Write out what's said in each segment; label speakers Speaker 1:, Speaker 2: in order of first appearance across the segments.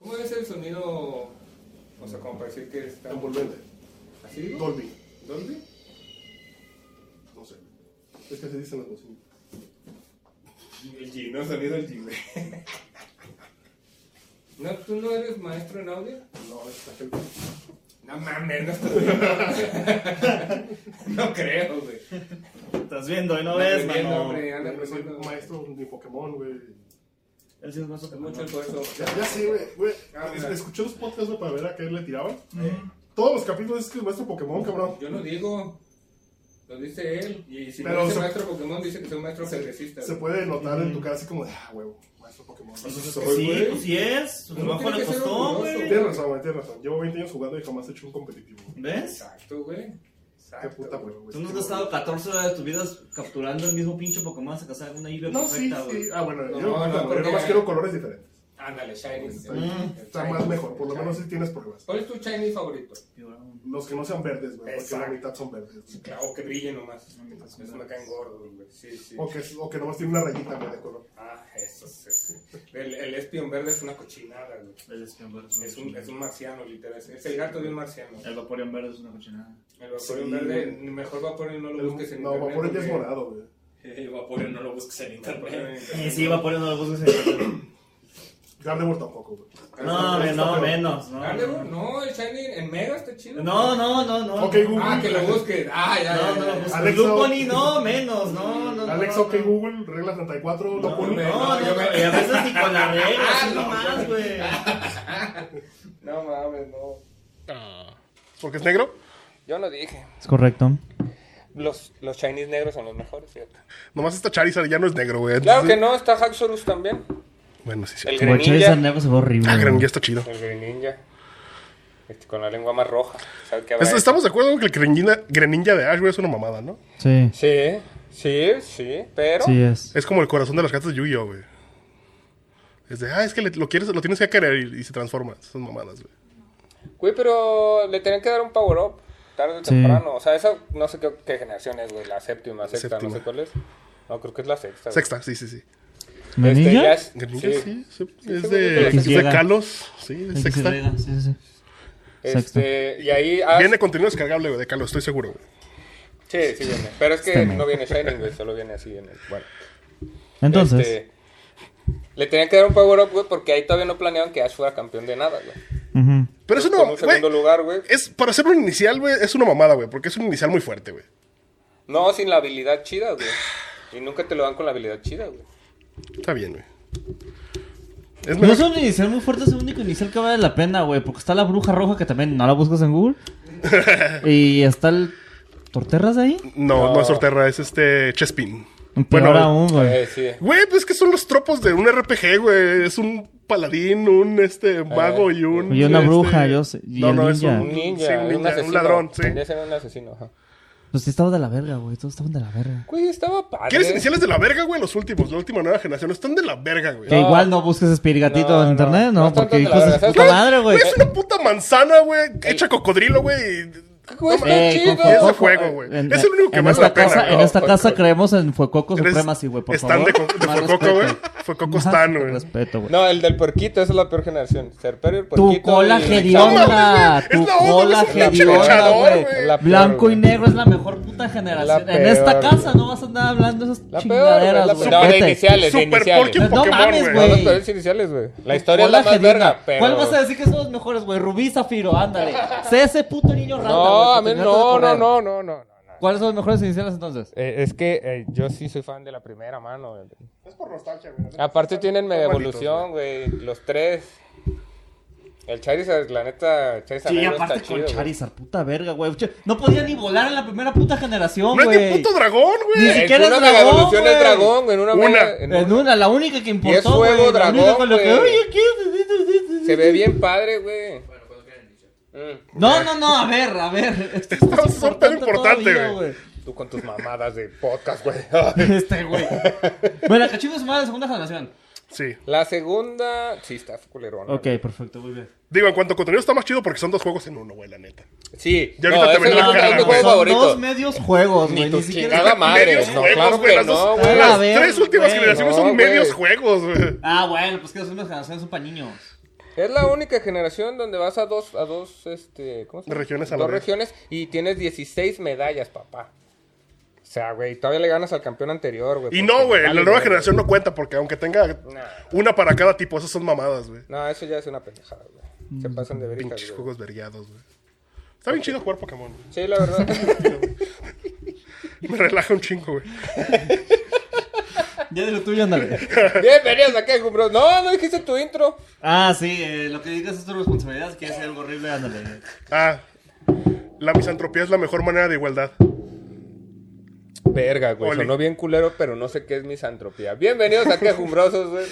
Speaker 1: el sonido, o sea, como para decir que está...
Speaker 2: Envolvente.
Speaker 1: ¿Así digo?
Speaker 2: Dolby.
Speaker 1: ¿Dolby?
Speaker 2: No sé. Es que así dicen las bocinas.
Speaker 1: El G, no sonido el G, güey. ¿No, ¿Tú no eres maestro en audio?
Speaker 2: No, esta gente.
Speaker 1: No mames, no estás viendo. no creo, güey.
Speaker 3: Estás viendo y no
Speaker 1: No
Speaker 3: ves,
Speaker 1: estoy
Speaker 3: mano.
Speaker 1: viendo, hombre, anda
Speaker 2: Yo soy
Speaker 1: aprendiendo.
Speaker 2: Pues, maestro de Pokémon, güey.
Speaker 3: Él sí es más
Speaker 1: Es mucho esfuerzo.
Speaker 2: Ya, ya sí, güey. güey.
Speaker 1: Ah,
Speaker 2: es-
Speaker 1: mira.
Speaker 2: Escuché los podcasts güey, para ver a qué le tiraban. Eh, Todos los capítulos es que es maestro Pokémon, cabrón.
Speaker 1: Yo no digo. Lo dice él. Y si
Speaker 2: Pero
Speaker 1: no dice
Speaker 2: se-
Speaker 1: maestro Pokémon, dice que soy maestro ajedrecista.
Speaker 2: Se
Speaker 1: güey.
Speaker 2: puede notar en tu cara así como de, ah, huevo, maestro Pokémon.
Speaker 3: Entonces,
Speaker 2: Soy,
Speaker 3: pues, sí,
Speaker 2: güey.
Speaker 3: pues, sí es. Su
Speaker 1: Uno
Speaker 3: trabajo
Speaker 1: tiene
Speaker 3: le
Speaker 1: que ser
Speaker 3: costó,
Speaker 1: orgulloso,
Speaker 3: güey.
Speaker 2: Tienes razón, güey, tienes razón. Llevo 20 años jugando y jamás he hecho un competitivo. güey.
Speaker 3: ¿Ves?
Speaker 1: Exacto, güey.
Speaker 2: Qué
Speaker 1: Exacto,
Speaker 2: puta, güey.
Speaker 1: Pues
Speaker 3: Tú no has gastado 14 horas de tu vida capturando el mismo pinche Pokémon hasta cazar una isla
Speaker 2: No, sí,
Speaker 3: perfecta, güey.
Speaker 2: sí. Ah, bueno,
Speaker 1: No,
Speaker 2: yo,
Speaker 1: no,
Speaker 2: puta, güey, yo
Speaker 1: porque-
Speaker 2: nomás quiero colores diferentes.
Speaker 1: Ándale, Shiny.
Speaker 2: Está
Speaker 1: güey.
Speaker 3: bien.
Speaker 1: El
Speaker 2: Mm, Está
Speaker 1: shiny.
Speaker 2: más mejor, por lo menos si tienes pruebas.
Speaker 1: ¿Cuál es tu Shiny favorito?
Speaker 3: "Ah,
Speaker 2: Los que no sean verdes, güey, porque la
Speaker 1: Exacto.
Speaker 2: mitad son verdes. güey.
Speaker 1: Claro, Ah, que brille nomás.
Speaker 3: Entonces,
Speaker 1: Eso me caen gordos, güey. Sí, sí.
Speaker 2: O que, o que nomás tiene una rayita, güey, de color.
Speaker 1: Ah, eso es. es- El, el espion verde es una cochinada, güey.
Speaker 3: El espion verde es una
Speaker 1: Es un,
Speaker 3: cochinada.
Speaker 1: es un marciano, literal. Es- Es el gato de un marciano.
Speaker 3: El Vaporeon verde es una cochinada.
Speaker 1: El Vaporeon
Speaker 2: Sí,
Speaker 1: verde,
Speaker 2: güey.
Speaker 1: mejor Vaporeon no lo busques en
Speaker 2: No,
Speaker 1: internet.
Speaker 2: por ya es
Speaker 1: porque-
Speaker 2: morado, güey.
Speaker 4: Eh, Vaporeon no lo busques en internet.
Speaker 3: Eh, sí, Vaporeon no lo busques en
Speaker 2: Gardevoir tampoco, güey. Está
Speaker 3: No, men- no,
Speaker 2: peor.
Speaker 3: menos. No,
Speaker 1: Gardevoir,
Speaker 3: no,
Speaker 1: no, el Shiny en Mega está chido.
Speaker 3: no, no. no.
Speaker 2: Ok, Google.
Speaker 1: Ah, que lo busques. Ah, ya,
Speaker 3: No,
Speaker 1: ya.
Speaker 3: no
Speaker 1: ya,
Speaker 3: lo busques.
Speaker 2: Alexa-
Speaker 3: Blue Pony, no, menos. No, no, no.
Speaker 2: Alex,
Speaker 3: no,
Speaker 2: ok,
Speaker 3: no.
Speaker 2: Google, regla 34,
Speaker 3: No,
Speaker 2: lo
Speaker 3: no,
Speaker 2: pone.
Speaker 3: no,
Speaker 1: yo me- Ah,
Speaker 3: no, y a veces ni con la regla, así nomás, güey.
Speaker 1: No mames, no.
Speaker 2: ¿Porque es negro?
Speaker 1: Yo no dije.
Speaker 3: Es correcto.
Speaker 1: Los, los Chinese negros son los mejores, fíjate.
Speaker 2: Nomás está Charizard, ya no es negro, güey.
Speaker 1: Claro que no, está Haxorus también.
Speaker 2: Bueno, sí, sí.
Speaker 1: El
Speaker 3: Como
Speaker 1: Greninja.
Speaker 3: Never se ve horrible.
Speaker 2: Ah, Greninja
Speaker 3: güey.
Speaker 2: está chido.
Speaker 1: El Greninja. Pues Este, con la lengua más roja. ¿Sabes qué habrá
Speaker 2: Es-
Speaker 1: hecho?
Speaker 2: estamos de acuerdo que el Greninja, Greninja de Ash, güey, es una mamada, ¿no?
Speaker 3: Sí,
Speaker 1: Sí, sí, sí, pero...
Speaker 3: sí es.
Speaker 2: Es como el corazón de las cartas de Yu-Gi-Oh, güey. Es de, ah, es que le- lo, quieres, lo tienes que querer y, y se transforma. Son mamadas, güey.
Speaker 1: Güey, pero le tenían que dar un power up tarde o
Speaker 3: Sí.
Speaker 1: temprano. O sea, eso no sé qué, qué generación es, güey. La séptima, sexta, no
Speaker 2: séptima.
Speaker 1: sé cuál es. No, creo que es la sexta. güey.
Speaker 2: Sexta, sí, sí, sí.
Speaker 1: Este, ya
Speaker 3: ¿Menilla?
Speaker 1: es-
Speaker 2: Greninja,
Speaker 1: sí.
Speaker 2: sí. sí,
Speaker 1: sí,
Speaker 2: es
Speaker 1: güey,
Speaker 2: de,
Speaker 1: es
Speaker 2: es de
Speaker 3: griega.
Speaker 2: Kalos. Sí, es
Speaker 3: Sí,
Speaker 2: sexta.
Speaker 3: sí, sí, sí.
Speaker 1: Este, y ahí... ah,
Speaker 2: Viene contenido descargable, güey, de Kalos, estoy seguro, güey.
Speaker 1: Sí, sí viene. Pero es que
Speaker 3: Este, no.
Speaker 1: no viene Shining, güey. Solo viene así en el... Bueno.
Speaker 3: Entonces,
Speaker 1: Este, le tenían que dar un power up, güey, porque ahí todavía no planeaban que Ash fuera campeón de nada, güey.
Speaker 3: ujú.
Speaker 2: Pero eso
Speaker 1: Como
Speaker 2: no,
Speaker 1: un
Speaker 2: güey.
Speaker 1: segundo lugar, güey.
Speaker 2: Es, para ser un inicial, güey, es una mamada, güey, porque es un inicial muy fuerte, güey.
Speaker 1: No, sin la habilidad chida, güey. Y nunca te lo dan con la habilidad chida, güey.
Speaker 2: Está bien, güey. Es
Speaker 3: no
Speaker 2: mejor.
Speaker 3: es un inicial muy fuerte, es el único inicial que vale la pena, güey. Porque está la bruja roja que también no la buscas en Google. y está el. ¿Torterras ahí?
Speaker 2: No, no,
Speaker 1: No.
Speaker 2: es Sorterra, es este Chespin.
Speaker 3: Peor
Speaker 2: Bueno,
Speaker 3: aún, güey.
Speaker 1: Eh, sí.
Speaker 2: Güey, pues es que son los tropos de un RPG, güey. Es un paladín, un este mago y un.
Speaker 3: Y una
Speaker 2: este-
Speaker 3: bruja, yo sé, y
Speaker 2: no,
Speaker 3: el
Speaker 2: no, es
Speaker 3: ninja.
Speaker 2: un,
Speaker 1: Un ninja,
Speaker 2: sí, un,
Speaker 1: un,
Speaker 2: ninja,
Speaker 1: asesino.
Speaker 2: un ladrón, sí.
Speaker 1: Tendría que ser un asesino, ajá.
Speaker 3: Pues sí, estaba de la verga, güey. Todos estaban de la verga.
Speaker 1: Güey, estaba padre.
Speaker 2: ¿Quieres iniciales de la verga, güey? Los últimos, la última nueva generación. Están de la verga, güey.
Speaker 3: Que igual no busques espirigatito
Speaker 1: No,
Speaker 3: en
Speaker 1: no.
Speaker 3: internet, no,
Speaker 1: No están
Speaker 3: porque
Speaker 1: de la
Speaker 3: hijos de
Speaker 1: verga,
Speaker 3: su puta
Speaker 1: ¿sabes?
Speaker 3: madre, güey.
Speaker 2: Es una puta manzana, güey, hecha cocodrilo, güey. y-
Speaker 1: Güey, está
Speaker 3: Ey,
Speaker 1: chido.
Speaker 3: con
Speaker 2: Ese
Speaker 3: Fuecoco,
Speaker 2: juego, güey.
Speaker 3: en-
Speaker 2: Es el único que
Speaker 3: en
Speaker 2: vale
Speaker 3: esta
Speaker 2: la pena,
Speaker 3: casa-
Speaker 2: güey.
Speaker 3: En esta
Speaker 1: Fuecoco.
Speaker 3: casa creemos en Fuecoco
Speaker 2: Eres
Speaker 3: Supremacy, güey, por
Speaker 2: stand
Speaker 3: favor.
Speaker 2: de co- de
Speaker 3: Más
Speaker 2: Fuecoco,
Speaker 3: respeto.
Speaker 2: güey. Fuecoco stan, güey.
Speaker 3: Más respeto, güey.
Speaker 1: No, el del puerquito, esa es la peor generación. Serperio, el puerquito.
Speaker 3: Tu cola
Speaker 1: y-
Speaker 2: No
Speaker 3: hedionda,
Speaker 2: mames, güey.
Speaker 3: tu
Speaker 2: Es la onda,
Speaker 3: cola
Speaker 2: es un pinche
Speaker 3: hedionda,
Speaker 2: luchador,
Speaker 3: güey.
Speaker 2: güey.
Speaker 1: La peor,
Speaker 3: Blanco
Speaker 1: güey.
Speaker 3: y negro es la mejor puta generación.
Speaker 1: La
Speaker 3: en esta
Speaker 1: peor,
Speaker 3: casa
Speaker 1: güey.
Speaker 3: no vas a andar hablando de esas
Speaker 1: La peor, güey, la
Speaker 3: chingaderas,
Speaker 1: peor.
Speaker 3: güey.
Speaker 1: No, de
Speaker 3: Vete.
Speaker 1: iniciales, de
Speaker 2: Super
Speaker 1: iniciales.
Speaker 2: Porky
Speaker 3: No
Speaker 2: Pokémon,
Speaker 3: mames,
Speaker 1: No,
Speaker 2: güey.
Speaker 3: güey.
Speaker 1: los peores iniciales, güey. La historia
Speaker 3: Cola
Speaker 1: es la más
Speaker 3: hedionda.
Speaker 1: verga, pero...
Speaker 3: ¿Cuál vas a decir que son los mejores, güey? Rubí, Zafiro, ándale. Sé ese puto niño rata,
Speaker 1: No,
Speaker 3: güey,
Speaker 1: a
Speaker 3: que
Speaker 1: mí
Speaker 3: terminaste de
Speaker 1: no, no,
Speaker 3: correr.
Speaker 1: no, no, no. no.
Speaker 3: ¿Cuáles son los mejores iniciales entonces?
Speaker 1: Eh, es que eh, yo sí soy fan de la primera mano.
Speaker 2: Es por nostalgia, güey.
Speaker 1: Aparte
Speaker 2: Están-
Speaker 1: tienen mega
Speaker 2: están malditos,
Speaker 1: evolución, güey. Los tres. El Charizard, la neta, Charizard
Speaker 3: Sí,
Speaker 1: negro
Speaker 3: aparte
Speaker 1: está
Speaker 3: con
Speaker 1: chido. güey.
Speaker 3: Charizard, puta verga, güey. Che, No podía ni volar en la primera puta generación,
Speaker 2: No
Speaker 3: güey.
Speaker 2: es ni puto dragón,
Speaker 3: Ni
Speaker 2: güey.
Speaker 3: siquiera-
Speaker 1: En
Speaker 3: que eres
Speaker 1: una mega
Speaker 3: dragón,
Speaker 1: evolución
Speaker 3: güey.
Speaker 1: es dragón, güey. En una,
Speaker 2: Una.
Speaker 1: mega- en
Speaker 3: En
Speaker 1: una-
Speaker 3: una, la única que importó,
Speaker 1: Y es fuego
Speaker 3: güey, la
Speaker 1: dragón,
Speaker 3: única con la que,
Speaker 1: güey.
Speaker 3: "Oye, ¿qué?"
Speaker 1: Se ve bien padre, güey. Mm,
Speaker 3: No, no, no, a ver, a ver. Esto es
Speaker 2: Estamos
Speaker 3: más
Speaker 2: súper importante,
Speaker 3: todavía,
Speaker 2: güey.
Speaker 1: Tú con tus mamadas de podcast, güey.
Speaker 3: Este, güey. Bueno, que chingue su madre, segunda generación.
Speaker 2: Sí.
Speaker 1: La segunda. Sí, está culerona.
Speaker 3: Ok, perfecto, muy bien.
Speaker 2: Digo, en cuanto a contenido está más chido porque son dos juegos en uno, güey, la neta.
Speaker 1: Sí,
Speaker 2: Ya ahorita
Speaker 1: no,
Speaker 2: te
Speaker 1: ese
Speaker 2: ven
Speaker 1: es
Speaker 2: la
Speaker 1: mi-
Speaker 2: cara,
Speaker 1: es mi
Speaker 2: güey.
Speaker 1: juego
Speaker 3: son dos
Speaker 1: favorito.
Speaker 3: medios juegos,
Speaker 1: Ni
Speaker 3: güey.
Speaker 1: tu
Speaker 3: Ni siquiera.
Speaker 1: chingada madre.
Speaker 2: medios
Speaker 1: no,
Speaker 2: juegos,
Speaker 1: claro
Speaker 2: güey,
Speaker 1: que
Speaker 2: las dos-
Speaker 1: no, güey.
Speaker 3: A
Speaker 2: Las
Speaker 3: ver,
Speaker 2: tres últimas
Speaker 3: güey,
Speaker 2: generaciones
Speaker 1: no,
Speaker 2: son medios
Speaker 1: güey.
Speaker 2: juegos, güey.
Speaker 3: Ah, bueno, pues que las últimas generaciones son pa' niños.
Speaker 1: Es la única generación donde vas a dos, a dos, este, ¿cómo se llama?
Speaker 2: Regiones a la
Speaker 1: Dos
Speaker 2: vez.
Speaker 1: regiones y tienes 16 medallas, papá. O sea, güey, todavía le ganas al campeón anterior, güey.
Speaker 2: Y
Speaker 1: porque
Speaker 2: no, güey, la
Speaker 1: vale,
Speaker 2: nueva generación no cuenta porque aunque tenga
Speaker 1: Nah.
Speaker 2: una para cada tipo, esas son mamadas, güey.
Speaker 1: No, eso ya es una pendejada, güey. Se pasan de verijas,
Speaker 2: Pinches
Speaker 1: güey.
Speaker 2: juegos vergueados, güey. Está bien chido jugar Pokémon. güey.
Speaker 1: Sí, la verdad.
Speaker 2: Me relaja un chingo, güey.
Speaker 3: Ya de lo tuyo, ándale.
Speaker 1: Bienvenidos a Keku Bros. No, no dijiste tu intro.
Speaker 3: Ah, sí, eh, lo que digas es tu responsabilidad, que es algo horrible, ándale.
Speaker 2: Ah, la misantropía es la mejor manera de igualdad.
Speaker 1: Verga, güey.
Speaker 2: Oli.
Speaker 1: Sonó bien culero, pero no sé qué es misantropía. Bienvenidos a Quejumbrosos, güey.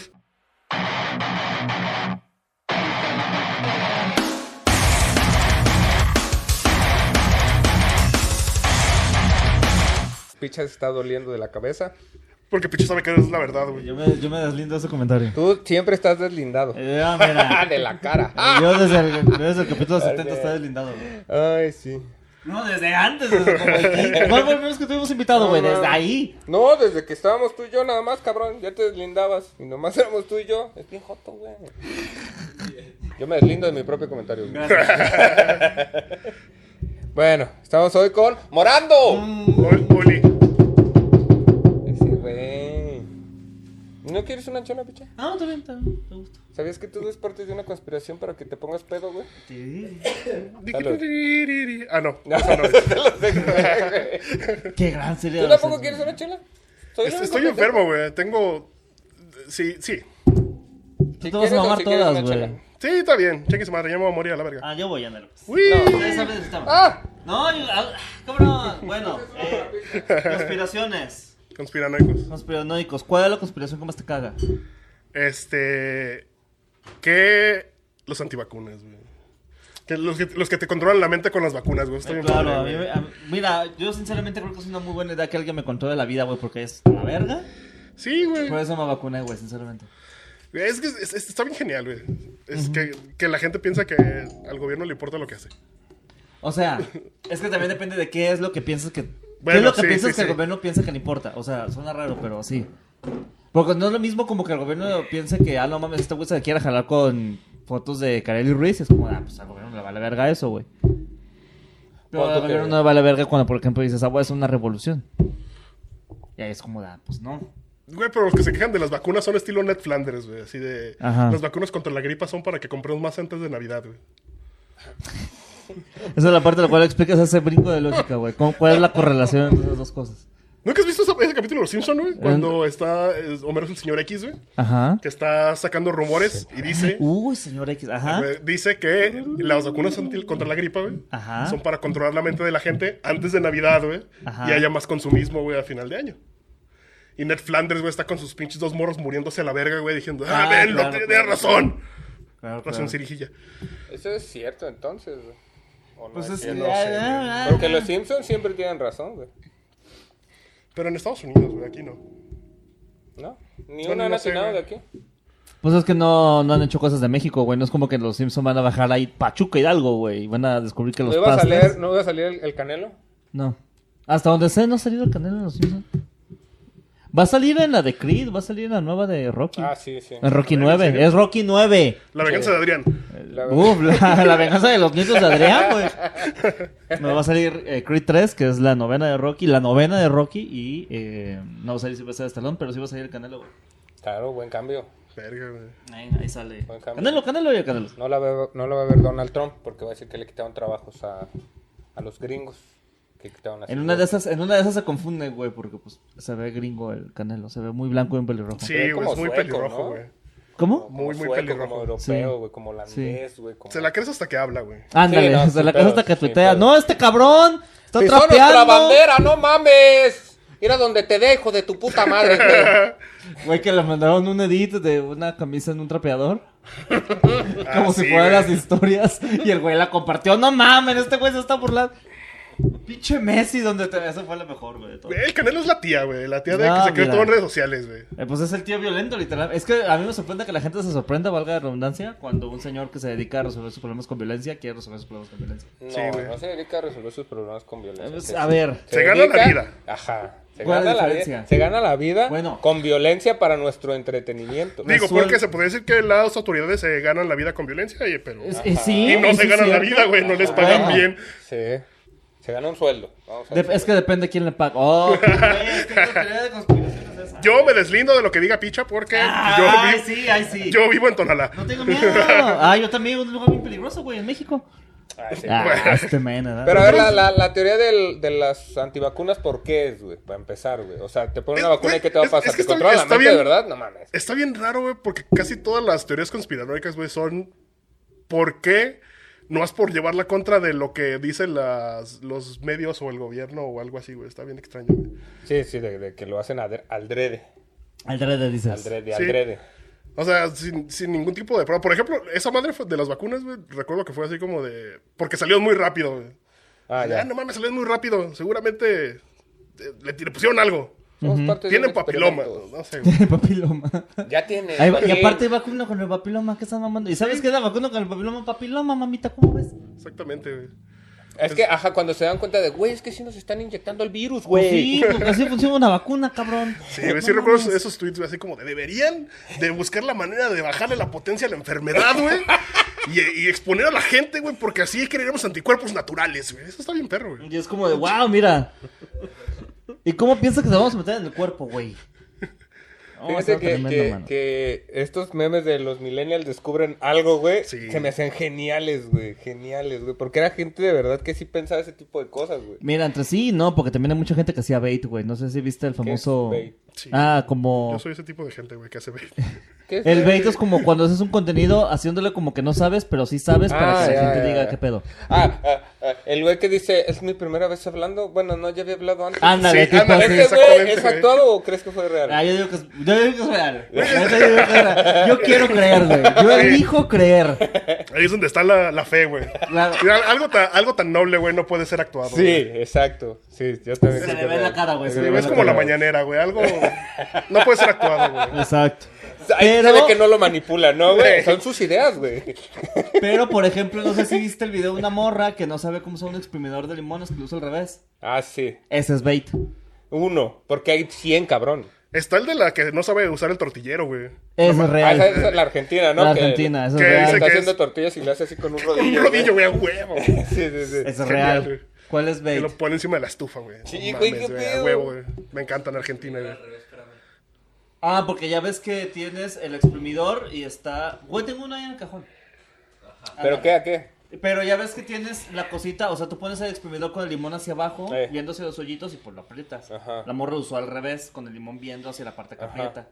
Speaker 1: Picha se está doliendo de la cabeza.
Speaker 2: Porque pinche sabe que es la verdad, güey.
Speaker 3: Yo me, yo me deslindo de ese comentario.
Speaker 1: Tú siempre estás deslindado.
Speaker 3: Eh, ah, mira.
Speaker 1: de ah. la cara.
Speaker 3: Yo desde el, desde el capítulo 70 estaba deslindado, güey.
Speaker 1: Ay, sí.
Speaker 3: No, desde antes, desde como el quinto. ¿Cuál fue el menos que tuvimos invitado, güey? Desde ahí.
Speaker 1: No, desde que estábamos tú y yo nada más, cabrón. Ya te deslindabas. Y nomás éramos tú y yo. Es bien joto, güey. Yo me deslindo de mi propio comentario. güey. Bueno, estamos hoy con
Speaker 3: Mm.
Speaker 1: Morando.
Speaker 2: Ol- Oli.
Speaker 1: Ese güey. ¿No quieres una chona, picha?
Speaker 3: No, está bien, está bien. Te gusta.
Speaker 1: ¿Sabías que tú eres parte de una conspiración para que te pongas pedo, güey?
Speaker 3: Te digo.
Speaker 2: Ah, no.
Speaker 1: No, no,
Speaker 3: Qué gran serie.
Speaker 1: ¿Tú
Speaker 3: de los
Speaker 1: tampoco
Speaker 3: Simpsons.
Speaker 1: quieres una chela? Soy el
Speaker 2: Est-
Speaker 1: único
Speaker 2: Estoy
Speaker 1: pendejo.
Speaker 2: enfermo, güey. Tengo. Sí, sí.
Speaker 3: Tú
Speaker 1: Si
Speaker 3: te vas a
Speaker 1: quieres o
Speaker 3: mamar
Speaker 1: si quieres
Speaker 3: todas,
Speaker 1: una
Speaker 3: güey.
Speaker 1: chela.
Speaker 2: Sí, está bien. Cheque su madre, ya me voy a morir a la verga.
Speaker 3: Ah, yo voy, ándale. pues.
Speaker 2: Uy.
Speaker 3: Ustedes saben de esta madre.
Speaker 1: ¡Ah!
Speaker 3: No, yo, ah, cabrón. Bueno, eh, conspiraciones.
Speaker 2: Conspiranoicos.
Speaker 3: Conspiranoicos. ¿Cuál es la conspiración que más te caga?
Speaker 2: Este. Que. Los antivacunas, güey. Que los, que los que te controlan la mente con las vacunas, güey. Estoy enfermo,
Speaker 3: Eh, Claro, a mí
Speaker 2: güey.
Speaker 3: me- a- mira, yo sinceramente creo que es una muy buena idea que alguien me contó de la vida, güey, porque es la verga.
Speaker 2: Sí, güey.
Speaker 3: Por eso me vacuné, güey, sinceramente.
Speaker 2: Es que es- es- está bien genial, güey. Es que, que la gente piensa que al gobierno le importa lo que hace.
Speaker 3: O sea, es que también depende de qué es lo que piensas que... ¿Qué
Speaker 2: Bueno,
Speaker 3: es lo que
Speaker 2: sí,
Speaker 3: piensas
Speaker 2: sí,
Speaker 3: que el
Speaker 2: sí.
Speaker 3: gobierno piensa que le importa? O sea, suena raro, pero sí. Porque no es lo mismo como que el gobierno piense que, ah, no mames, este güey se quiera jalar con fotos de Carelli Ruiz. Es como, ah, pues al gobierno le vale verga eso, güey. Pero
Speaker 1: ¿Cuánto
Speaker 3: al gobierno
Speaker 1: que-
Speaker 3: no le vale verga cuando, por ejemplo, dices, ah, güey, es una revolución. Y ahí es como, ah, pues no.
Speaker 2: Güey, pero los que se quejan de las vacunas son estilo Ned Flanders, güey. Así de.
Speaker 3: Ajá.
Speaker 2: Las vacunas contra la gripa son para que compremos más antes de Navidad, güey.
Speaker 3: Esa es la parte en la cual explicas ese brinco de lógica, güey. ¿Cómo- ¿Cuál es la correlación entre esas dos cosas?
Speaker 2: ¿Nunca has visto esa- ese capítulo de Los Simpsons, güey? Cuando está es, Homero es el señor X, güey.
Speaker 3: Ajá.
Speaker 2: Que está sacando rumores y dice.
Speaker 3: Uy, señor X, ajá.
Speaker 2: güey, Dice que las vacunas anti- contra la gripa, güey,
Speaker 3: Ajá.
Speaker 2: son para controlar la mente de la gente antes de Navidad, güey,
Speaker 3: Ajá.
Speaker 2: y haya más consumismo, güey, a final de año. Y Ned Flanders, güey, está con sus pinches dos morros muriéndose a la verga, güey, diciendo, ah,
Speaker 3: Ah,
Speaker 2: ven,
Speaker 3: claro,
Speaker 2: tiene
Speaker 3: claro. Ah,
Speaker 2: razón.
Speaker 3: Claro,
Speaker 2: Razón cirijilla.
Speaker 1: Eso es cierto, entonces, güey. O no
Speaker 3: Pues
Speaker 1: es
Speaker 3: es-
Speaker 1: cierto.
Speaker 3: ah, ah, ah.
Speaker 1: Porque los Simpsons siempre tienen razón, güey.
Speaker 2: Pero en Estados Unidos, güey, aquí no.
Speaker 1: ¿No? Ni
Speaker 2: Bueno,
Speaker 1: una han
Speaker 2: no sé,
Speaker 1: atinado de
Speaker 2: güey.
Speaker 1: aquí.
Speaker 3: Pues es que no, no han hecho cosas de México, güey. No es como que los Simpsons van a bajar ahí Pachuca Hidalgo, güey. Y van a descubrir que
Speaker 1: ¿No
Speaker 3: los
Speaker 1: iba, a
Speaker 3: pastes-
Speaker 1: salir, ¿No iba a salir el, el canelo?
Speaker 3: No. Hasta donde sé, no ha salido el canal de los Simpsons. Va a salir en la de Creed, va a salir en la nueva de Rocky.
Speaker 1: Ah, sí, sí.
Speaker 3: En Rocky 9, es Rocky 9.
Speaker 2: La venganza de Adrián.
Speaker 1: La verdad.
Speaker 3: Uf, la, la venganza de los nietos de Adrián, güey. Me va a salir eh, Creed 3, que es la novena de Rocky, la novena de Rocky, y eh, no va a salir si va a ser Estalón, pero sí va a salir el Canelo, güey.
Speaker 1: Claro, buen cambio.
Speaker 2: Verga, güey.
Speaker 3: Ahí, ahí sale.
Speaker 1: Buen cambio.
Speaker 3: Canelo, Canelo y Canelo.
Speaker 1: No la, va, no la va a ver Donald Trump porque va a decir que le quitaron trabajos a, a los gringos. Que quitaron así.
Speaker 3: En una de esas, en una de esas se confunde, güey, porque pues se ve gringo el Canelo, se ve muy blanco y en pelirrojo.
Speaker 2: Sí,
Speaker 1: Se ve
Speaker 2: güey,
Speaker 1: como
Speaker 2: es muy
Speaker 1: sueco,
Speaker 2: pelirrojo,
Speaker 1: ¿no?
Speaker 2: güey.
Speaker 1: muy,
Speaker 3: ¿Cómo?
Speaker 2: muy, muy
Speaker 1: muy pelirrojo.
Speaker 2: pelirrojo.
Speaker 1: Como europeo, güey, como holandés, güey. Como...
Speaker 2: Se la crees hasta que habla, güey.
Speaker 3: Ándale,
Speaker 1: Sí, no,
Speaker 3: o sea,
Speaker 1: sin
Speaker 3: la casa
Speaker 1: pedos,
Speaker 3: hasta que
Speaker 1: sin
Speaker 3: tuitea.
Speaker 1: pedos.
Speaker 3: No, este cabrón está
Speaker 1: ¡Pisó nuestra
Speaker 3: trapeando.
Speaker 1: bandera, no mames! Mira donde te dejo de tu puta madre, güey.
Speaker 3: Güey, que le mandaron un edit de una camisa en un trapeador. Como
Speaker 2: Ah,
Speaker 3: si
Speaker 2: sí, güey.
Speaker 3: fueran las historias. Y el güey la compartió. No mames, este güey se está burlando. Pinche Messi, donde te... Eso fue lo mejor, güey. de todo.
Speaker 2: Güey, El Canelo es la tía, güey. La tía de
Speaker 3: No,
Speaker 2: que se cree
Speaker 3: Ah, mira.
Speaker 2: todo en redes sociales, güey.
Speaker 3: Eh, pues es el tío violento, literal. Es que a mí me sorprende que la gente se sorprenda, valga la redundancia, cuando un señor que se dedica a resolver sus problemas con violencia quiere resolver sus problemas con violencia.
Speaker 1: No,
Speaker 2: Sí, güey.
Speaker 1: no se dedica a resolver sus problemas con
Speaker 3: Eh,
Speaker 1: violencia.
Speaker 3: pues,
Speaker 1: Se-
Speaker 3: a ver,
Speaker 2: Se gana la
Speaker 1: dedica-
Speaker 2: vida.
Speaker 1: Ajá. Se
Speaker 3: ¿Cuál es
Speaker 1: gana,
Speaker 3: la
Speaker 1: la
Speaker 3: diferencia?
Speaker 1: vida, se gana la vida
Speaker 3: Bueno.
Speaker 1: con violencia para nuestro entretenimiento.
Speaker 2: Digo,
Speaker 3: Resuelve.
Speaker 2: porque se podría decir que las autoridades se ganan la vida con violencia, y- pero...
Speaker 3: Es- es- sí,
Speaker 2: y no
Speaker 3: sí,
Speaker 2: se
Speaker 3: sí,
Speaker 2: ganan la
Speaker 3: cierto.
Speaker 2: vida, güey, no les pagan
Speaker 3: Bueno.
Speaker 2: bien.
Speaker 1: Sí. Se gana un sueldo. Vamos a
Speaker 3: De-
Speaker 1: ver.
Speaker 3: es que depende quién le paga. Oh, güey, ¿qué teoría de conspiración es esa?
Speaker 2: Yo me deslindo de lo que diga Picha porque
Speaker 3: Ah,
Speaker 2: yo,
Speaker 3: ay,
Speaker 2: vi-
Speaker 3: sí, ay, sí.
Speaker 2: yo vivo en Tonalá.
Speaker 3: No tengo miedo. Ah, yo también, un lugar bien peligroso, güey, en México.
Speaker 1: Ah, sí.
Speaker 3: Ah, este men, ¿verdad?
Speaker 1: Pero a ver, la, la, la teoría del- de las antivacunas, ¿por qué es, güey? Para empezar, güey. O sea, te ponen una
Speaker 2: Es-
Speaker 1: vacuna y ¿qué te va a
Speaker 2: es-
Speaker 1: pasar?
Speaker 2: es que
Speaker 1: ¿Te
Speaker 2: está-
Speaker 1: controla la
Speaker 2: está
Speaker 1: mente de
Speaker 2: bien.
Speaker 1: verdad? No mames.
Speaker 2: Está bien raro, güey, porque casi todas las teorías conspiranoicas, güey, son por qué no es por llevar la contra de lo que dicen las, los medios o el gobierno o algo así, güey. Está bien extraño. güey.
Speaker 1: Sí, sí, de, de que lo hacen adre- aldrede.
Speaker 3: Aldrede dices.
Speaker 1: Aldrede,
Speaker 2: Sí.
Speaker 1: aldrede.
Speaker 2: O sea, sin, sin ningún tipo de prueba. Por ejemplo, esa madre fue- de las vacunas, güey, recuerdo que fue así como de... Porque salió muy rápido, güey.
Speaker 1: Ah,
Speaker 2: Ah,
Speaker 1: ya.
Speaker 2: no mames, salió muy rápido. Seguramente eh, le, le pusieron algo.
Speaker 1: Somos parte de
Speaker 2: Tienen
Speaker 1: un
Speaker 2: papiloma.
Speaker 1: experimento.
Speaker 2: No sé, güey.
Speaker 3: El papiloma.
Speaker 1: Ya tiene.
Speaker 3: Ahí va- y
Speaker 1: sí.
Speaker 3: aparte vacuna con el papiloma, ¿qué estás mamando? ¿Y sabes qué es la vacuna con el papiloma? Papiloma, mamita, ¿cómo ves? Pues
Speaker 2: Exactamente, güey.
Speaker 1: Es que, ajá, cuando se dan cuenta de, güey, es que sí nos están inyectando el virus, güey.
Speaker 3: Pues sí, porque así funciona una vacuna, cabrón.
Speaker 2: Sí, güey,
Speaker 3: No
Speaker 2: sí recuerdo
Speaker 3: mames.
Speaker 2: esos tweets, güey, así como de deberían de buscar la manera de bajarle la potencia a la enfermedad, güey. Y, y exponer a la gente, güey, porque así crearemos anticuerpos naturales, güey. Eso está bien perro, güey.
Speaker 3: Y es como de, wow, mira. ¿Y cómo piensas que se vamos a meter en el cuerpo, güey? Vamos a
Speaker 1: Fíjate
Speaker 3: estar
Speaker 1: que,
Speaker 3: tremendo,
Speaker 1: que-
Speaker 3: mano.
Speaker 1: que estos memes de los millennials descubren algo, güey.
Speaker 2: Sí.
Speaker 1: Se me hacen geniales, güey. Geniales, güey. Porque era gente de verdad que sí pensaba ese tipo de cosas, güey.
Speaker 3: Mira, entre sí, no, porque también hay mucha gente que hacía bait, güey. No sé si viste el famoso.
Speaker 1: es bait?
Speaker 2: Sí.
Speaker 3: Ah, como.
Speaker 2: Yo soy ese tipo de gente, güey, que hace ve.
Speaker 1: ¿Qué es
Speaker 3: El bait es como cuando haces un contenido haciéndole como que no sabes, pero sí sabes para
Speaker 1: Ah,
Speaker 3: que
Speaker 1: ya,
Speaker 3: la gente
Speaker 1: ya,
Speaker 3: diga
Speaker 1: ya.
Speaker 3: qué pedo.
Speaker 1: Ah, ah, ah, el güey que dice, es mi primera vez hablando. Bueno, no, ya había hablado antes.
Speaker 3: Ándale,
Speaker 2: Sí,
Speaker 3: tipo
Speaker 2: ándale,
Speaker 3: así.
Speaker 1: ¿Este güey
Speaker 2: exactamente,
Speaker 1: es
Speaker 2: güey.
Speaker 1: actuado o crees que fue real?
Speaker 3: Ah, yo digo que es, yo digo que es real. La neta, Yo, digo que es real. Yo quiero creer, güey. Yo elijo creer.
Speaker 2: Ahí es donde está la, la fe, güey.
Speaker 3: La-
Speaker 2: Mira, Algo tan, algo tan noble, güey, no puede ser actuado.
Speaker 1: sí, exacto. Sí, yo también.
Speaker 3: Se
Speaker 1: creo
Speaker 3: le
Speaker 1: que
Speaker 3: ve la cara, güey,
Speaker 1: Se
Speaker 3: se
Speaker 2: güey.
Speaker 1: le
Speaker 3: le
Speaker 1: ve
Speaker 2: Es como la mañanera, güey. Algo no puede ser actuado, güey.
Speaker 3: Exacto.
Speaker 1: Ahí se
Speaker 3: Pero-
Speaker 1: ve que no lo manipula, ¿no, güey? Son sus ideas, güey.
Speaker 3: Pero, por ejemplo, no sé si viste el video de una morra que no sabe cómo usar un exprimidor de limones que lo usa al revés.
Speaker 1: Ah, sí.
Speaker 3: Ese es bait.
Speaker 1: Uno, porque hay 100, cabrón.
Speaker 2: Está el de la que no sabe usar el tortillero, güey.
Speaker 3: Ese es
Speaker 1: Ah, esa,
Speaker 3: real.
Speaker 1: esa es la Argentina, ¿no?
Speaker 3: La
Speaker 1: Que-
Speaker 3: Argentina, eso es
Speaker 2: que
Speaker 3: real.
Speaker 2: dice
Speaker 1: está
Speaker 2: que
Speaker 1: haciendo
Speaker 2: es-
Speaker 1: tortillas y le hace así con un
Speaker 2: Con
Speaker 1: rodillo.
Speaker 2: un rodillo, güey, a huevo. güey.
Speaker 1: Sí, sí, sí.
Speaker 3: Eso
Speaker 2: Genial,
Speaker 3: es real.
Speaker 2: güey.
Speaker 3: ¿Cuál es
Speaker 2: Que
Speaker 3: bait?
Speaker 2: lo pone encima de la estufa, güey.
Speaker 1: Sí,
Speaker 2: No
Speaker 1: güey,
Speaker 2: mames,
Speaker 1: qué
Speaker 2: güey, a
Speaker 1: pedo.
Speaker 2: huevo, güey. Me encanta en Argentina, güey.
Speaker 3: Ah, porque ya ves que tienes el exprimidor y está. Güey, tengo uno ahí en el cajón.
Speaker 1: ¿Pero qué? ¿A qué?
Speaker 3: Pero ya ves que tienes la cosita, o sea, tú pones el exprimidor con el limón hacia abajo,
Speaker 1: Eh.
Speaker 3: viéndose los hoyitos y pues lo aprietas.
Speaker 1: Ajá.
Speaker 3: La morra lo usó al revés, con el limón viendo hacia la parte que
Speaker 1: Ajá.
Speaker 3: aprieta.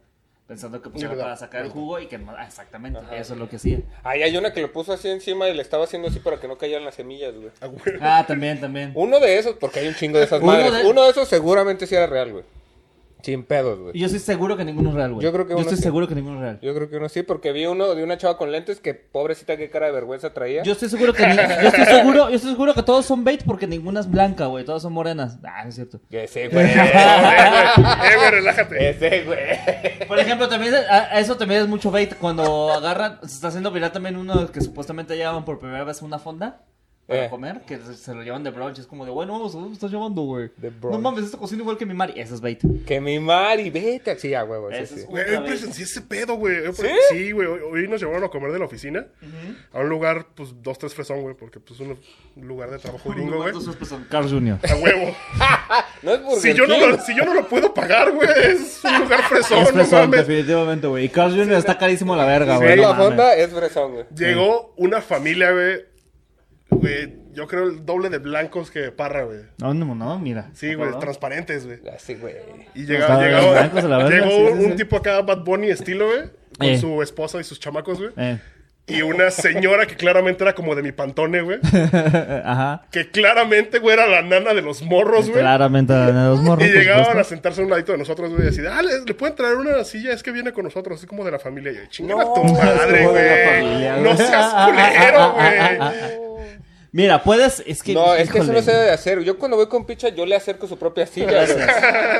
Speaker 3: Pensando que pues,
Speaker 2: Sí,
Speaker 3: era
Speaker 2: ¿verdad?
Speaker 3: para sacar el jugo y que no. Ah, exactamente, eso es lo que hacía.
Speaker 1: Ahí hay una que lo puso así encima y le estaba haciendo así para que no cayeran las semillas, güey.
Speaker 2: A huevo.
Speaker 3: Ah, también, también.
Speaker 1: Uno de esos, porque hay un chingo de esas
Speaker 3: Uno
Speaker 1: madres.
Speaker 3: de-
Speaker 1: Uno de esos seguramente sí era real, güey. Sin pedos,
Speaker 3: Y
Speaker 1: güey.
Speaker 3: yo estoy seguro que ninguno es real, güey.
Speaker 1: Yo creo que
Speaker 3: Yo
Speaker 1: uno
Speaker 3: estoy
Speaker 1: sí.
Speaker 3: seguro que ninguno es real.
Speaker 1: Yo creo que uno sí, porque vi uno de una chava con lentes que pobrecita qué cara de vergüenza traía.
Speaker 3: Yo estoy seguro que ni- yo estoy seguro, yo estoy seguro que todos son bait porque ninguna es blanca, güey, todas son morenas. Ah, no es cierto.
Speaker 1: Que sí, güey.
Speaker 2: Eh, güey, relájate.
Speaker 1: Ese, güey.
Speaker 3: Por ejemplo, también a- a eso también es mucho bait cuando agarran, se está haciendo viral también uno que supuestamente llevan por primera vez una fonda para
Speaker 1: Eh.
Speaker 3: comer, que se, se lo llevan de brunch, es como de, bueno, vamos, ¿dónde me estás llevando, güey?
Speaker 1: De
Speaker 3: No
Speaker 1: brunch.
Speaker 3: mames, esto cocina igual que mi mari, eso es bait.
Speaker 1: Que mi Mari, vete. Sí, a huevo, sí,
Speaker 3: Ese es
Speaker 1: sí.
Speaker 2: Güey, hoy presencié ese pedo, güey. Hoy pre- Sí, güey. hoy- Hoy nos llevaron a comer de la oficina a un lugar, pues, dos, tres fresón, güey, porque, pues, un un lugar de trabajo gringo, güey.
Speaker 3: Carl Jr.
Speaker 2: A huevo.
Speaker 1: Ah, No es Burger
Speaker 2: Si yo no
Speaker 1: King.
Speaker 2: lo, si yo no lo puedo pagar, güey, es un lugar fresón,
Speaker 3: Es
Speaker 2: no
Speaker 3: fresón,
Speaker 2: mames.
Speaker 3: pues definitivamente, güey. Y Carl Jr. está carísimo a la verga,
Speaker 1: Si
Speaker 3: güey.
Speaker 1: es
Speaker 3: no
Speaker 1: la
Speaker 3: Ah, mames.
Speaker 1: fonda, es fresón, güey.
Speaker 2: Llegó una familia, güey. Güey, yo creo el doble de blancos que parra, güey.
Speaker 3: No, no, no, mira.
Speaker 2: Sí, güey, transparentes, güey.
Speaker 1: Así, güey.
Speaker 2: Y
Speaker 3: Pues Los
Speaker 2: llegaba, llegaba-
Speaker 3: blancos a la verga,
Speaker 2: llegó
Speaker 3: sí, sí,
Speaker 2: un,
Speaker 3: sí.
Speaker 2: tipo acá, Bad Bunny estilo, güey, con
Speaker 3: Eh.
Speaker 2: su esposa y sus chamacos, güey.
Speaker 3: Eh.
Speaker 2: Y una señora que claramente era como de mi pantone, güey.
Speaker 3: Ajá.
Speaker 2: Que claramente, güey, era la nana de los morros, güey.
Speaker 3: Claramente a los morros. pues,
Speaker 2: Y
Speaker 3: por
Speaker 2: llegaban a
Speaker 3: supuesto.
Speaker 2: sentarse a un ladito de nosotros, güey, y así, de, ah, le, le pueden traer una silla, es que viene con nosotros, así como de la familia. Y yo, chingada
Speaker 1: No,
Speaker 2: tu
Speaker 1: es
Speaker 2: madre,
Speaker 3: como de la
Speaker 2: güey.
Speaker 3: familia,
Speaker 2: No
Speaker 3: güey.
Speaker 2: seas culero, güey.
Speaker 3: Mira, puedes. Es que.
Speaker 1: No, es que eso
Speaker 3: híjole.
Speaker 1: no se debe hacer. Yo cuando voy con picha, yo le acerco su propia silla, güey.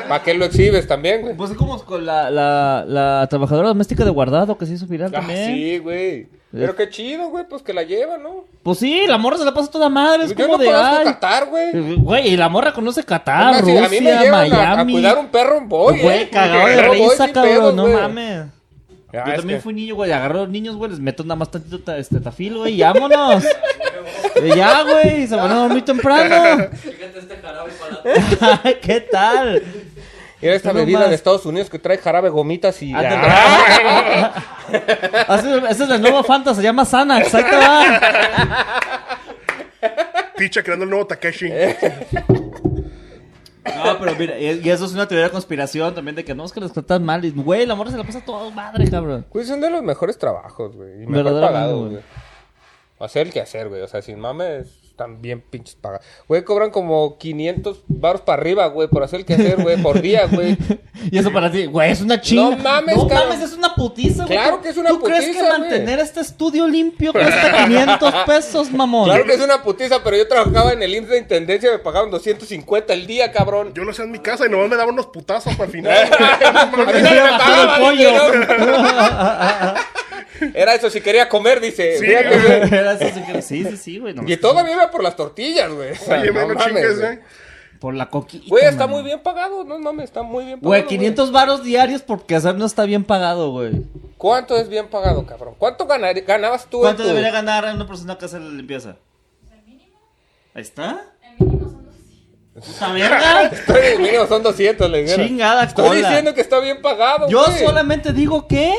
Speaker 1: ¿Para qué lo exhibes también, güey?
Speaker 3: Pues es como con la, la, la trabajadora doméstica de guardado que se hizo viral
Speaker 1: Ah,
Speaker 3: también.
Speaker 1: sí, güey. Pero qué chido, güey, pues que la lleva, ¿no?
Speaker 3: Pues sí, la morra se la pasa toda madre. Es
Speaker 1: Pues yo
Speaker 3: como
Speaker 1: no
Speaker 3: de.
Speaker 1: conozco
Speaker 3: ay,
Speaker 1: Qatar, güey.
Speaker 3: Güey, y la morra conoce Qatar,
Speaker 1: Además, si
Speaker 3: Rusia,
Speaker 1: a mí me llevan a- a,
Speaker 3: Miami.
Speaker 1: cuidar un perro, voy,
Speaker 3: Güey,
Speaker 1: eh.
Speaker 3: cagado de
Speaker 1: Pero voy
Speaker 3: risa,
Speaker 1: sin
Speaker 3: cabrón.
Speaker 1: pedos,
Speaker 3: no
Speaker 1: güey.
Speaker 3: mames.
Speaker 1: Ah,
Speaker 3: Yo
Speaker 1: es
Speaker 3: también
Speaker 1: que-
Speaker 3: fui niño, güey. Agarro a los niños, güey. Les meto nada más tantito ta- este, tafil, güey. Y vámonos. Y ya, güey. Se van a dormir temprano.
Speaker 5: Fíjate este jarabe para
Speaker 3: ¿Qué tal?
Speaker 1: Mira esta
Speaker 3: No
Speaker 1: bebida
Speaker 3: más.
Speaker 1: de Estados Unidos que trae jarabe, gomitas y...
Speaker 3: Antes-
Speaker 1: Ah,
Speaker 3: Así- Esa es la nueva Fanta. Se llama Sana. Exacto.
Speaker 2: Ticha creando el nuevo Takeshi.
Speaker 3: Eh. No, pero mira. Y y eso es una teoría de conspiración también. De que no es que les tratan mal. Y, Güey, la morra se la pasa todo madre, cabrón.
Speaker 1: Güey, Pues son de los mejores trabajos, güey. Y mejor
Speaker 3: Verdaderamente,
Speaker 1: pagados,
Speaker 3: güey.
Speaker 1: güey. Hacer el que hacer, güey. O sea, sin mames, están bien pinches pagados. Güey, cobran como 500 baros para arriba, güey, por hacer el que hacer, güey, por día, güey.
Speaker 3: Y eso para ti, güey, es una chinga.
Speaker 1: No mames, cabrón.
Speaker 3: mames, es una putiza, güey.
Speaker 1: Claro que es una
Speaker 3: ¿Tú crees
Speaker 1: putiza,
Speaker 3: que
Speaker 1: güey.
Speaker 3: mantener este estudio limpio cuesta 500 pesos, mamón?
Speaker 1: Claro que es una putiza, pero yo trabajaba en el IMSS de Intendencia y me pagaban 250 el día, cabrón.
Speaker 2: Yo lo hacía en mi casa y nomás me daban unos putazos para el final.
Speaker 1: A mí
Speaker 3: Porque
Speaker 1: no me
Speaker 3: se llama
Speaker 1: pagaban,
Speaker 3: todo pollo.
Speaker 1: ¿no? Era eso, si quería comer, dice.
Speaker 2: Sí,
Speaker 1: Mira que-
Speaker 3: Era eso, sí, que- sí, sí, sí, güey. no,
Speaker 1: Y todavía iba por las tortillas, güey. O sea,
Speaker 2: Oye, güey,
Speaker 1: no
Speaker 2: no chingues,
Speaker 1: mames,
Speaker 2: güey.
Speaker 1: güey.
Speaker 3: Por la coquita.
Speaker 1: Güey, está
Speaker 3: mamón.
Speaker 1: muy bien pagado, no mames, está muy bien pagado.
Speaker 3: Güey, 500 varos diarios porque hacer no está bien pagado, güey.
Speaker 1: ¿Cuánto es bien pagado, cabrón? ¿Cuánto ganar- ganabas tú? en
Speaker 3: ¿Cuánto
Speaker 1: tu-
Speaker 3: debería ganar una persona que hace la limpieza? Ahí está.
Speaker 5: El mínimo son los
Speaker 3: Puta verga.
Speaker 1: Estoy- mínimo son 200, le dijeron.
Speaker 3: Chingada
Speaker 1: Estoy
Speaker 3: cola.
Speaker 1: diciendo que está bien pagado,
Speaker 3: Yo
Speaker 1: güey.
Speaker 3: solamente digo que.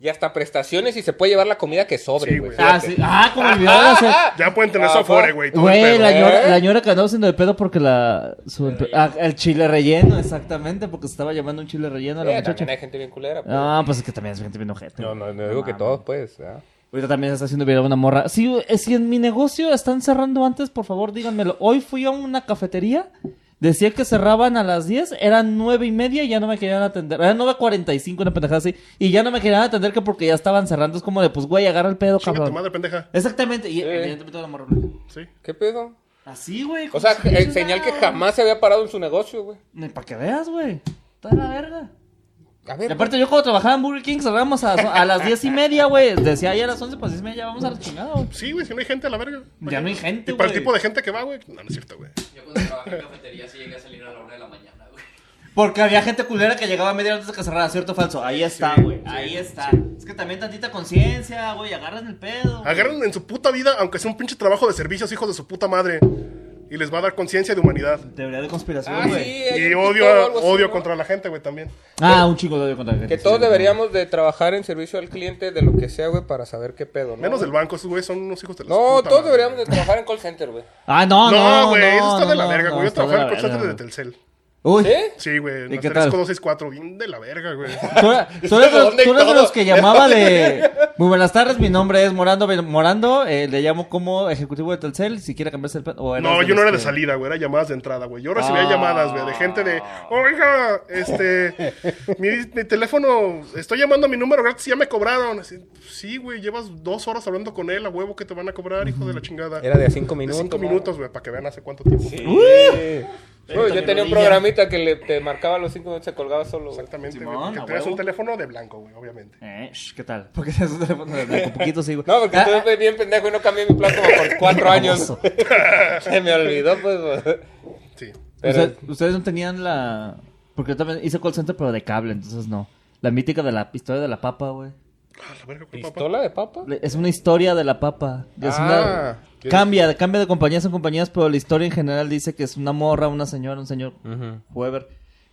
Speaker 1: Y hasta prestaciones y se puede llevar la comida que sobre,
Speaker 2: Sí,
Speaker 1: güey. Eh,
Speaker 2: güey.
Speaker 3: Ah,
Speaker 1: Fíjate.
Speaker 3: sí. Ah, como olvidó de hacer.
Speaker 2: Ya pueden tener
Speaker 1: Ah,
Speaker 2: su afore,
Speaker 1: va.
Speaker 2: güey. todo el
Speaker 3: Güey,
Speaker 2: pedo.
Speaker 3: la ñora,
Speaker 1: ¿Eh?
Speaker 3: la ñora que andaba haciendo de pedo porque la. su empe- ah, el chile relleno, exactamente, porque se estaba llamando un chile relleno a la
Speaker 1: Eh,
Speaker 3: muchacha.
Speaker 1: también hay gente bien culera. pues.
Speaker 3: Ah, pues es que también es gente bien ojete.
Speaker 1: No,
Speaker 3: güey.
Speaker 1: no, no digo que
Speaker 3: mames.
Speaker 1: todos, pues. ah.
Speaker 3: Ahorita también se está haciendo viral una morra. Si, eh, si en mi negocio están cerrando antes, por favor, díganmelo. Hoy fui a una cafetería, decía que cerraban a las 10, eran 9 y media y ya no me querían atender. Eran 9.45, una pendejada así, y ya no me querían atender que porque ya estaban cerrando. Es como de, pues, güey, agarra el pedo,
Speaker 2: Chinga tu
Speaker 3: cabrón.
Speaker 2: madre, pendeja.
Speaker 3: Exactamente, y
Speaker 1: Sí.
Speaker 3: evidentemente la morra blanca.
Speaker 2: Sí.
Speaker 1: ¿Qué pedo?
Speaker 3: Así, güey.
Speaker 1: O sea,
Speaker 3: como si
Speaker 1: el
Speaker 3: hubiese
Speaker 1: señal que
Speaker 3: nada.
Speaker 1: jamás se había parado en su negocio, güey.
Speaker 3: Ni para que veas, güey. Está de la verga.
Speaker 1: A
Speaker 3: Y
Speaker 1: ver.
Speaker 3: aparte, yo cuando trabajaba en Burger King cerramos a, a las diez y media, güey. Decía ya a las once, pues diez y media, ya vamos a la chingada, güey.
Speaker 2: Sí, güey, si no hay gente a la verga.
Speaker 3: Ya no hay gente,
Speaker 2: Y
Speaker 3: güey.
Speaker 2: para el tipo de gente que va, güey. No, no es cierto, güey.
Speaker 5: Yo cuando trabajé en cafetería sí llegué a salir a la una de la mañana, güey.
Speaker 3: Porque había gente culera que llegaba media hora antes de que cerrara, ¿cierto o falso? Ahí está, güey. Ahí está. Es que también tantita conciencia, güey. Agarran el pedo. güey.
Speaker 2: Agarran en su puta vida, aunque sea un pinche trabajo de servicios, hijos de su puta madre. Y les va a dar conciencia de humanidad.
Speaker 3: Teoría de conspiración,
Speaker 1: Ah,
Speaker 3: güey.
Speaker 1: sí, hay
Speaker 2: Y
Speaker 1: un
Speaker 2: odio,
Speaker 1: TikTok o algo así,
Speaker 2: odio
Speaker 1: ¿no?
Speaker 2: contra la gente, güey, también.
Speaker 3: Ah, un chico de odio contra la gente.
Speaker 1: Que todos
Speaker 3: sí, güey.
Speaker 1: deberíamos de trabajar en servicio al cliente de lo que sea, güey, para saber qué pedo, ¿no?
Speaker 2: Menos del banco, esos güey son unos hijos de la
Speaker 1: No,
Speaker 2: puta
Speaker 1: todos
Speaker 2: madre.
Speaker 1: deberíamos de trabajar en call center, güey.
Speaker 3: Ah, no, no.
Speaker 2: No, güey, eso está
Speaker 3: no,
Speaker 2: de la
Speaker 3: no,
Speaker 2: verga, güey.
Speaker 3: no,
Speaker 2: Yo
Speaker 3: está de
Speaker 2: trabajaba en
Speaker 3: la
Speaker 2: call center de
Speaker 3: verga.
Speaker 2: Telcel.
Speaker 3: Uy.
Speaker 1: ¿Sí?
Speaker 2: Sí, güey, en
Speaker 3: ¿Y
Speaker 2: las
Speaker 3: qué tal?
Speaker 2: 364, bien de la verga, güey.
Speaker 3: Tú, era- tú eres, de los-
Speaker 1: ¿Dónde
Speaker 3: tú eres de
Speaker 1: todo?
Speaker 3: los que llamaba de... Muy buenas tardes, mi nombre es Morando. Ben- Morando, eh, le llamo como ejecutivo de Telcel, si quiere cambiarse el... plan- o eras
Speaker 2: No, yo
Speaker 3: los
Speaker 2: no era de
Speaker 3: que-
Speaker 2: salida, güey, era llamadas de entrada, güey. Yo recibía
Speaker 3: este- Ah.
Speaker 2: llamadas, güey, de gente de, oiga, este, mi, mi teléfono, estoy llamando a mi número gratis, ya me cobraron. Así, sí, güey, llevas dos horas hablando con él, a huevo que te van a cobrar, hijo de la chingada.
Speaker 1: Era de a cinco
Speaker 2: De
Speaker 1: minutos.
Speaker 2: cinco
Speaker 1: ¿no?
Speaker 2: minutos, güey, para que vean hace cuánto tiempo.
Speaker 1: Sí.
Speaker 3: Pero
Speaker 1: Uy, yo
Speaker 3: también
Speaker 1: tenía un
Speaker 3: brilla.
Speaker 1: programita que le, te marcaba los cinco minutos, se colgaba solo, güey.
Speaker 2: Exactamente,
Speaker 3: Simón,
Speaker 2: güey.
Speaker 3: a
Speaker 2: Que tenías
Speaker 3: huevo.
Speaker 2: un teléfono de blanco, güey, obviamente.
Speaker 3: Eh, sh, ¿Qué tal? Porque es un teléfono de blanco, poquito sí, güey.
Speaker 1: No, porque
Speaker 3: Ah, ah,
Speaker 1: estuve bien pendejo y no cambié mi plan como por cuatro años.
Speaker 3: Baboso.
Speaker 1: Se me olvidó, pues, güey.
Speaker 2: Sí.
Speaker 1: Pero-
Speaker 3: Usted- ustedes no tenían la... Porque yo también hice call center, pero de cable, entonces no. La mítica de la historia de la papa, güey.
Speaker 2: Ah, la verga, güey, papá.
Speaker 1: ¿Pistola de papa?
Speaker 3: Le- Es una historia de la papa. Es
Speaker 1: Ah,
Speaker 3: una-
Speaker 1: ¿qué-
Speaker 3: Cambia, cambia de compañías en compañías, pero la historia en general dice que es una morra, una señora, un señor, whoever,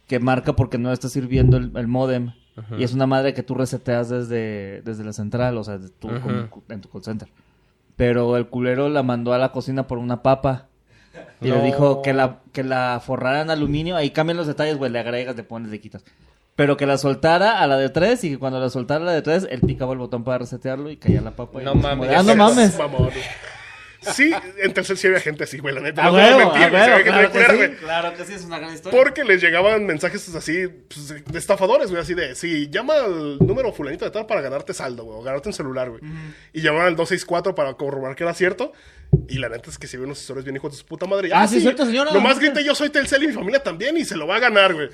Speaker 3: que marca porque no está sirviendo el, el modem. Y es una madre que tú reseteas desde, desde la central, o sea, de tú como
Speaker 1: Ujú.
Speaker 3: cu- en tu call center. Pero el culero la mandó a la cocina por una papa. Y
Speaker 1: No.
Speaker 3: le dijo que la, que la forrara en aluminio. Ahí cambian los detalles, güey. Le agregas, le pones, le quitas. Pero que la soltara a la de tres y que cuando la soltara a la de tres, él picaba el botón para resetearlo y caía la papa. y
Speaker 1: No
Speaker 3: es como
Speaker 1: mames,
Speaker 3: de,
Speaker 1: ya
Speaker 3: Ah, no
Speaker 1: sé.
Speaker 3: mames.
Speaker 2: Mamón. Sí, en Telcel sí había gente así, güey, la neta. no
Speaker 3: A
Speaker 2: te voy
Speaker 3: huevo, a
Speaker 2: mentir, güey, sí
Speaker 3: huevo,
Speaker 2: había gente bien
Speaker 3: claro
Speaker 2: culera,
Speaker 3: que sí.
Speaker 2: güey.
Speaker 3: Claro que sí, es una gran historia.
Speaker 2: Porque les llegaban mensajes así pues, de estafadores, güey, así de, sí, llama al número fulanito de tal para ganarte saldo, güey, o ganarte un celular, güey. Y llamaban al 264 para corroborar que era cierto. Y la neta es que se vieron unos asesores bien hijos de su puta madre.
Speaker 3: Ah, sí, cierto, señora.
Speaker 2: Nomás grité, yo soy Telcel y mi familia también, y se lo va a ganar, güey.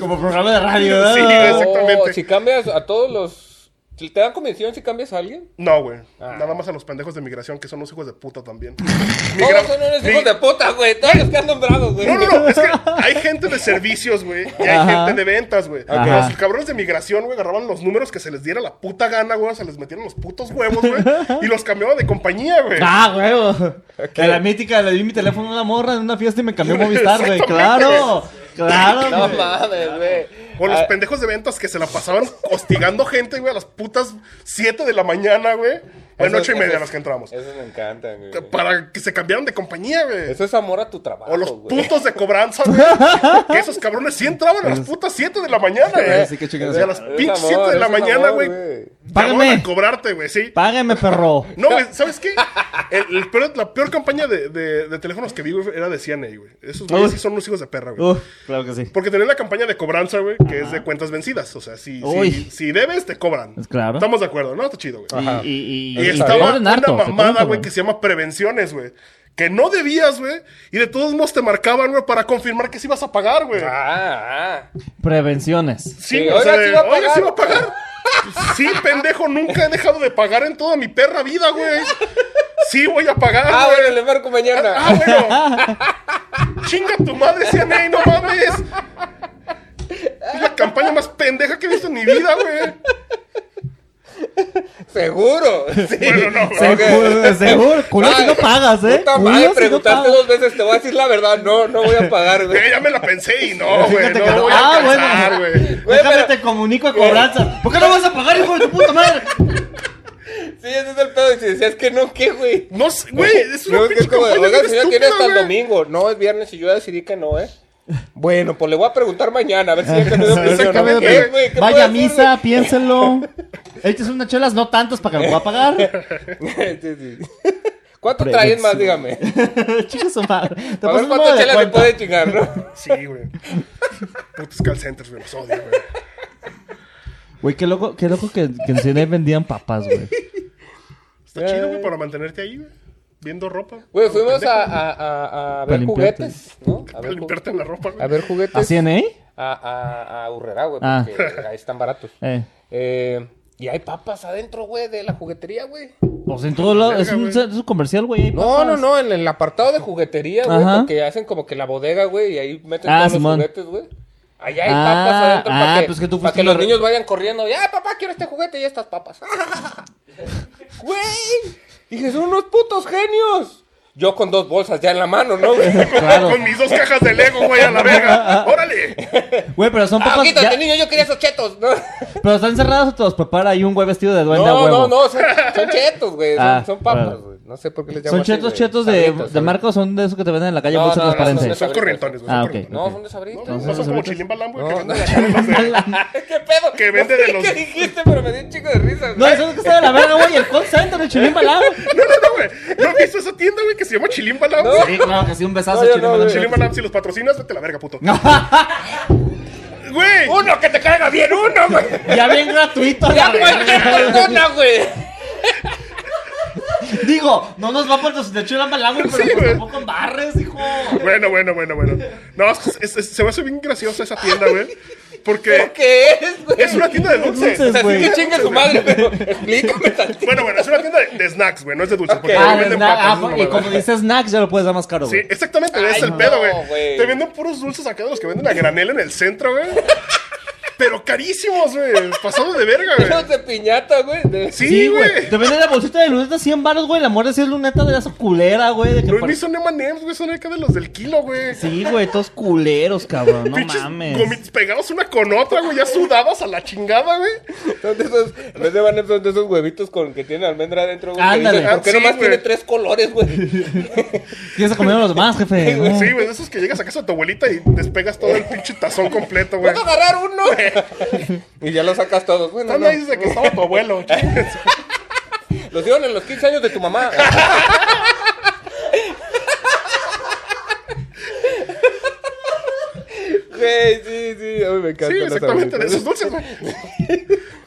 Speaker 3: Como programa de radio.
Speaker 2: Sí,
Speaker 3: ¿verdad?
Speaker 2: Ah, exactamente.
Speaker 1: Oh, si cambias a todos los Si te dan convención si cambias a alguien,
Speaker 2: No, güey.
Speaker 1: Ah.
Speaker 2: Nada más a los pendejos de migración, que son los hijos de puta también.
Speaker 1: todos
Speaker 2: Migra-
Speaker 1: son unos
Speaker 2: mi-
Speaker 1: hijos de puta, güey. Todos los que han nombrado, güey.
Speaker 2: No, no, no. Es que hay gente de servicios, güey. Y hay
Speaker 3: Ajá.
Speaker 2: gente de ventas, güey.
Speaker 3: Ajá.
Speaker 2: Los cabrones de migración, güey, agarraban los números que se les diera la puta gana, güey. Se les metieron los putos huevos, güey. Y los cambiaban de compañía, güey.
Speaker 3: ¡Ah, huevo! En la mítica le di mi teléfono a una morra en una fiesta y me cambió a Movistar, güey.
Speaker 2: Exactamente.
Speaker 3: ¡Claro! ¡Claro,
Speaker 1: No
Speaker 3: güey!
Speaker 1: mames, güey.
Speaker 2: O los
Speaker 1: Ah,
Speaker 2: pendejos de ventas que se la pasaban hostigando gente, güey, a las putas 7 de la mañana, güey. Bueno,
Speaker 1: esos-
Speaker 2: 8 y media
Speaker 1: esos-
Speaker 2: a las que entramos.
Speaker 1: Esos me encantan, güey.
Speaker 2: Para que se cambiaran de compañía, güey.
Speaker 1: Eso es amor a tu trabajo,
Speaker 2: O los
Speaker 1: güey.
Speaker 2: putos de cobranza, güey. que esos cabrones sí entraban a las putas 7 de la mañana, güey.
Speaker 3: Así que
Speaker 1: Es-
Speaker 3: chicas,
Speaker 2: eh. sea, a las
Speaker 1: es
Speaker 2: pinches
Speaker 1: amor,
Speaker 2: siete de la
Speaker 1: eso es
Speaker 2: mañana,
Speaker 1: amor,
Speaker 2: güey. Llamaban
Speaker 3: Págame.
Speaker 2: a cobrarte, güey, sí.
Speaker 3: págame, perro.
Speaker 2: No, güey, ¿sabes qué? El, el peor- la peor campaña de, de- de teléfonos que vi, güey, era de CNA, güey. Esos güeyes
Speaker 3: Uf.
Speaker 2: sí son unos hijos de perra, güey.
Speaker 3: Uf, claro que sí.
Speaker 2: Porque tenían la campaña de cobranza, güey, que es de cuentas vencidas. O sea, si,
Speaker 3: Uy.
Speaker 2: si, si debes, te cobran.
Speaker 3: Es claro.
Speaker 2: Estamos de acuerdo, ¿no? Está chido, güey.
Speaker 1: Ajá.
Speaker 3: Y, y, y,
Speaker 2: Y
Speaker 3: y
Speaker 2: estaba
Speaker 3: cobran
Speaker 2: una
Speaker 3: harto, se cobran
Speaker 2: mamada, güey,
Speaker 3: cabrón.
Speaker 2: que se llama prevenciones, güey. Que no debías, güey. Y de todos modos te marcaban, güey, para confirmar que sí ibas a pagar, güey.
Speaker 1: Ah, ah.
Speaker 3: Prevenciones.
Speaker 2: Sí,
Speaker 1: Sí,
Speaker 2: o
Speaker 1: oiga,
Speaker 2: sea,
Speaker 1: sí
Speaker 2: de,
Speaker 1: va a
Speaker 2: oiga,
Speaker 1: pagar.
Speaker 2: sí va a pagar. Sí, pendejo, nunca he dejado de pagar en toda mi perra vida, güey. Sí voy a pagar,
Speaker 1: Ah,
Speaker 2: güey.
Speaker 1: bueno, le marco mañana.
Speaker 2: Ah, bueno. Chinga tu madre, CNA, no mames. Es la campaña más pendeja que he visto en mi vida, güey. ah.
Speaker 1: Seguro. Sí.
Speaker 2: Bueno, no, güey.
Speaker 1: Ok.
Speaker 3: Seguro, seguro. Culo si no pagas, ¿eh?
Speaker 1: Puta
Speaker 3: Culo si
Speaker 1: madre,
Speaker 3: no
Speaker 1: preguntaste
Speaker 3: pagas.
Speaker 1: dos veces, te voy a decir la verdad. No, no voy a pagar, güey.
Speaker 2: Güey, ya me la pensé y no, güey.
Speaker 3: Fíjate que
Speaker 2: No
Speaker 3: no.
Speaker 2: voy
Speaker 3: Ah,
Speaker 2: a alcanzar,
Speaker 3: bueno.
Speaker 2: güey.
Speaker 1: Güey,
Speaker 3: Déjame
Speaker 1: pero-
Speaker 3: te comunico a cobranza. ¿Por qué no vas a pagar, hijo de tu puta madre?
Speaker 1: Sí, ese es el pedo. Y si decías que no, ¿qué, güey?
Speaker 2: No sé, güey, es una
Speaker 1: No, que
Speaker 2: pinche
Speaker 1: es como,
Speaker 2: campaña
Speaker 1: oiga,
Speaker 2: bien
Speaker 1: señor, tiene hasta el
Speaker 2: estúpida, güey.
Speaker 1: domingo. No, es viernes y yo ya decidí que no, ¿eh? Bueno, pues le voy a preguntar mañana, a ver si ya cambió de opinión.
Speaker 2: Exactamente.
Speaker 1: ¿Qué, güey? ¿Qué puedo
Speaker 3: Vaya
Speaker 1: hacer,
Speaker 3: misa, piénsenlo. Échese unas chelas, no tantas para que lo pueda pagar.
Speaker 1: güey? Sí, sí. ¿Cuánto traen más, dígame?
Speaker 3: Chica su madre. Te
Speaker 1: A
Speaker 3: paso
Speaker 1: ver
Speaker 3: el número
Speaker 1: cuántas
Speaker 3: de
Speaker 1: chelas me
Speaker 3: cuenta.
Speaker 1: puede chingar, ¿no?
Speaker 2: Sí, güey. Putos call centers, güey, los odio, güey.
Speaker 3: Güey, qué loco, qué loco que, que en CNA vendían papas, güey.
Speaker 2: Está chido, güey, para mantenerte ahí, güey. Viendo ropa.
Speaker 1: Güey, fuimos a, a, a, a
Speaker 3: Para
Speaker 1: ver
Speaker 3: limpiarte.
Speaker 1: juguetes, ¿no? A
Speaker 2: Para
Speaker 1: ver, ju-
Speaker 2: limpiarte en la ropa, güey.
Speaker 1: a ver juguetes.
Speaker 3: ¿A CNA?
Speaker 1: a, a, a Urrera, güey,
Speaker 3: Ah.
Speaker 1: porque ahí están baratos.
Speaker 3: Eh.
Speaker 1: Eh, y hay papas adentro, güey, de la juguetería, güey.
Speaker 3: O sea, pues, en todos lados. Es un centro comercial, güey. hay
Speaker 1: No,
Speaker 3: papas.
Speaker 1: no, no, en el apartado de juguetería, güey,
Speaker 3: Ajá.
Speaker 1: porque hacen como que la bodega, güey, y ahí meten
Speaker 3: Ah,
Speaker 1: todos
Speaker 3: Simón.
Speaker 1: los juguetes, güey. Allá hay
Speaker 3: Ah,
Speaker 1: papas adentro
Speaker 3: ah,
Speaker 1: para que,
Speaker 3: pues que tú
Speaker 1: pa'
Speaker 3: fuiste
Speaker 1: que los
Speaker 3: una re-
Speaker 1: niños vayan corriendo. Ya, papá, quiero este juguete y estas papas. Güey, dije, son unos putos genios. Yo con dos bolsas ya en la mano, ¿no? güey?
Speaker 3: Claro.
Speaker 2: Con mis dos cajas de Lego, güey, a la verga. Órale.
Speaker 3: Güey, pero son
Speaker 1: ah,
Speaker 3: papas.
Speaker 1: quítate,
Speaker 3: ya-
Speaker 1: niño, yo quería esos chetos, ¿no?
Speaker 3: Pero están cerrados o te los prepara ahí un güey vestido de duende a
Speaker 1: No,
Speaker 3: huevo.
Speaker 1: no, no, son, son chetos, güey. Son,
Speaker 3: Ah,
Speaker 1: son papas,
Speaker 3: bueno.
Speaker 1: güey. No sé por qué les llaman
Speaker 3: Son
Speaker 1: así,
Speaker 3: chetos,
Speaker 1: güey.
Speaker 3: chetos de,
Speaker 1: Sabritas,
Speaker 3: de
Speaker 1: sabritas.
Speaker 3: marca o son de esos que te venden en la calle
Speaker 1: No,
Speaker 3: bolsa
Speaker 1: no, no,
Speaker 3: transparente.
Speaker 1: no,
Speaker 2: Son corrientones, güey. son
Speaker 3: Ah, ok.
Speaker 2: corrientones.
Speaker 1: No, son de sabritas.
Speaker 2: No,
Speaker 1: güey.
Speaker 2: no son como Chilín Balam, güey, que
Speaker 1: No,
Speaker 2: venden las charolas de-
Speaker 1: ¿Qué pedo?
Speaker 2: Que vende
Speaker 1: No sé
Speaker 2: de los-
Speaker 1: ¿Qué dijiste? Pero me dio un chico de risa,
Speaker 3: No,
Speaker 1: güey.
Speaker 3: eso es lo que está de la verga, güey. El call center, el chilín balado.
Speaker 2: No, no, no, güey. ¿No has visto esa tienda, güey, que se llama Chilín Balam? güey?
Speaker 3: Sí, claro que sí, un besazo,
Speaker 1: No, yo
Speaker 3: chilín
Speaker 1: no,
Speaker 3: balado.
Speaker 1: güey.
Speaker 2: Chilín Balam, si los patrocinas, vete a la verga, puto. Güey.
Speaker 1: Uno que te caiga bien, uno, güey.
Speaker 3: Ya bien gratuito. la
Speaker 1: Ya
Speaker 3: verga.
Speaker 1: cualquier persona, güey.
Speaker 3: Digo, no nos va por los de chilín balado, güey, pero
Speaker 2: Sí,
Speaker 3: pues
Speaker 2: güey.
Speaker 3: tampoco en barres, hijo.
Speaker 2: Bueno, bueno, bueno, bueno. No, es- es- es- se me hace bien graciosa esa tienda, güey. Porque
Speaker 1: ¿Qué es, güey?
Speaker 2: es una tienda de dulces.
Speaker 3: Dulces,
Speaker 1: Así
Speaker 3: güey.
Speaker 1: que chingue su madre, pero explícame tantito.
Speaker 2: Bueno, bueno, es una tienda de, de snacks, güey, no es de dulces. Porque
Speaker 1: Ok.
Speaker 2: ahí
Speaker 3: Ah,
Speaker 2: venden
Speaker 3: snack-
Speaker 2: papas,
Speaker 3: ah,
Speaker 2: esas
Speaker 3: y
Speaker 2: mamadas.
Speaker 3: como dice snacks, ya lo puedes dar más caro,
Speaker 2: Sí,
Speaker 3: güey.
Speaker 2: exactamente,
Speaker 1: Ay,
Speaker 2: es el
Speaker 1: no,
Speaker 2: pedo,
Speaker 1: güey.
Speaker 2: güey. Te venden puros dulces acá de los que venden a granel en el centro, güey. Pero carísimos, güey. Pasado de verga,
Speaker 1: Los
Speaker 2: güey.
Speaker 1: de piñata, güey. de-
Speaker 2: Sí, güey.
Speaker 3: Te venden la bolsita de lunetas 100 baros, güey. La muerte sí es luneta de esa culera, güey. De que
Speaker 2: No,
Speaker 3: pare-
Speaker 2: ni son M&M's, güey, son acá de los del kilo, güey.
Speaker 3: Sí, güey, todos culeros, cabrón. No
Speaker 2: Pinches
Speaker 3: mames.
Speaker 2: gomitas pegados una con otra, güey, ya sudados a la chingada, güey.
Speaker 1: Son de esos, en vez de van son de esos huevitos con que tienen almendra adentro, güey. que
Speaker 3: Ándale.
Speaker 1: dices, ¿Por qué
Speaker 2: Ah, sí,
Speaker 1: nomás
Speaker 2: güey.
Speaker 1: tiene tres colores, güey?
Speaker 3: ¿Quieres se comieron los demás, jefe? No.
Speaker 2: Sí, güey, de esos que llegas a casa de tu abuelita y despegas todo el pinche tazón completo, güey.
Speaker 1: Puedo agarrar uno. y ya lo sacas todos. Bueno,
Speaker 2: Están
Speaker 1: no.
Speaker 2: ahí desde que estaba tu abuelo. chingues.
Speaker 1: Los dieron en los 15 años de tu mamá. Güey, sí, sí, a mí me encanta.
Speaker 2: Sí, exactamente, de esos
Speaker 1: Yo
Speaker 2: dulces, güey.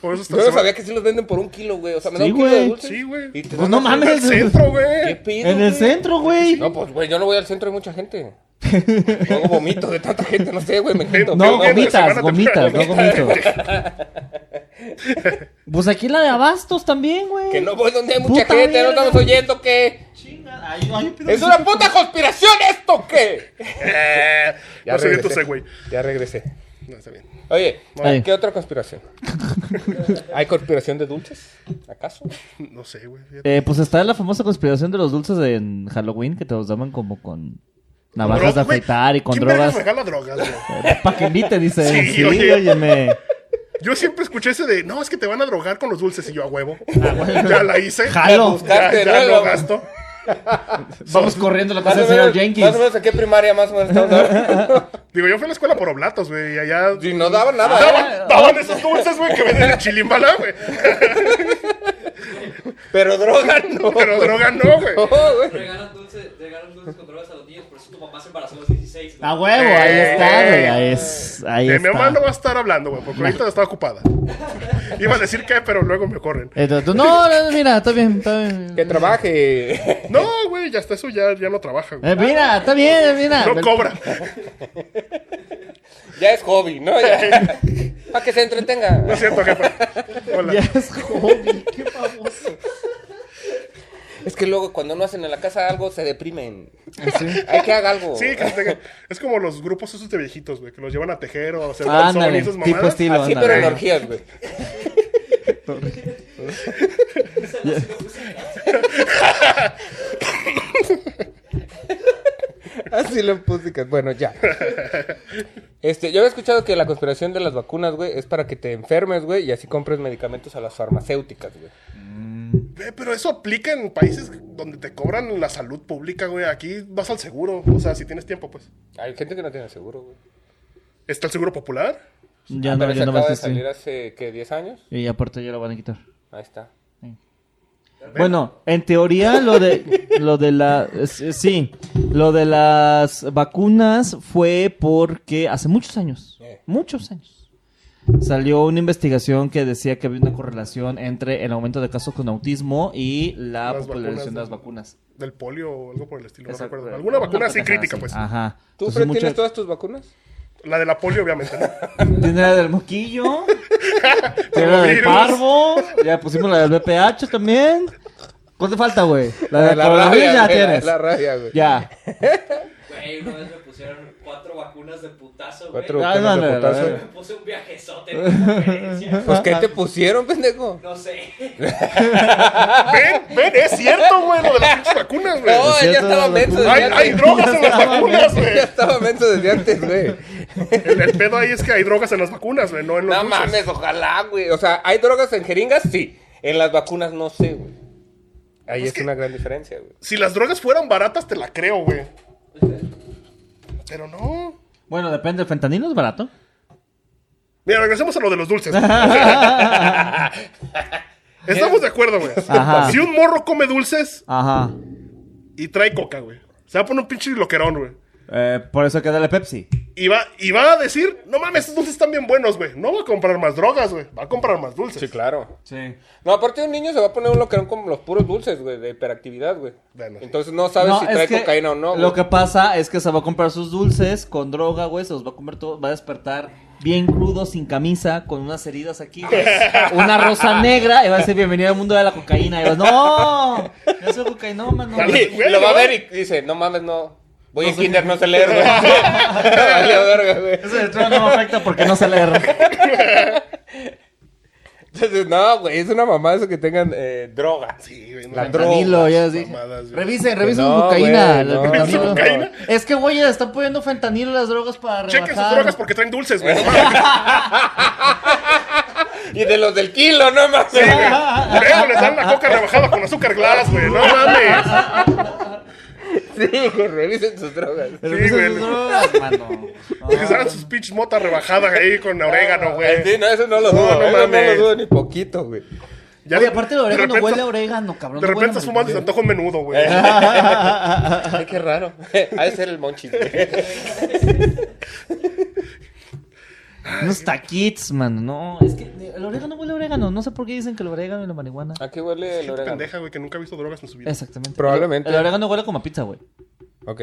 Speaker 2: Por eso está
Speaker 1: no sabía que sí los venden por un kilo, güey. O sea, me da
Speaker 3: Sí,
Speaker 1: un kilo
Speaker 3: güey.
Speaker 1: de dulces.
Speaker 2: Sí, güey.
Speaker 1: y te
Speaker 3: Pues
Speaker 1: dan
Speaker 3: no
Speaker 1: así,
Speaker 3: mames.
Speaker 2: Centro,
Speaker 1: ¿Qué
Speaker 2: güey.
Speaker 1: pido,
Speaker 3: En el
Speaker 1: güey?
Speaker 3: centro, güey.
Speaker 1: No, pues, güey, yo no voy al centro, hay mucha gente. Luego vomito de tanta gente, no sé, güey, me quito.
Speaker 3: No,
Speaker 2: Creo que
Speaker 3: gomitas,
Speaker 2: esta semana te-
Speaker 3: gomitas, no gomito. Pues aquí la de Abastos también, güey.
Speaker 1: Que no voy donde hay mucha
Speaker 3: Puta
Speaker 1: gente, no
Speaker 3: mierda.
Speaker 1: estamos oyendo que.
Speaker 3: Chinga. Ay, ay, pero-
Speaker 1: ¡Es una puta conspiración esto que!
Speaker 2: Eh, no sé, tú sé, güey.
Speaker 1: Ya regresé.
Speaker 2: No, está bien.
Speaker 1: Oye,
Speaker 3: Ay.
Speaker 1: ¿qué otra conspiración? ¿Hay conspiración de dulces? ¿Acaso?
Speaker 2: No sé, güey. fíjate.
Speaker 3: Eh, pues está la famosa conspiración de los dulces en Halloween que te los daban como con navajas de
Speaker 2: Droga, güey.
Speaker 3: afeitar y con
Speaker 2: ¿Quién verga
Speaker 3: drogas.
Speaker 2: regala drogas, güey?
Speaker 3: Para que invite, dice.
Speaker 2: Sí,
Speaker 3: Sí,
Speaker 2: oye.
Speaker 3: óyeme.
Speaker 2: Yo siempre escuché ese de, no, es que te van a drogar con los dulces y yo a huevo. Ya la hice.
Speaker 3: Ah, Jalo.
Speaker 2: Ya,
Speaker 1: Buscarte,
Speaker 2: ya
Speaker 1: ¿no?
Speaker 2: lo gasto.
Speaker 3: Vamos corriendo a la
Speaker 1: Más
Speaker 3: casa
Speaker 1: o,
Speaker 3: del señor
Speaker 1: menos,
Speaker 3: Jenkins.
Speaker 1: más o menos, ¿a qué primaria más o menos estamos hablando?
Speaker 2: Digo, yo fui a la escuela por oblatos, güey, y allá...
Speaker 1: Y no daban nada, ¿eh?
Speaker 2: Daban, daban esos dulces, güey, que venden en Chilimbala, güey.
Speaker 1: Pero droga no.
Speaker 2: Pero droga no, güey.
Speaker 1: No, güey.
Speaker 5: Regalan dulces, regalan dulces con drogas a los niños, por eso tu papá se embarazó a los 16. güey.
Speaker 3: A huevo, ahí está,
Speaker 2: Eh.
Speaker 3: güey. Ahí es. Ahí
Speaker 2: De
Speaker 3: está.
Speaker 2: mi mamá no va a estar hablando, güey, porque ahorita está ocupada. Iba a decir que, pero luego me corren.
Speaker 3: Entonces, no, no, mira, está bien, está bien.
Speaker 1: Que trabaje.
Speaker 2: No, güey, ya está eso, ya, ya no trabaja, güey.
Speaker 3: Eh, mira, está bien, mira.
Speaker 2: No cobra.
Speaker 1: Ya es hobby, ¿no? Para que se entretenga.
Speaker 2: No es cierto, jefa. Hola.
Speaker 3: Ya es hobby, qué famoso.
Speaker 1: Es que luego cuando no hacen en la casa algo se deprimen. Hay que haga algo.
Speaker 2: Sí, que se tenga- es como los grupos esos de viejitos, güey, que los llevan a tejer o a hacer panzón y
Speaker 3: Ándale, pues,
Speaker 2: esas
Speaker 3: tipo
Speaker 2: mamadas.
Speaker 3: estilo.
Speaker 1: Así,
Speaker 3: ándale.
Speaker 1: pero en orgías, güey. Así lo puse. que- Bueno, ya. Este, yo había escuchado que la conspiración de las vacunas, güey, es para que te enfermes, güey, y así compres medicamentos a las farmacéuticas, güey.
Speaker 2: Güey, Pero eso aplica en países donde te cobran la salud pública, güey. Aquí vas al seguro, o sea, si tienes tiempo, pues.
Speaker 1: Hay gente que no tiene seguro, güey.
Speaker 2: ¿Está el seguro popular?
Speaker 3: Ya
Speaker 1: Ah,
Speaker 3: no,
Speaker 1: pero
Speaker 3: ya
Speaker 1: se
Speaker 3: no
Speaker 1: acaba
Speaker 3: vas a
Speaker 1: de
Speaker 3: decir.
Speaker 1: salir hace, ¿qué? ¿10 años?
Speaker 3: Y aparte ya lo van a quitar.
Speaker 1: Ahí está.
Speaker 3: Bueno, en teoría lo de lo de la es- es- sí, lo de las vacunas fue porque hace muchos años,
Speaker 1: Eh.
Speaker 3: muchos años salió una investigación que decía que había una correlación entre el aumento de casos con autismo y la
Speaker 2: Las
Speaker 3: popularización de
Speaker 2: vacunas,
Speaker 3: las
Speaker 2: ¿no?
Speaker 3: vacunas.
Speaker 2: Del polio o algo por el estilo, no
Speaker 3: Esa-
Speaker 2: recuerdo. Alguna vacuna así
Speaker 3: pendejada
Speaker 2: crítica,
Speaker 3: así.
Speaker 2: pues.
Speaker 3: Ajá.
Speaker 1: ¿Tú,
Speaker 3: Entonces,
Speaker 1: Fred, tienes
Speaker 3: muchas-
Speaker 1: todas tus vacunas?
Speaker 2: La de la polio, obviamente, ¿no?
Speaker 3: Tiene la del moquillo, tiene la del
Speaker 2: Virus.
Speaker 3: parvo, ya pusimos la del BPH también. ¿Cuál te falta, güey? La de la coronavirus ya
Speaker 1: güey, la-
Speaker 3: tienes.
Speaker 1: La rabia, güey.
Speaker 3: Ya.
Speaker 5: Güey, una vez me pusieron cuatro vacunas de putazo, güey.
Speaker 1: Cuatro
Speaker 3: Ah,
Speaker 1: vacunas de
Speaker 3: no, no, no,
Speaker 1: potasio.
Speaker 3: no,
Speaker 5: Me puse un viajezote en una conferencia.
Speaker 1: Pues,
Speaker 3: Ah,
Speaker 1: ¿qué te pusieron, pendejo?
Speaker 5: No sé.
Speaker 2: ven, ven, es cierto, güey, lo de las pinches vacunas, güey.
Speaker 1: No, él ya
Speaker 3: cierto,
Speaker 1: estaba
Speaker 3: no,
Speaker 1: menso
Speaker 3: no.
Speaker 1: desde
Speaker 2: Hay,
Speaker 1: antes.
Speaker 2: hay drogas en las vacunas,
Speaker 1: Él
Speaker 2: güey.
Speaker 1: ya estaba menso desde antes, güey.
Speaker 2: El, el pedo ahí es que hay drogas en las vacunas, güey, no en los
Speaker 1: No
Speaker 2: dulces.
Speaker 1: mames, ojalá, güey. O sea, ¿hay drogas en jeringas? Sí. En las vacunas no sé, güey. Ahí es, una gran diferencia, güey.
Speaker 2: Si las drogas fueran baratas, te la creo, güey. Pero no.
Speaker 3: Bueno, depende, el fentanilo es barato.
Speaker 2: Mira, regresemos a lo de los dulces. Estamos de acuerdo, güey.
Speaker 3: Ajá.
Speaker 2: Si un morro come dulces
Speaker 3: Ajá.
Speaker 2: y trae coca, güey. Se va a poner un pinche loquerón, güey.
Speaker 3: Eh, por eso queda la Pepsi.
Speaker 2: Y va, y va a decir, no mames, estos dulces están bien buenos, güey. No va a comprar más drogas, güey. Va a comprar más dulces.
Speaker 1: Sí, claro.
Speaker 3: Sí.
Speaker 1: No, aparte un niño se va a poner un loquerón con los puros dulces, güey, de hiperactividad, güey.
Speaker 2: Bueno, sí.
Speaker 1: Entonces no sabes si trae cocaína o no, güey.
Speaker 3: Lo que pasa es que se va a comprar sus dulces con droga, güey. Se los va a comer todo. Va a despertar bien crudo, sin camisa, con unas heridas aquí, güey. Una rosa negra. Y va a decir bienvenido al mundo de la cocaína. Y vas, no, no soy cocaína, mano.
Speaker 2: Dale.
Speaker 1: Y
Speaker 2: Güey,
Speaker 1: lo va a
Speaker 2: no.
Speaker 1: ver y dice, no mames, no. Voy en kinder, no sé leer, güey. Vale, verga, güey.
Speaker 3: Eso de todo no me afecta porque no sé leer.
Speaker 1: Entonces, no, güey, es una mamá eso que tengan eh, droga.
Speaker 2: Sí, güey. no
Speaker 1: La
Speaker 2: mames.
Speaker 1: droga.
Speaker 3: Fentanilo, ya dije.
Speaker 2: mamadas, güey.
Speaker 3: Revisen, revisen
Speaker 1: No,
Speaker 3: su cocaína.
Speaker 1: güey,
Speaker 3: la
Speaker 1: no,
Speaker 3: fentanilo.
Speaker 2: no, no. ¿Cocaína?
Speaker 3: Es que, güey, le están poniendo fentanilo a las drogas para
Speaker 2: Chequen sus
Speaker 3: rebajar.
Speaker 2: drogas porque traen dulces, güey. No mames.
Speaker 1: Y de los del kilo, no mames.
Speaker 2: Luego les dan la coca rebajada con azúcar glass, güey. No mames.
Speaker 1: Sí, que revisen sus drogas.
Speaker 3: Revisen
Speaker 2: güey.
Speaker 3: sus drogas, mano. No.
Speaker 2: Que se hagan sus pinches motas rebajadas ahí con orégano,
Speaker 1: Eh, Sí,
Speaker 2: güey.
Speaker 1: no, eso no lo dudo.
Speaker 2: No, no
Speaker 1: eso
Speaker 2: mames.
Speaker 1: no lo dudo ni poquito, güey.
Speaker 2: Ya
Speaker 3: Oye,
Speaker 2: de-
Speaker 3: aparte de orégano,
Speaker 2: repente-
Speaker 3: huele a orégano, cabrón.
Speaker 2: De
Speaker 3: no
Speaker 2: repente
Speaker 3: huele a
Speaker 2: estás fumando y te antoja
Speaker 3: marihuana.
Speaker 2: un menudo, güey.
Speaker 1: Ay, qué raro. Ha de ser el monchis, güey.
Speaker 3: Unos taquits, mano. No, es que eh, el orégano huele a orégano. No sé por qué dicen que el orégano y la marihuana.
Speaker 2: Ah,
Speaker 1: ¿A qué huele el
Speaker 2: Gente
Speaker 1: orégano?
Speaker 2: pendeja, güey, que nunca ha visto drogas en su vida.
Speaker 3: Exactamente.
Speaker 1: Probablemente.
Speaker 3: El orégano huele como a pizza, güey.
Speaker 1: Ok.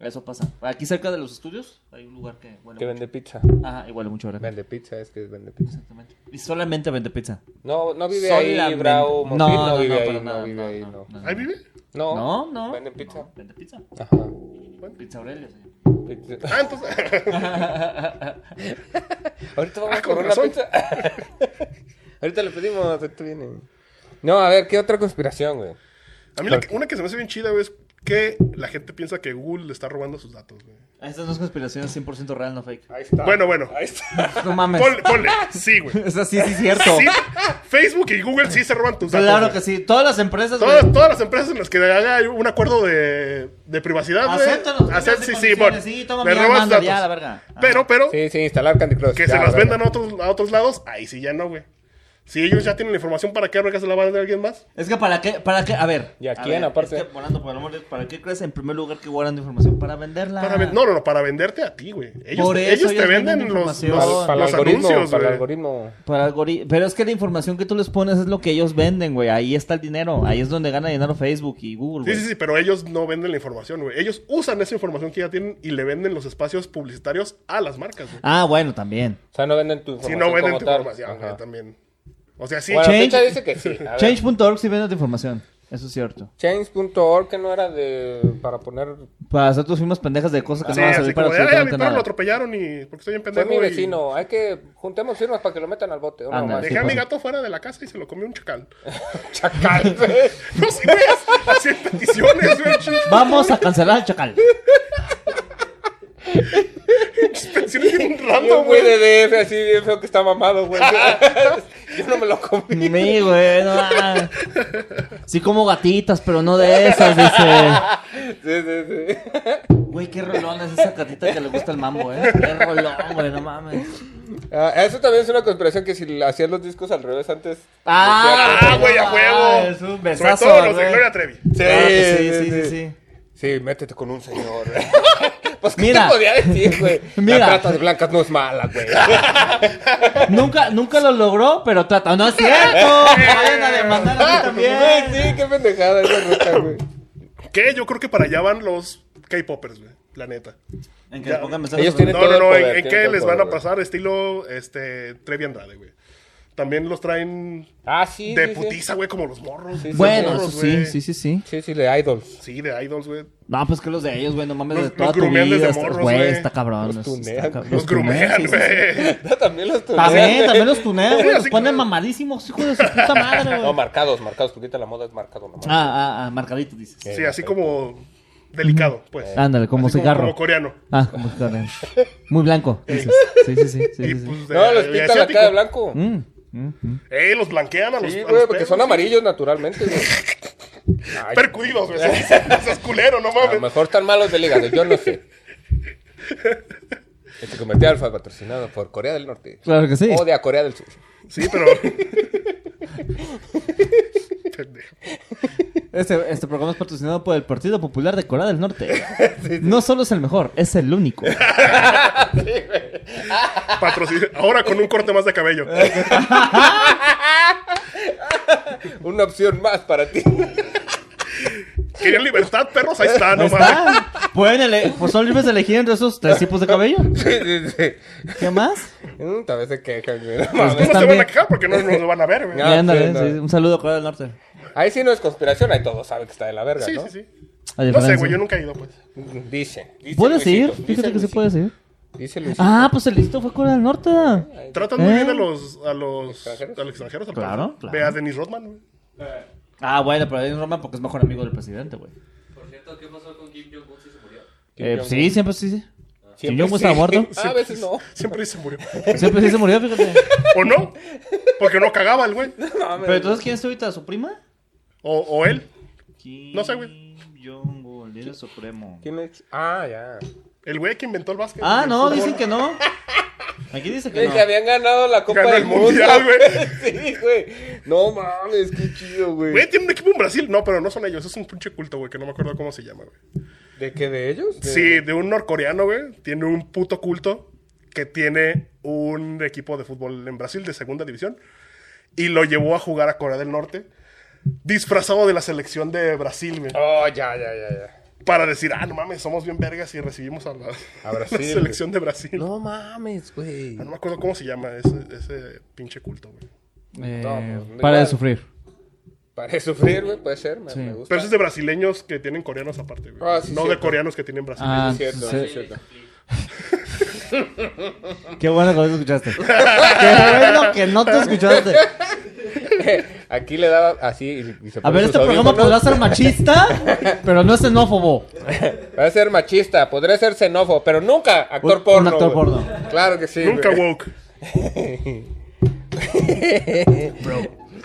Speaker 3: Eso pasa. Aquí cerca de los estudios hay un lugar que huele
Speaker 1: Que
Speaker 3: mucho.
Speaker 1: vende pizza.
Speaker 3: Ajá, y huele mucho ahora.
Speaker 1: Vende pizza, es que vende pizza.
Speaker 3: Exactamente. Y solamente vende pizza.
Speaker 1: No, no vive ahí
Speaker 3: Solamente.
Speaker 1: Bravo Morfil,
Speaker 3: No,
Speaker 1: no,
Speaker 3: no,
Speaker 1: vive
Speaker 3: no,
Speaker 1: ahí,
Speaker 3: para
Speaker 1: no
Speaker 3: nada,
Speaker 1: vive
Speaker 3: no,
Speaker 1: ahí,
Speaker 3: no,
Speaker 1: no.
Speaker 3: no.
Speaker 2: ¿Ahí vive?
Speaker 1: No,
Speaker 3: No, no.
Speaker 1: Vende pizza.
Speaker 3: No, vende pizza.
Speaker 1: Ajá.
Speaker 3: Pizza Aurelia, señor.
Speaker 1: Pizza.
Speaker 2: Ah, entonces.
Speaker 1: Ahorita vamos
Speaker 2: Ah,
Speaker 1: con
Speaker 2: con
Speaker 1: una
Speaker 2: razón.
Speaker 1: pizza. Ahorita le pedimos, ahorita viene. No, a ver, ¿qué otra conspiración, güey?
Speaker 2: A mí la que- una que se me hace bien chida, güey, es que la gente piensa que Google le está robando sus datos, güey.
Speaker 3: Estas no es conspiración 100% real, no fake.
Speaker 1: Ahí está.
Speaker 2: Bueno, bueno.
Speaker 1: Ahí está.
Speaker 3: No mames.
Speaker 2: Ponle, ponle. Sí, güey.
Speaker 3: Es así, sí, es cierto.
Speaker 2: Sí, Facebook y Google sí se roban tus datos.
Speaker 3: Claro
Speaker 2: güey.
Speaker 3: que sí. Todas las empresas.
Speaker 2: Todas,
Speaker 3: güey,
Speaker 2: todas las empresas en las que haya un acuerdo de, de privacidad, güey.
Speaker 3: aceptan los
Speaker 2: Acep-
Speaker 3: términos y
Speaker 2: sí, sí,
Speaker 3: condiciones.
Speaker 2: bueno.
Speaker 3: Sí, toma
Speaker 2: me
Speaker 3: mi
Speaker 2: robas
Speaker 3: manda, ya, la
Speaker 2: datos.
Speaker 3: verga. Ah.
Speaker 2: Pero, pero,
Speaker 1: Sí, sí, instalar Candy Crush.
Speaker 2: que
Speaker 1: ya,
Speaker 2: se las
Speaker 1: la
Speaker 2: vendan a
Speaker 1: verga.
Speaker 2: otros, a otros lados, ahí sí ya no, güey. Si ellos ya tienen la información, ¿para qué verga se la van a dar a alguien más?
Speaker 3: Es que para qué, para qué, a ver.
Speaker 1: ¿Y a
Speaker 3: a
Speaker 1: quién,
Speaker 3: ver,
Speaker 1: aparte?
Speaker 3: Es que, Rolando, por el amor de- ¿para qué crees en primer lugar que guardan información? Para venderla.
Speaker 2: Para ven- no, no, no, para venderte a ti, güey. Ellos,
Speaker 3: Ah. Por eso
Speaker 2: ellos te
Speaker 3: ellos
Speaker 2: venden,
Speaker 3: venden
Speaker 2: los,
Speaker 3: información.
Speaker 2: los-
Speaker 1: Para, para
Speaker 2: los
Speaker 1: el algoritmo,
Speaker 2: anuncios,
Speaker 1: para el
Speaker 2: güey.
Speaker 1: algoritmo.
Speaker 3: Para algori- Pero es que la información que tú les pones es lo que ellos venden, güey. Ahí está el dinero. Ahí es donde gana dinero Facebook y Google,
Speaker 2: Sí,
Speaker 3: güey.
Speaker 2: sí, sí, pero ellos no venden la información, güey. Ellos usan esa información que ya tienen y le venden los espacios publicitarios a las marcas, güey.
Speaker 3: Ah, bueno, también.
Speaker 1: O sea, no venden tu
Speaker 2: Si
Speaker 1: información.
Speaker 2: no venden
Speaker 1: como
Speaker 2: tu
Speaker 1: tal.
Speaker 2: información,
Speaker 1: Ajá.
Speaker 2: güey, también. O sea, sí,
Speaker 1: Bueno,
Speaker 3: Change-
Speaker 1: Pizza dice que sí. a ver.
Speaker 3: Change.org sí vende tu información. Eso es cierto.
Speaker 1: Change.org que no era de para poner
Speaker 3: Para hacer tus firmas pendejas de cosas que
Speaker 2: sí,
Speaker 3: no van a
Speaker 2: así
Speaker 3: servir para
Speaker 2: como de, "Ay, a mi
Speaker 3: absolutamente
Speaker 2: perro lo
Speaker 3: nada.
Speaker 2: atropellaron y... Porque estoy bien
Speaker 1: fue
Speaker 2: pendejo
Speaker 1: mi
Speaker 2: y-
Speaker 1: vecino, hay que juntemos firmas para que lo metan al bote. Una
Speaker 3: Ándale,
Speaker 1: mamá
Speaker 2: Dejé
Speaker 3: Sí,
Speaker 2: a mi
Speaker 3: pasa.
Speaker 2: gato fuera de la casa y se lo comió un chacal.
Speaker 1: así. Chacal. güey.
Speaker 2: No sé, güey, hacían peticiones, güey.
Speaker 3: Vamos a cancelar al chacal.
Speaker 2: Peticiones bien
Speaker 1: Y un
Speaker 2: random,
Speaker 1: güey
Speaker 2: güey.
Speaker 1: de DF así bien feo que está mamado, güey. Yo no me lo comí.
Speaker 3: Mi, güey, no. ah. Sí como gatitas, pero no de esas, dice.
Speaker 1: Sí, sí, sí.
Speaker 3: Güey, qué rolón es esa gatita que le gusta el mambo, eh. Qué rolón, güey, no mames.
Speaker 1: Ah, eso también es una conspiración que si le hacías los discos al revés antes.
Speaker 2: Ah, güey, a
Speaker 3: no,
Speaker 2: huevo.
Speaker 3: Es un
Speaker 2: Sobre
Speaker 3: besazo,
Speaker 2: todo los de
Speaker 3: güey.
Speaker 2: Gloria Trevi.
Speaker 3: Ah, pues sí, sí, sí, sí.
Speaker 1: Sí, métete con un señor. pues, ¿qué
Speaker 3: Mira.
Speaker 1: te podía decir, güey? La
Speaker 3: Mira.
Speaker 1: trata de blancas no es mala, güey.
Speaker 3: Nunca, nunca lo logró, pero trata. ¡No es cierto! Me vayan a demandar a mí
Speaker 1: Güey,
Speaker 3: también.
Speaker 1: sí, qué pendejada esa ruta, güey.
Speaker 2: Que yo creo que para allá van los K-popers, güey. La neta.
Speaker 3: En que le pongan mensajes
Speaker 1: Ellos
Speaker 3: sobre-
Speaker 1: tienen-
Speaker 2: No,
Speaker 1: todo
Speaker 2: no,
Speaker 1: el
Speaker 2: no.
Speaker 1: poder,
Speaker 2: ¿En, en
Speaker 1: tienen todo
Speaker 2: qué
Speaker 1: el
Speaker 2: les
Speaker 1: poder,
Speaker 2: van a
Speaker 1: güey.
Speaker 2: pasar? Estilo este, Trevi Andrade, güey. También los traen
Speaker 1: Ah, sí.
Speaker 2: de
Speaker 1: sí, sí.
Speaker 2: putiza, güey, como los morros.
Speaker 1: Sí, sí,
Speaker 3: Bueno,
Speaker 2: morros,
Speaker 3: eso sí,
Speaker 2: güey.
Speaker 3: sí, sí, sí.
Speaker 1: Sí, sí, de idols.
Speaker 2: Sí, de idols, güey.
Speaker 3: No, pues que los de ellos, güey, no mames,
Speaker 2: Los-
Speaker 3: de toda
Speaker 2: los
Speaker 3: tu
Speaker 2: grumean desde
Speaker 3: vida. está-
Speaker 2: morros,
Speaker 3: Güey,
Speaker 2: güey.
Speaker 3: está cabrón.
Speaker 1: Los
Speaker 3: eso está
Speaker 1: tunean,
Speaker 3: cabrón.
Speaker 2: Los grumean,
Speaker 3: sí, sí, sí.
Speaker 2: güey.
Speaker 1: También los tunean.
Speaker 3: También, también los tunean,
Speaker 2: Sí,
Speaker 3: güey. Los
Speaker 2: así
Speaker 3: ponen
Speaker 2: como-
Speaker 3: mamadísimos, hijo de su puta madre,
Speaker 1: No,
Speaker 3: güey.
Speaker 1: marcados, marcados, porque ahorita la moda es marcado nomás.
Speaker 3: Ah, ah, ah, marcadito, dices.
Speaker 2: Sí, así como delicado, pues.
Speaker 1: Eh.
Speaker 3: Ándale, como
Speaker 2: Así
Speaker 3: cigarro.
Speaker 2: Como coreano.
Speaker 3: Ah, como cigarro. Muy blanco, dices. Sí, sí, sí. sí,
Speaker 2: Y
Speaker 3: sí, sí.
Speaker 2: pues de-
Speaker 1: No, los
Speaker 2: de
Speaker 1: pintan acá de
Speaker 2: asiático.
Speaker 1: blanco.
Speaker 3: Mm, mm, mm.
Speaker 2: Eh, los blanquean a los.
Speaker 1: Sí,
Speaker 2: a
Speaker 1: güey,
Speaker 2: los
Speaker 1: porque
Speaker 2: perros,
Speaker 1: son
Speaker 2: sí.
Speaker 1: amarillos naturalmente, güey. Ay,
Speaker 2: Percudidos, güey. Eso es culero, no
Speaker 1: a lo
Speaker 2: mames.
Speaker 1: mejor están malos del hígado, yo no sé. Este comercial alfa patrocinado por Corea del Norte.
Speaker 3: Claro que sí.
Speaker 2: Oh,
Speaker 1: O de a Corea del Sur.
Speaker 2: Sí, pero. Pendejo.
Speaker 3: Este, este programa es patrocinado por el Partido Popular de Corea del Norte. No solo es el mejor, es el único.
Speaker 2: Patrocin- Ahora con un corte más de cabello.
Speaker 1: Una opción más para ti.
Speaker 2: Querían libertad, perros. Ahí está, no
Speaker 3: Ahí
Speaker 2: mames.
Speaker 3: está. Pueden ele- pues son libres de elegir entre esos tres tipos de cabello.
Speaker 1: Sí, sí, sí. Pues,
Speaker 3: ¿Qué más?
Speaker 1: Mm, Tal vez se quejan, güey. No
Speaker 2: Pues No
Speaker 1: mames.
Speaker 2: se
Speaker 3: Están
Speaker 2: van a
Speaker 3: bien.
Speaker 2: quejar porque no nos lo van a ver, güey.
Speaker 1: Ah,
Speaker 3: Y ándale,
Speaker 1: sí, no.
Speaker 3: sí, un saludo a Corea del Norte.
Speaker 1: Ahí sí no es conspiración, ahí todos saben que está de la verga,
Speaker 2: Sí,
Speaker 1: ¿no?
Speaker 2: sí, sí. No
Speaker 3: A
Speaker 2: sé,
Speaker 3: diferencia.
Speaker 2: güey, yo nunca he ido, pues.
Speaker 1: Dice. dice
Speaker 3: ¿Puedes ir?
Speaker 1: Luisito, dice
Speaker 3: Fíjate que sí
Speaker 1: Luisito,
Speaker 3: puedes ir.
Speaker 1: Dice Luisito.
Speaker 3: Ah, pues el listo fue Corea del Norte.
Speaker 2: Tratan muy
Speaker 3: ¿Eh?
Speaker 2: bien a los, a los,
Speaker 1: ¿Extranjeros?
Speaker 2: a los extranjeros. al
Speaker 3: Claro,
Speaker 2: parecer.
Speaker 3: claro.
Speaker 2: Ve a Dennis Rodman, güey.
Speaker 3: Ah, bueno, pero Dennis Rodman porque es mejor amigo del presidente, güey.
Speaker 5: Por cierto, ¿qué pasó con Kim Jong-un si se murió?
Speaker 1: Kim
Speaker 3: Eh,
Speaker 1: Jong-un.
Speaker 3: sí, siempre sí, sí. Kim Jong-un
Speaker 1: sí.
Speaker 3: está muerto.
Speaker 1: Ah, a veces no.
Speaker 2: Siempre dice murió.
Speaker 3: Siempre sí se murió, fíjate.
Speaker 2: ¿O no? Porque no cagaba el güey.
Speaker 3: Pero entonces, ¿quién es ahorita? ¿Su prima?
Speaker 2: O, o él.
Speaker 3: Kim
Speaker 2: No sé, güey.
Speaker 3: Jong-un, el líder supremo.
Speaker 1: ¿Quién es? Ah, ya.
Speaker 2: El güey que inventó el básquet.
Speaker 3: Ah,
Speaker 2: el
Speaker 3: no,
Speaker 2: fútbol.
Speaker 3: dicen que no. Aquí dice que
Speaker 1: Que
Speaker 3: no.
Speaker 1: habían ganado la Copa
Speaker 2: Ganó
Speaker 1: del
Speaker 2: el
Speaker 1: Mundo.
Speaker 2: Mundial,
Speaker 1: sí, güey. No mames, qué chido,
Speaker 2: Güey,
Speaker 1: güey.
Speaker 2: tiene un equipo en Brasil. No, pero no son ellos. Es un pinche culto, güey, que no me acuerdo cómo se llama, güey.
Speaker 1: ¿De qué? ¿De ellos? De-
Speaker 2: Sí, de un norcoreano, güey. Tiene un puto culto que tiene un equipo de fútbol en Brasil de segunda división y lo llevó a jugar a Corea del Norte disfrazado de la selección de Brasil, güey.
Speaker 1: Oh, ya, ya, ya, ya.
Speaker 2: para decir, ah, no mames, somos bien vergas y recibimos a la,
Speaker 1: A Brasil,
Speaker 2: la selección de Brasil.
Speaker 1: No mames, güey.
Speaker 2: Ah, no me acuerdo cómo se llama ese, ese pinche culto, güey.
Speaker 1: No, pues,
Speaker 3: Eh, para de
Speaker 1: igual.
Speaker 3: sufrir.
Speaker 1: Para sufrir, güey, puede ser. Me,
Speaker 3: Sí.
Speaker 1: me gusta.
Speaker 2: Pero eso es de brasileños que tienen coreanos aparte, güey.
Speaker 1: Ah, sí,
Speaker 2: no de
Speaker 1: cierto.
Speaker 2: coreanos que tienen brasileños.
Speaker 3: Ah,
Speaker 1: es cierto,
Speaker 3: sí.
Speaker 1: es cierto.
Speaker 3: Qué bueno que no te escuchaste. Qué bueno que no te escuchaste.
Speaker 1: Aquí le daba así y, y se
Speaker 3: A
Speaker 1: ponía
Speaker 3: ver,
Speaker 1: sus
Speaker 3: este programa podrá
Speaker 1: audífonos.
Speaker 3: ser machista, pero no es xenófobo.
Speaker 1: Podría ser machista, podría ser xenófobo, pero nunca actor
Speaker 3: Un- un
Speaker 1: porno.
Speaker 3: actor
Speaker 1: güey.
Speaker 3: porno.
Speaker 1: Claro que sí.
Speaker 2: Nunca
Speaker 1: güey.
Speaker 2: woke.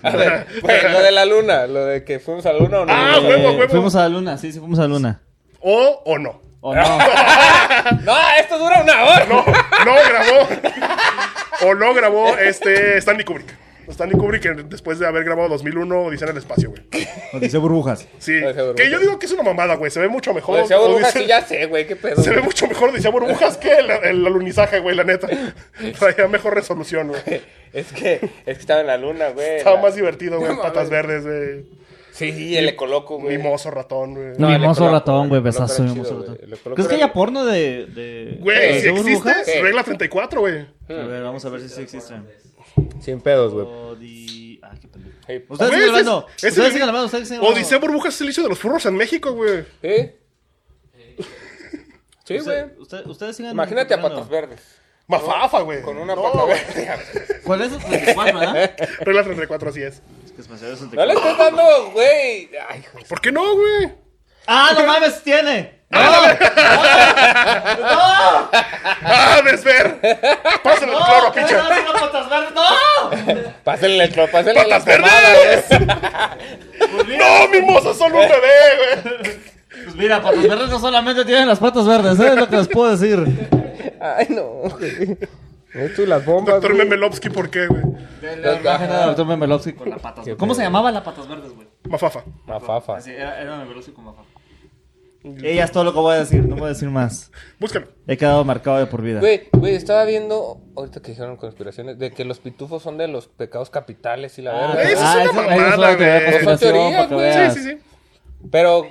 Speaker 1: A ver, güey, lo de la luna, lo de que fuimos a la luna o no.
Speaker 2: Ah,
Speaker 1: güey.
Speaker 2: huevo, huevo.
Speaker 3: Eh, Fuimos a la luna, sí, sí, fuimos a la luna.
Speaker 2: O, o no.
Speaker 3: O no.
Speaker 1: No, esto dura una hora.
Speaker 2: No, no grabó. o no grabó este Stanley Kubrick. Stanley Kubrick que después de haber grabado 2001 Odisea en el espacio, güey.
Speaker 3: O dice burbujas.
Speaker 2: Sí.
Speaker 1: Odisea Burbujas.
Speaker 2: Que yo digo que es una mamada, güey. Se ve mucho mejor.
Speaker 1: Odisea burbujas,
Speaker 2: Odisea-
Speaker 1: sí, ya sé, güey, qué pedo.
Speaker 2: Se ve mucho mejor Odisea Burbujas que el, el alunizaje, güey, la neta. Traía mejor resolución, güey.
Speaker 1: Es que, es que estaba en la luna, güey.
Speaker 2: Estaba
Speaker 1: La-
Speaker 2: más divertido, güey.
Speaker 1: No, mames.
Speaker 2: Patas verdes, güey.
Speaker 1: Sí, sí, el ecoloco, güey.
Speaker 2: Mimoso ratón, güey.
Speaker 1: No, el
Speaker 3: mimoso
Speaker 1: Ecoloco,
Speaker 3: ratón, güey,
Speaker 1: el Ecoloco
Speaker 3: besazo,
Speaker 1: era
Speaker 3: mimoso
Speaker 1: chido,
Speaker 3: ratón.
Speaker 1: güey. El Ecoloco
Speaker 3: ¿Crees que
Speaker 1: era-
Speaker 3: haya porno de. de-
Speaker 2: Güey,
Speaker 3: de
Speaker 2: si existe,
Speaker 3: burbujas?
Speaker 1: Sí.
Speaker 2: regla 34, güey.
Speaker 3: A ver, vamos a ver si sí existe.
Speaker 1: Sin pedos, güey.
Speaker 3: Odi- Ah, qué pendejo.
Speaker 1: Sí.
Speaker 3: Ustedes
Speaker 2: Güey,
Speaker 3: siguen
Speaker 2: ese es-
Speaker 3: hablando.
Speaker 2: ese es
Speaker 3: Ustedes
Speaker 2: el-
Speaker 3: siguen hablando. Ustedes siguen
Speaker 2: Odisea
Speaker 3: hablando.
Speaker 2: Burbujas es el inicio de los furros en México, güey.
Speaker 1: ¿Sí? Sí, güey.
Speaker 3: Usted- usted- Ustedes sigan
Speaker 1: Imagínate a
Speaker 3: hablando.
Speaker 1: patas verdes.
Speaker 2: Mafafa, güey.
Speaker 1: Con una
Speaker 2: No,
Speaker 1: pata
Speaker 2: güey.
Speaker 1: verde.
Speaker 3: ¿Cuál es? el- ¿Cuál, verdad?
Speaker 2: Regla 34, así es.
Speaker 3: Es que es demasiado
Speaker 1: No le estés dando, güey. Ay, hijo de-
Speaker 2: ¿Por qué no, güey?
Speaker 3: ¡Ah, no mames! ¡Tiene! ¡No! ¡No!
Speaker 2: ¡Ah, desver! Pásale el cloro,
Speaker 3: ¿qué
Speaker 2: pinche.
Speaker 3: estás haciendo, patas verdes? ¡No!
Speaker 1: Pásenle, el clo- pásenle la
Speaker 2: ¡Patas
Speaker 1: pomada,
Speaker 2: verdes!
Speaker 1: güey.
Speaker 2: ¡No, mimoso, solo un bebé, güey!
Speaker 3: Pues mira, patas verdes no solamente tienen las patas verdes, ¿eh? es lo que les puedo decir.
Speaker 1: Ay, no, güey. Esto y las bombas.
Speaker 2: Doctor
Speaker 1: güey.
Speaker 2: Memelovsky, ¿por qué, güey?
Speaker 3: De la imagen de Arturo Memelovsky con las patas
Speaker 1: Qué
Speaker 3: ¿Cómo se
Speaker 1: pedo.
Speaker 3: llamaba la patas verdes, güey?
Speaker 2: Mafafa.
Speaker 1: Mafafa.
Speaker 3: Así, era, era Memelovsky con mafa. Ella es todo lo que voy a decir, no voy a decir más.
Speaker 2: Búscalo.
Speaker 3: He quedado marcado de por vida.
Speaker 1: Güey, güey, estaba viendo, ahorita que dijeron conspiraciones, de que los pitufos son de los pecados capitales y la
Speaker 3: Ah,
Speaker 1: verga.
Speaker 2: eso es
Speaker 3: ah,
Speaker 2: una
Speaker 3: eso- eso
Speaker 2: mamada,
Speaker 3: es otra
Speaker 2: güey.
Speaker 3: conspiración,
Speaker 1: Son teorías,
Speaker 3: para que
Speaker 1: güey.
Speaker 2: Sí,
Speaker 3: veas.
Speaker 2: sí, sí.
Speaker 1: Pero,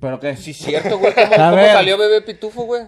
Speaker 3: ¿Pero qué?
Speaker 1: sí, es cierto, güey, ¿cómo,
Speaker 3: A
Speaker 1: cómo
Speaker 3: ver.
Speaker 1: salió bebé pitufo, güey?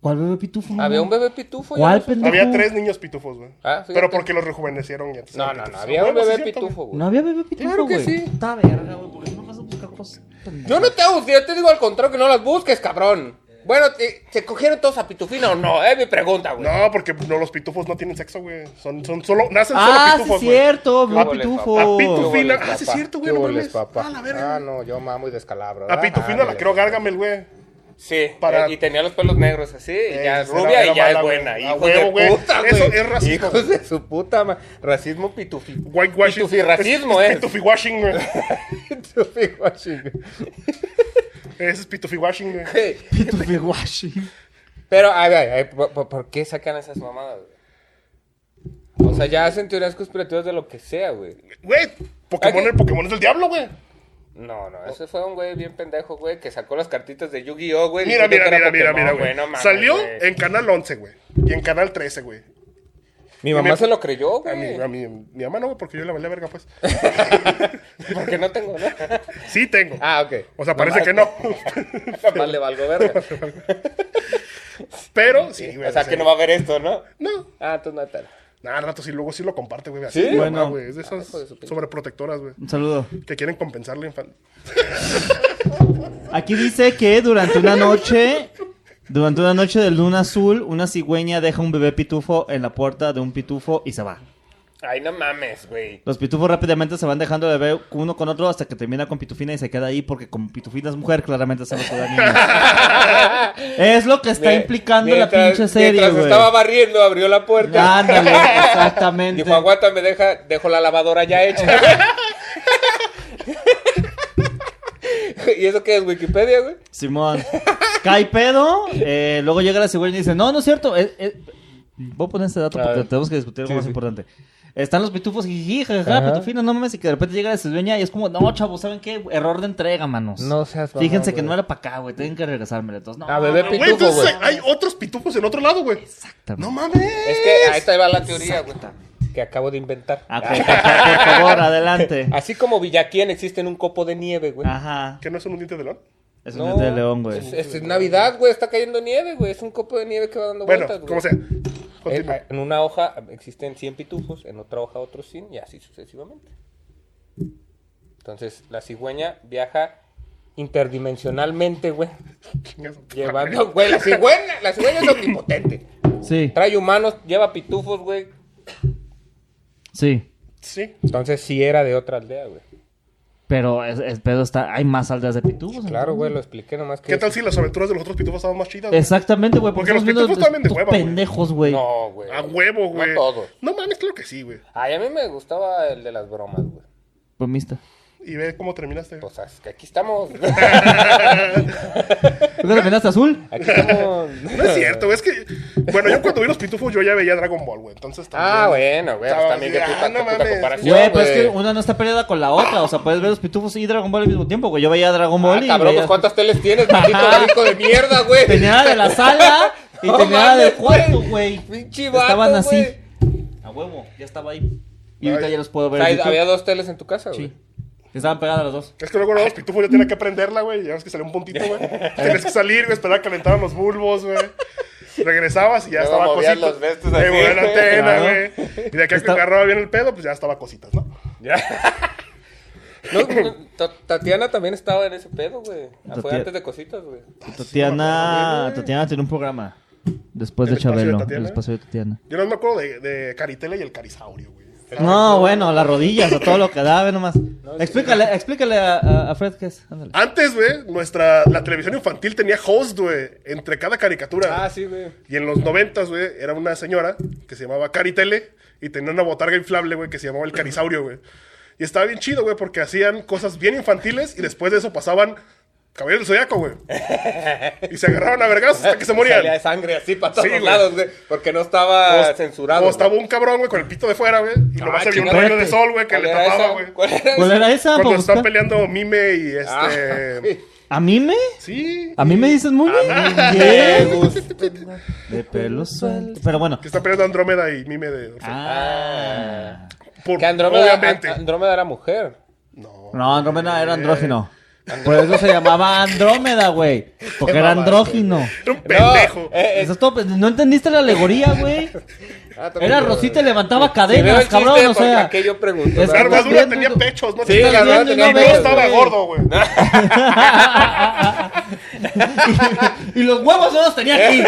Speaker 3: ¿Cuál bebé pitufo?
Speaker 1: Ah, Había un bebé pitufo. ya
Speaker 3: ¿Cuál
Speaker 1: no sé.
Speaker 3: pendejo?
Speaker 2: Había tres niños pitufos, güey.
Speaker 1: Ah, fíjate.
Speaker 2: Pero porque los rejuvenecieron y entonces
Speaker 1: No,
Speaker 2: eran
Speaker 1: no, no,
Speaker 2: pitufos. Ah,
Speaker 1: había un
Speaker 2: Bueno, sí
Speaker 1: bebé
Speaker 2: es cierto,
Speaker 1: pitufo, güey.
Speaker 3: No había bebé pitufo,
Speaker 1: Claro que
Speaker 3: güey.
Speaker 1: sí.
Speaker 3: Está verga, güey, porque no vas a buscar cosas pendejas.
Speaker 1: Yo no te hago, yo te digo al contrario que no las busques, cabrón. Bueno, te- ¿se cogieron todos a pitufina o no? Es mi pregunta, güey.
Speaker 2: No, porque pues, no, los pitufos no tienen sexo, güey. Son, son solo, nacen
Speaker 3: Ah,
Speaker 2: solo
Speaker 3: sí es
Speaker 2: pitufos,
Speaker 3: cierto,
Speaker 1: ¿Qué
Speaker 3: bebé
Speaker 1: hubo les,
Speaker 3: pitufo.
Speaker 1: papá?
Speaker 2: Pitufina.
Speaker 1: ¿Qué hubo les,
Speaker 2: Ah, sí es
Speaker 1: papá?
Speaker 2: cierto, güey,
Speaker 1: ¿Qué
Speaker 2: no
Speaker 1: hubo
Speaker 2: mames.
Speaker 1: les, papá?
Speaker 2: Ah, la verga.
Speaker 1: Ah, no, yo mamo y descalabro.
Speaker 2: A
Speaker 1: Ah,
Speaker 2: pitufina la
Speaker 1: ándale.
Speaker 2: creo Gargamel, güey.
Speaker 1: Sí,
Speaker 2: Para-
Speaker 1: eh, y tenía los pelos negros así, y ya
Speaker 2: Eh,
Speaker 1: es
Speaker 2: era-
Speaker 1: rubia
Speaker 2: era
Speaker 1: y ya
Speaker 2: mala,
Speaker 1: es
Speaker 2: güey.
Speaker 1: buena.
Speaker 2: A
Speaker 1: Hijos
Speaker 2: huevo,
Speaker 1: de
Speaker 2: güey.
Speaker 1: puta, Ah, güey.
Speaker 2: Eso es racismo,
Speaker 1: Hijos
Speaker 2: güey.
Speaker 1: de su puta ma- Racismo pitufi.
Speaker 2: Whitewashing.
Speaker 1: Pitifirracismo,
Speaker 2: es,
Speaker 1: eh.
Speaker 2: Pitufi washing, güey.
Speaker 1: Pitufiwashing.
Speaker 2: Ese es pitufi washing, güey.
Speaker 1: Güey,
Speaker 3: Pitufo Washington.
Speaker 1: Pero, a ver, a ver, ¿por, por- por qué sacan esas mamadas, güey? O sea, ya hacen teorías conspirativas de lo que sea, güey.
Speaker 2: Güey, Pokémon,
Speaker 1: Aquí.
Speaker 2: el Pokémon es el diablo, güey.
Speaker 1: No, no, ese fue un güey bien pendejo, güey, que sacó las cartitas de Yu-Gi-Oh, güey.
Speaker 2: Mira, mira,
Speaker 1: diciendo que
Speaker 2: mira,
Speaker 1: era
Speaker 2: mira,
Speaker 1: Pokémon,
Speaker 2: mira, güey.
Speaker 1: no mames,
Speaker 2: Salió
Speaker 1: güey.
Speaker 2: en Canal 11, güey. Y en Canal 13, güey.
Speaker 1: Mi mamá
Speaker 2: me-
Speaker 1: se lo creyó,
Speaker 2: A mí,
Speaker 1: güey.
Speaker 2: a mí, mi mamá no, güey, porque yo le valía verga, pues.
Speaker 1: Porque no tengo nada.
Speaker 2: Sí tengo.
Speaker 1: Ah, ok.
Speaker 2: O sea, parece que
Speaker 1: Nomás-
Speaker 2: no. pues,
Speaker 1: Nomás le valgo verga.
Speaker 2: Pero, sí, güey.
Speaker 1: o sea,
Speaker 2: sí.
Speaker 1: que no va a ver esto, ¿no?
Speaker 2: No.
Speaker 1: Ah, tú no tal.
Speaker 2: Nah, al rato sí, luego sí lo comparte, güey.
Speaker 1: ¿Sí?
Speaker 2: Así, mi mamá,
Speaker 3: Bueno.
Speaker 2: güey. Es de esas
Speaker 1: hijo de su pinche.
Speaker 2: sobreprotectoras, güey.
Speaker 3: Un saludo.
Speaker 2: Que quieren compensar la infancia.
Speaker 3: Aquí dice que durante una noche, durante una noche de luna azul, una cigüeña deja un bebé pitufo en la puerta de un pitufo y se va.
Speaker 1: Ay, no mames, güey.
Speaker 3: Los pitufos rápidamente se van dejando de ver uno con otro hasta que termina con Pitufina y se queda ahí porque como Pitufina es mujer, claramente se va a cuidar niños. Es lo que está
Speaker 1: Mie-
Speaker 3: implicando la
Speaker 1: mientras-
Speaker 3: pinche serie,
Speaker 1: Mientras
Speaker 3: güey.
Speaker 1: estaba barriendo, abrió la puerta.
Speaker 3: Ándale, exactamente.
Speaker 1: Dijo, aguanta, me deja, dejo la lavadora ya hecha. ¿Y eso qué es Wikipedia, güey?
Speaker 3: Simón. Cae pedo, eh, luego llega la cigüeña y dice, no, no es cierto. eh, eh". Voy a poner este dato
Speaker 1: A
Speaker 3: porque
Speaker 1: ver.
Speaker 3: tenemos que discutir algo
Speaker 1: Sí,
Speaker 3: más
Speaker 1: sí.
Speaker 3: importante. Están los pitufos, jiji, jajaja,
Speaker 1: Ajá.
Speaker 3: pitufina, no mames, y que de repente llega la cigüeña y es como, no, chavos, ¿saben qué? Error de entrega, manos.
Speaker 1: No seas mamón,
Speaker 3: Fíjense que
Speaker 1: güey.
Speaker 3: no era para acá, güey, tienen que regresármelo. Entonces, no,
Speaker 1: A bebé
Speaker 3: no,
Speaker 1: pitufo,
Speaker 2: Güey, entonces
Speaker 1: güey.
Speaker 2: hay otros pitufos en otro lado, güey.
Speaker 3: exactamente.
Speaker 2: No mames.
Speaker 1: Es que ahí te va la teoría, güey. Que acabo de inventar.
Speaker 3: Ah, ok, por favor, adelante.
Speaker 1: Así como Villaquién existe en un copo de nieve, Ah, güey.
Speaker 3: Ajá.
Speaker 2: ¿Que no es un diente de león?
Speaker 3: Es
Speaker 1: No,
Speaker 3: un diente de león, güey.
Speaker 1: Es, es Navidad, güey, está cayendo nieve, güey. Es un copo de nieve que va dando
Speaker 2: Bueno,
Speaker 1: vueltas, güey. Eh,
Speaker 2: como sea. Continúa.
Speaker 1: En, en una hoja existen 100 pitufos, en otra hoja otros 100 y así sucesivamente. Entonces, la cigüeña viaja interdimensionalmente, güey.
Speaker 2: Chingas a tu madre.
Speaker 1: Llevando, güey, la cigüeña, la cigüeña es omnipotente.
Speaker 3: Sí,
Speaker 1: Trae humanos, lleva pitufos, güey.
Speaker 3: sí.
Speaker 2: Sí.
Speaker 1: Entonces, sí era de otra aldea, güey.
Speaker 3: Pero es- el pedo está. Hay más aldeas de pitufos.
Speaker 1: Claro,
Speaker 3: entonces.
Speaker 1: güey, lo expliqué nomás que...
Speaker 2: ¿Qué tal si las aventuras de los otros pitufos estaban más chidas? güey?
Speaker 3: Exactamente, güey.
Speaker 2: Porque los
Speaker 3: son unos
Speaker 2: pitufos también de
Speaker 3: estos
Speaker 2: hueva, güey.
Speaker 3: pendejos, güey.
Speaker 1: No, güey.
Speaker 2: A huevo, güey.
Speaker 1: No todos.
Speaker 2: No mames, claro que sí, güey.
Speaker 1: Ay, a mí me gustaba el de las bromas, güey.
Speaker 3: Bromista.
Speaker 2: Y ve cómo terminaste.
Speaker 1: Pues es que aquí estamos.
Speaker 3: ¿Tú que terminaste azul?
Speaker 1: Aquí estamos.
Speaker 2: No es cierto, güey, es que. Bueno, yo cuando vi los pitufos, yo ya veía Dragon Ball, güey. Entonces también.
Speaker 1: Ah, bueno, güey. pues
Speaker 2: Estaba
Speaker 1: también qué
Speaker 2: así de,
Speaker 1: puta,
Speaker 2: ah, no
Speaker 1: qué puta
Speaker 2: mames.
Speaker 1: comparación.
Speaker 3: Güey, pues es que
Speaker 1: güey.
Speaker 3: una no está peleada con la otra. O sea, puedes ver los pitufos y Dragon Ball al mismo tiempo, güey. Yo veía Dragon
Speaker 1: Ah,
Speaker 3: Ball y.
Speaker 1: cabrón, pues
Speaker 3: veía-
Speaker 1: ¿cuántas teles tienes, maldito gringo de mierda, güey?
Speaker 3: Tenía la de la sala y
Speaker 1: No
Speaker 3: tenía la
Speaker 1: mames,
Speaker 3: del cuarto,
Speaker 1: güey.
Speaker 3: güey.
Speaker 1: Pinche vato,
Speaker 3: Estaban así.
Speaker 1: güey.
Speaker 3: A huevo, ya estaba ahí. Y
Speaker 2: Ay.
Speaker 3: ahorita ya los puedo
Speaker 1: O
Speaker 3: ver.
Speaker 1: sea,
Speaker 3: en YouTube.
Speaker 1: había dos teles en tu casa, güey.
Speaker 3: Sí. Estaban pegadas las dos.
Speaker 2: Es que luego los pitufos yo tenía que prenderla, güey. Ya ves que salió un puntito, güey. Tenías que salir, güey, esperar a calentar los bulbos, güey. Regresabas y ya
Speaker 1: Luego
Speaker 2: estaba
Speaker 1: movías
Speaker 2: cositas.
Speaker 1: los vestes
Speaker 2: Eh,
Speaker 1: así,
Speaker 2: güey, la
Speaker 1: güey.
Speaker 2: antena,
Speaker 3: Claro.
Speaker 2: güey. Y de acá que
Speaker 3: Está-
Speaker 2: agarraba bien el pedo, pues ya estaba cositas, ¿no?
Speaker 1: No, no, Ta- Tatiana también estaba en ese pedo, güey. Ah, Fue
Speaker 3: Tatiana.
Speaker 1: antes de cositas, güey.
Speaker 3: Tatiana, Tatiana tenía un programa. Después
Speaker 2: ¿El
Speaker 3: de
Speaker 2: espacio de
Speaker 3: Chabelo.
Speaker 2: Tatiana?
Speaker 3: el espacio de Tatiana.
Speaker 2: Yo no me acuerdo de, de Caritela y el Carisaurio, güey.
Speaker 3: No, bueno, las rodillas, a todo lo que da, ve nomás. explícale, explícale a, a- a Fred qué es. Ándale.
Speaker 2: Antes, güey, nuestra, la televisión infantil tenía host, güey, entre cada caricatura.
Speaker 1: Ah, sí, güey.
Speaker 2: Y en los noventas, güey, era una señora que se llamaba Caritele y tenía una botarga inflable, güey, que se llamaba el Carisaurio, güey. Y estaba bien chido, güey, porque hacían cosas bien infantiles y después de eso pasaban Caballero del Zodiaco, güey. Y se agarraban a vergas hasta que se
Speaker 1: Salía de
Speaker 2: morían.
Speaker 1: sangre así para todos
Speaker 2: Sí, güey.
Speaker 1: lados, güey. Porque no estaba
Speaker 2: O-
Speaker 1: censurado.
Speaker 2: O
Speaker 1: güey.
Speaker 2: estaba un cabrón, güey, con el pito de fuera, güey. Y
Speaker 1: Ah,
Speaker 2: nomás se vio un
Speaker 1: chingada.
Speaker 2: rayo de sol, güey, que
Speaker 1: ¿Cuál
Speaker 2: le
Speaker 1: era
Speaker 2: tapaba,
Speaker 1: esa?
Speaker 2: güey.
Speaker 1: ¿Cuál era
Speaker 3: ¿Cuál
Speaker 1: esa?
Speaker 3: era esa?
Speaker 2: Cuando
Speaker 3: Para
Speaker 2: están
Speaker 3: buscar?
Speaker 2: peleando Mime y
Speaker 1: Ah,
Speaker 2: este.
Speaker 3: ¿A mí me?
Speaker 2: Sí.
Speaker 3: ¿A mí me dices muy
Speaker 2: Ah.
Speaker 1: qué
Speaker 3: bien?
Speaker 1: gusto.
Speaker 3: De pelo suelto. Pero bueno.
Speaker 2: Que está peleando Andrómeda y Mime de Orfeo.
Speaker 3: Ah.
Speaker 2: Por-
Speaker 1: Que Andrómeda,
Speaker 2: obviamente.
Speaker 1: An- Andrómeda era mujer.
Speaker 2: no.
Speaker 3: No, Andrómeda
Speaker 1: Eh.
Speaker 3: era andrógino. Por eso se llamaba Andrómeda, güey. Porque era andrógino.
Speaker 2: Era un pendejo.
Speaker 1: No, eh, eh,
Speaker 3: Eso es todo, pues, no entendiste la alegoría, güey.
Speaker 1: ah, también
Speaker 3: Era
Speaker 1: yo-
Speaker 3: Rosita y levantaba
Speaker 1: Si veo
Speaker 3: cadenas,
Speaker 1: el chiste,
Speaker 3: cabrón, o
Speaker 1: porque
Speaker 3: sea.
Speaker 1: Aquello pregunto.
Speaker 3: Es-
Speaker 2: La
Speaker 1: ¿verdad?
Speaker 3: Estás
Speaker 2: armadura
Speaker 3: viendo,
Speaker 2: tenía
Speaker 3: tú-
Speaker 2: pechos, ¿no?
Speaker 1: Sí,
Speaker 2: Tenía
Speaker 1: la
Speaker 2: nalgas,
Speaker 1: armadura tenía
Speaker 2: tenía-
Speaker 1: pechos,
Speaker 2: No estaba
Speaker 1: güey.
Speaker 2: gordo, güey.
Speaker 3: y los huevos no los tenía aquí.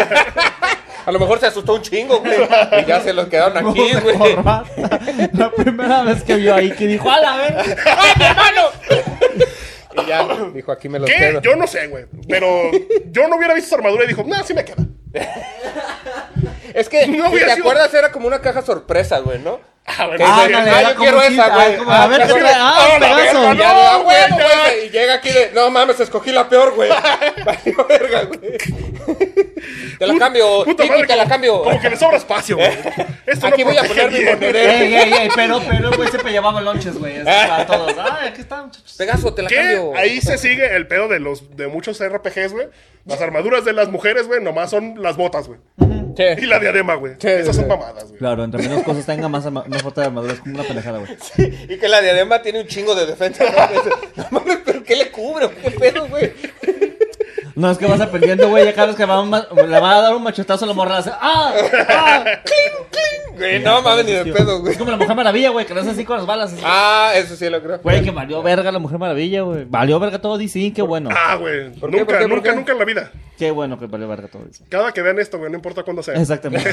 Speaker 1: A lo mejor se asustó un chingo, güey. Y ya se los quedaron aquí,
Speaker 3: Huevos de
Speaker 1: güey.
Speaker 3: corbata. La primera vez que vio ahí que dijo, a la verga.
Speaker 1: ¡Ay, mi hermano! y ya, dijo, aquí me los
Speaker 2: ¿Qué?
Speaker 1: quedo.
Speaker 2: Yo no sé, güey. Pero yo no hubiera visto esa armadura y dijo, nah, sí me queda.
Speaker 1: Es que,
Speaker 2: No
Speaker 1: si
Speaker 2: hubiera
Speaker 1: te
Speaker 2: sido-
Speaker 1: acuerdas, era como una caja sorpresa, güey, ¿no?
Speaker 2: Ah, bueno,
Speaker 3: Ah,
Speaker 2: sí.
Speaker 3: ándale,
Speaker 1: Ah, yo
Speaker 3: era como
Speaker 1: quiero
Speaker 3: un
Speaker 1: esa,
Speaker 3: kit,
Speaker 1: güey.
Speaker 3: ah, como, a
Speaker 1: Ah,
Speaker 3: ver,
Speaker 1: ya
Speaker 3: ¿qué
Speaker 2: sé.
Speaker 3: trae? Ah,
Speaker 2: Ah,
Speaker 3: un
Speaker 2: la
Speaker 1: Y
Speaker 3: pedazo.
Speaker 2: verga,
Speaker 1: ya
Speaker 2: No,
Speaker 1: le da,
Speaker 2: güey,
Speaker 1: bueno,
Speaker 2: ya.
Speaker 1: güey, Y llega aquí de, no mames, escogí la peor, güey. Valió verga, güey. Te la cambio,
Speaker 2: Puta
Speaker 1: Titi,
Speaker 2: madre,
Speaker 1: te la
Speaker 2: como-
Speaker 1: cambio.
Speaker 2: Como que le sobra espacio, güey. Esto
Speaker 1: Aquí
Speaker 2: no
Speaker 1: voy a
Speaker 2: protege
Speaker 1: poner mi
Speaker 2: bien.
Speaker 1: monedero.
Speaker 3: Ey, ey, ey, pero, pero, güey, siempre llevaba lonches, güey. Es para todos. Ay, aquí está, muchachos.
Speaker 1: Pegaso, te la
Speaker 2: Que
Speaker 1: cambio.
Speaker 2: ahí se sigue el pedo de los de muchos RPGs, güey. Las armaduras de las mujeres, güey, nomás son las botas, güey.
Speaker 1: Che.
Speaker 2: Y la diadema, güey.
Speaker 1: Sí,
Speaker 2: Esas son
Speaker 1: sí.
Speaker 2: mamadas, güey.
Speaker 3: Claro, entre menos cosas tenga, más, ama- más fuerte de armadura. Es como una pendejada, güey.
Speaker 1: Y que la diadema tiene un chingo de defensa. ¿no? No mames, pero ¿qué le cubre? ¿Qué pedo, güey?
Speaker 3: No, es que vas aprendiendo, güey. Ya cada vez que va un ma- le va a dar un machetazo a la morra, le hace, ¡ah! ¡ah!
Speaker 1: Güey, no mames, ni de pedo, güey.
Speaker 3: Es como la Mujer Maravilla, güey, que le hace así con las balas. así.
Speaker 1: Ah, eso sí lo creo.
Speaker 3: Güey, que valió verga la Mujer Maravilla, güey. Valió verga todo DC, qué bueno.
Speaker 2: Ah, güey. Nunca,
Speaker 1: ¿Por qué? ¿Por qué? ¿Por
Speaker 2: nunca,
Speaker 1: qué?
Speaker 2: nunca en la vida.
Speaker 3: Qué bueno que valió verga todo DC.
Speaker 2: Cada que vean esto, güey, no importa cuándo sea.
Speaker 3: Exactamente.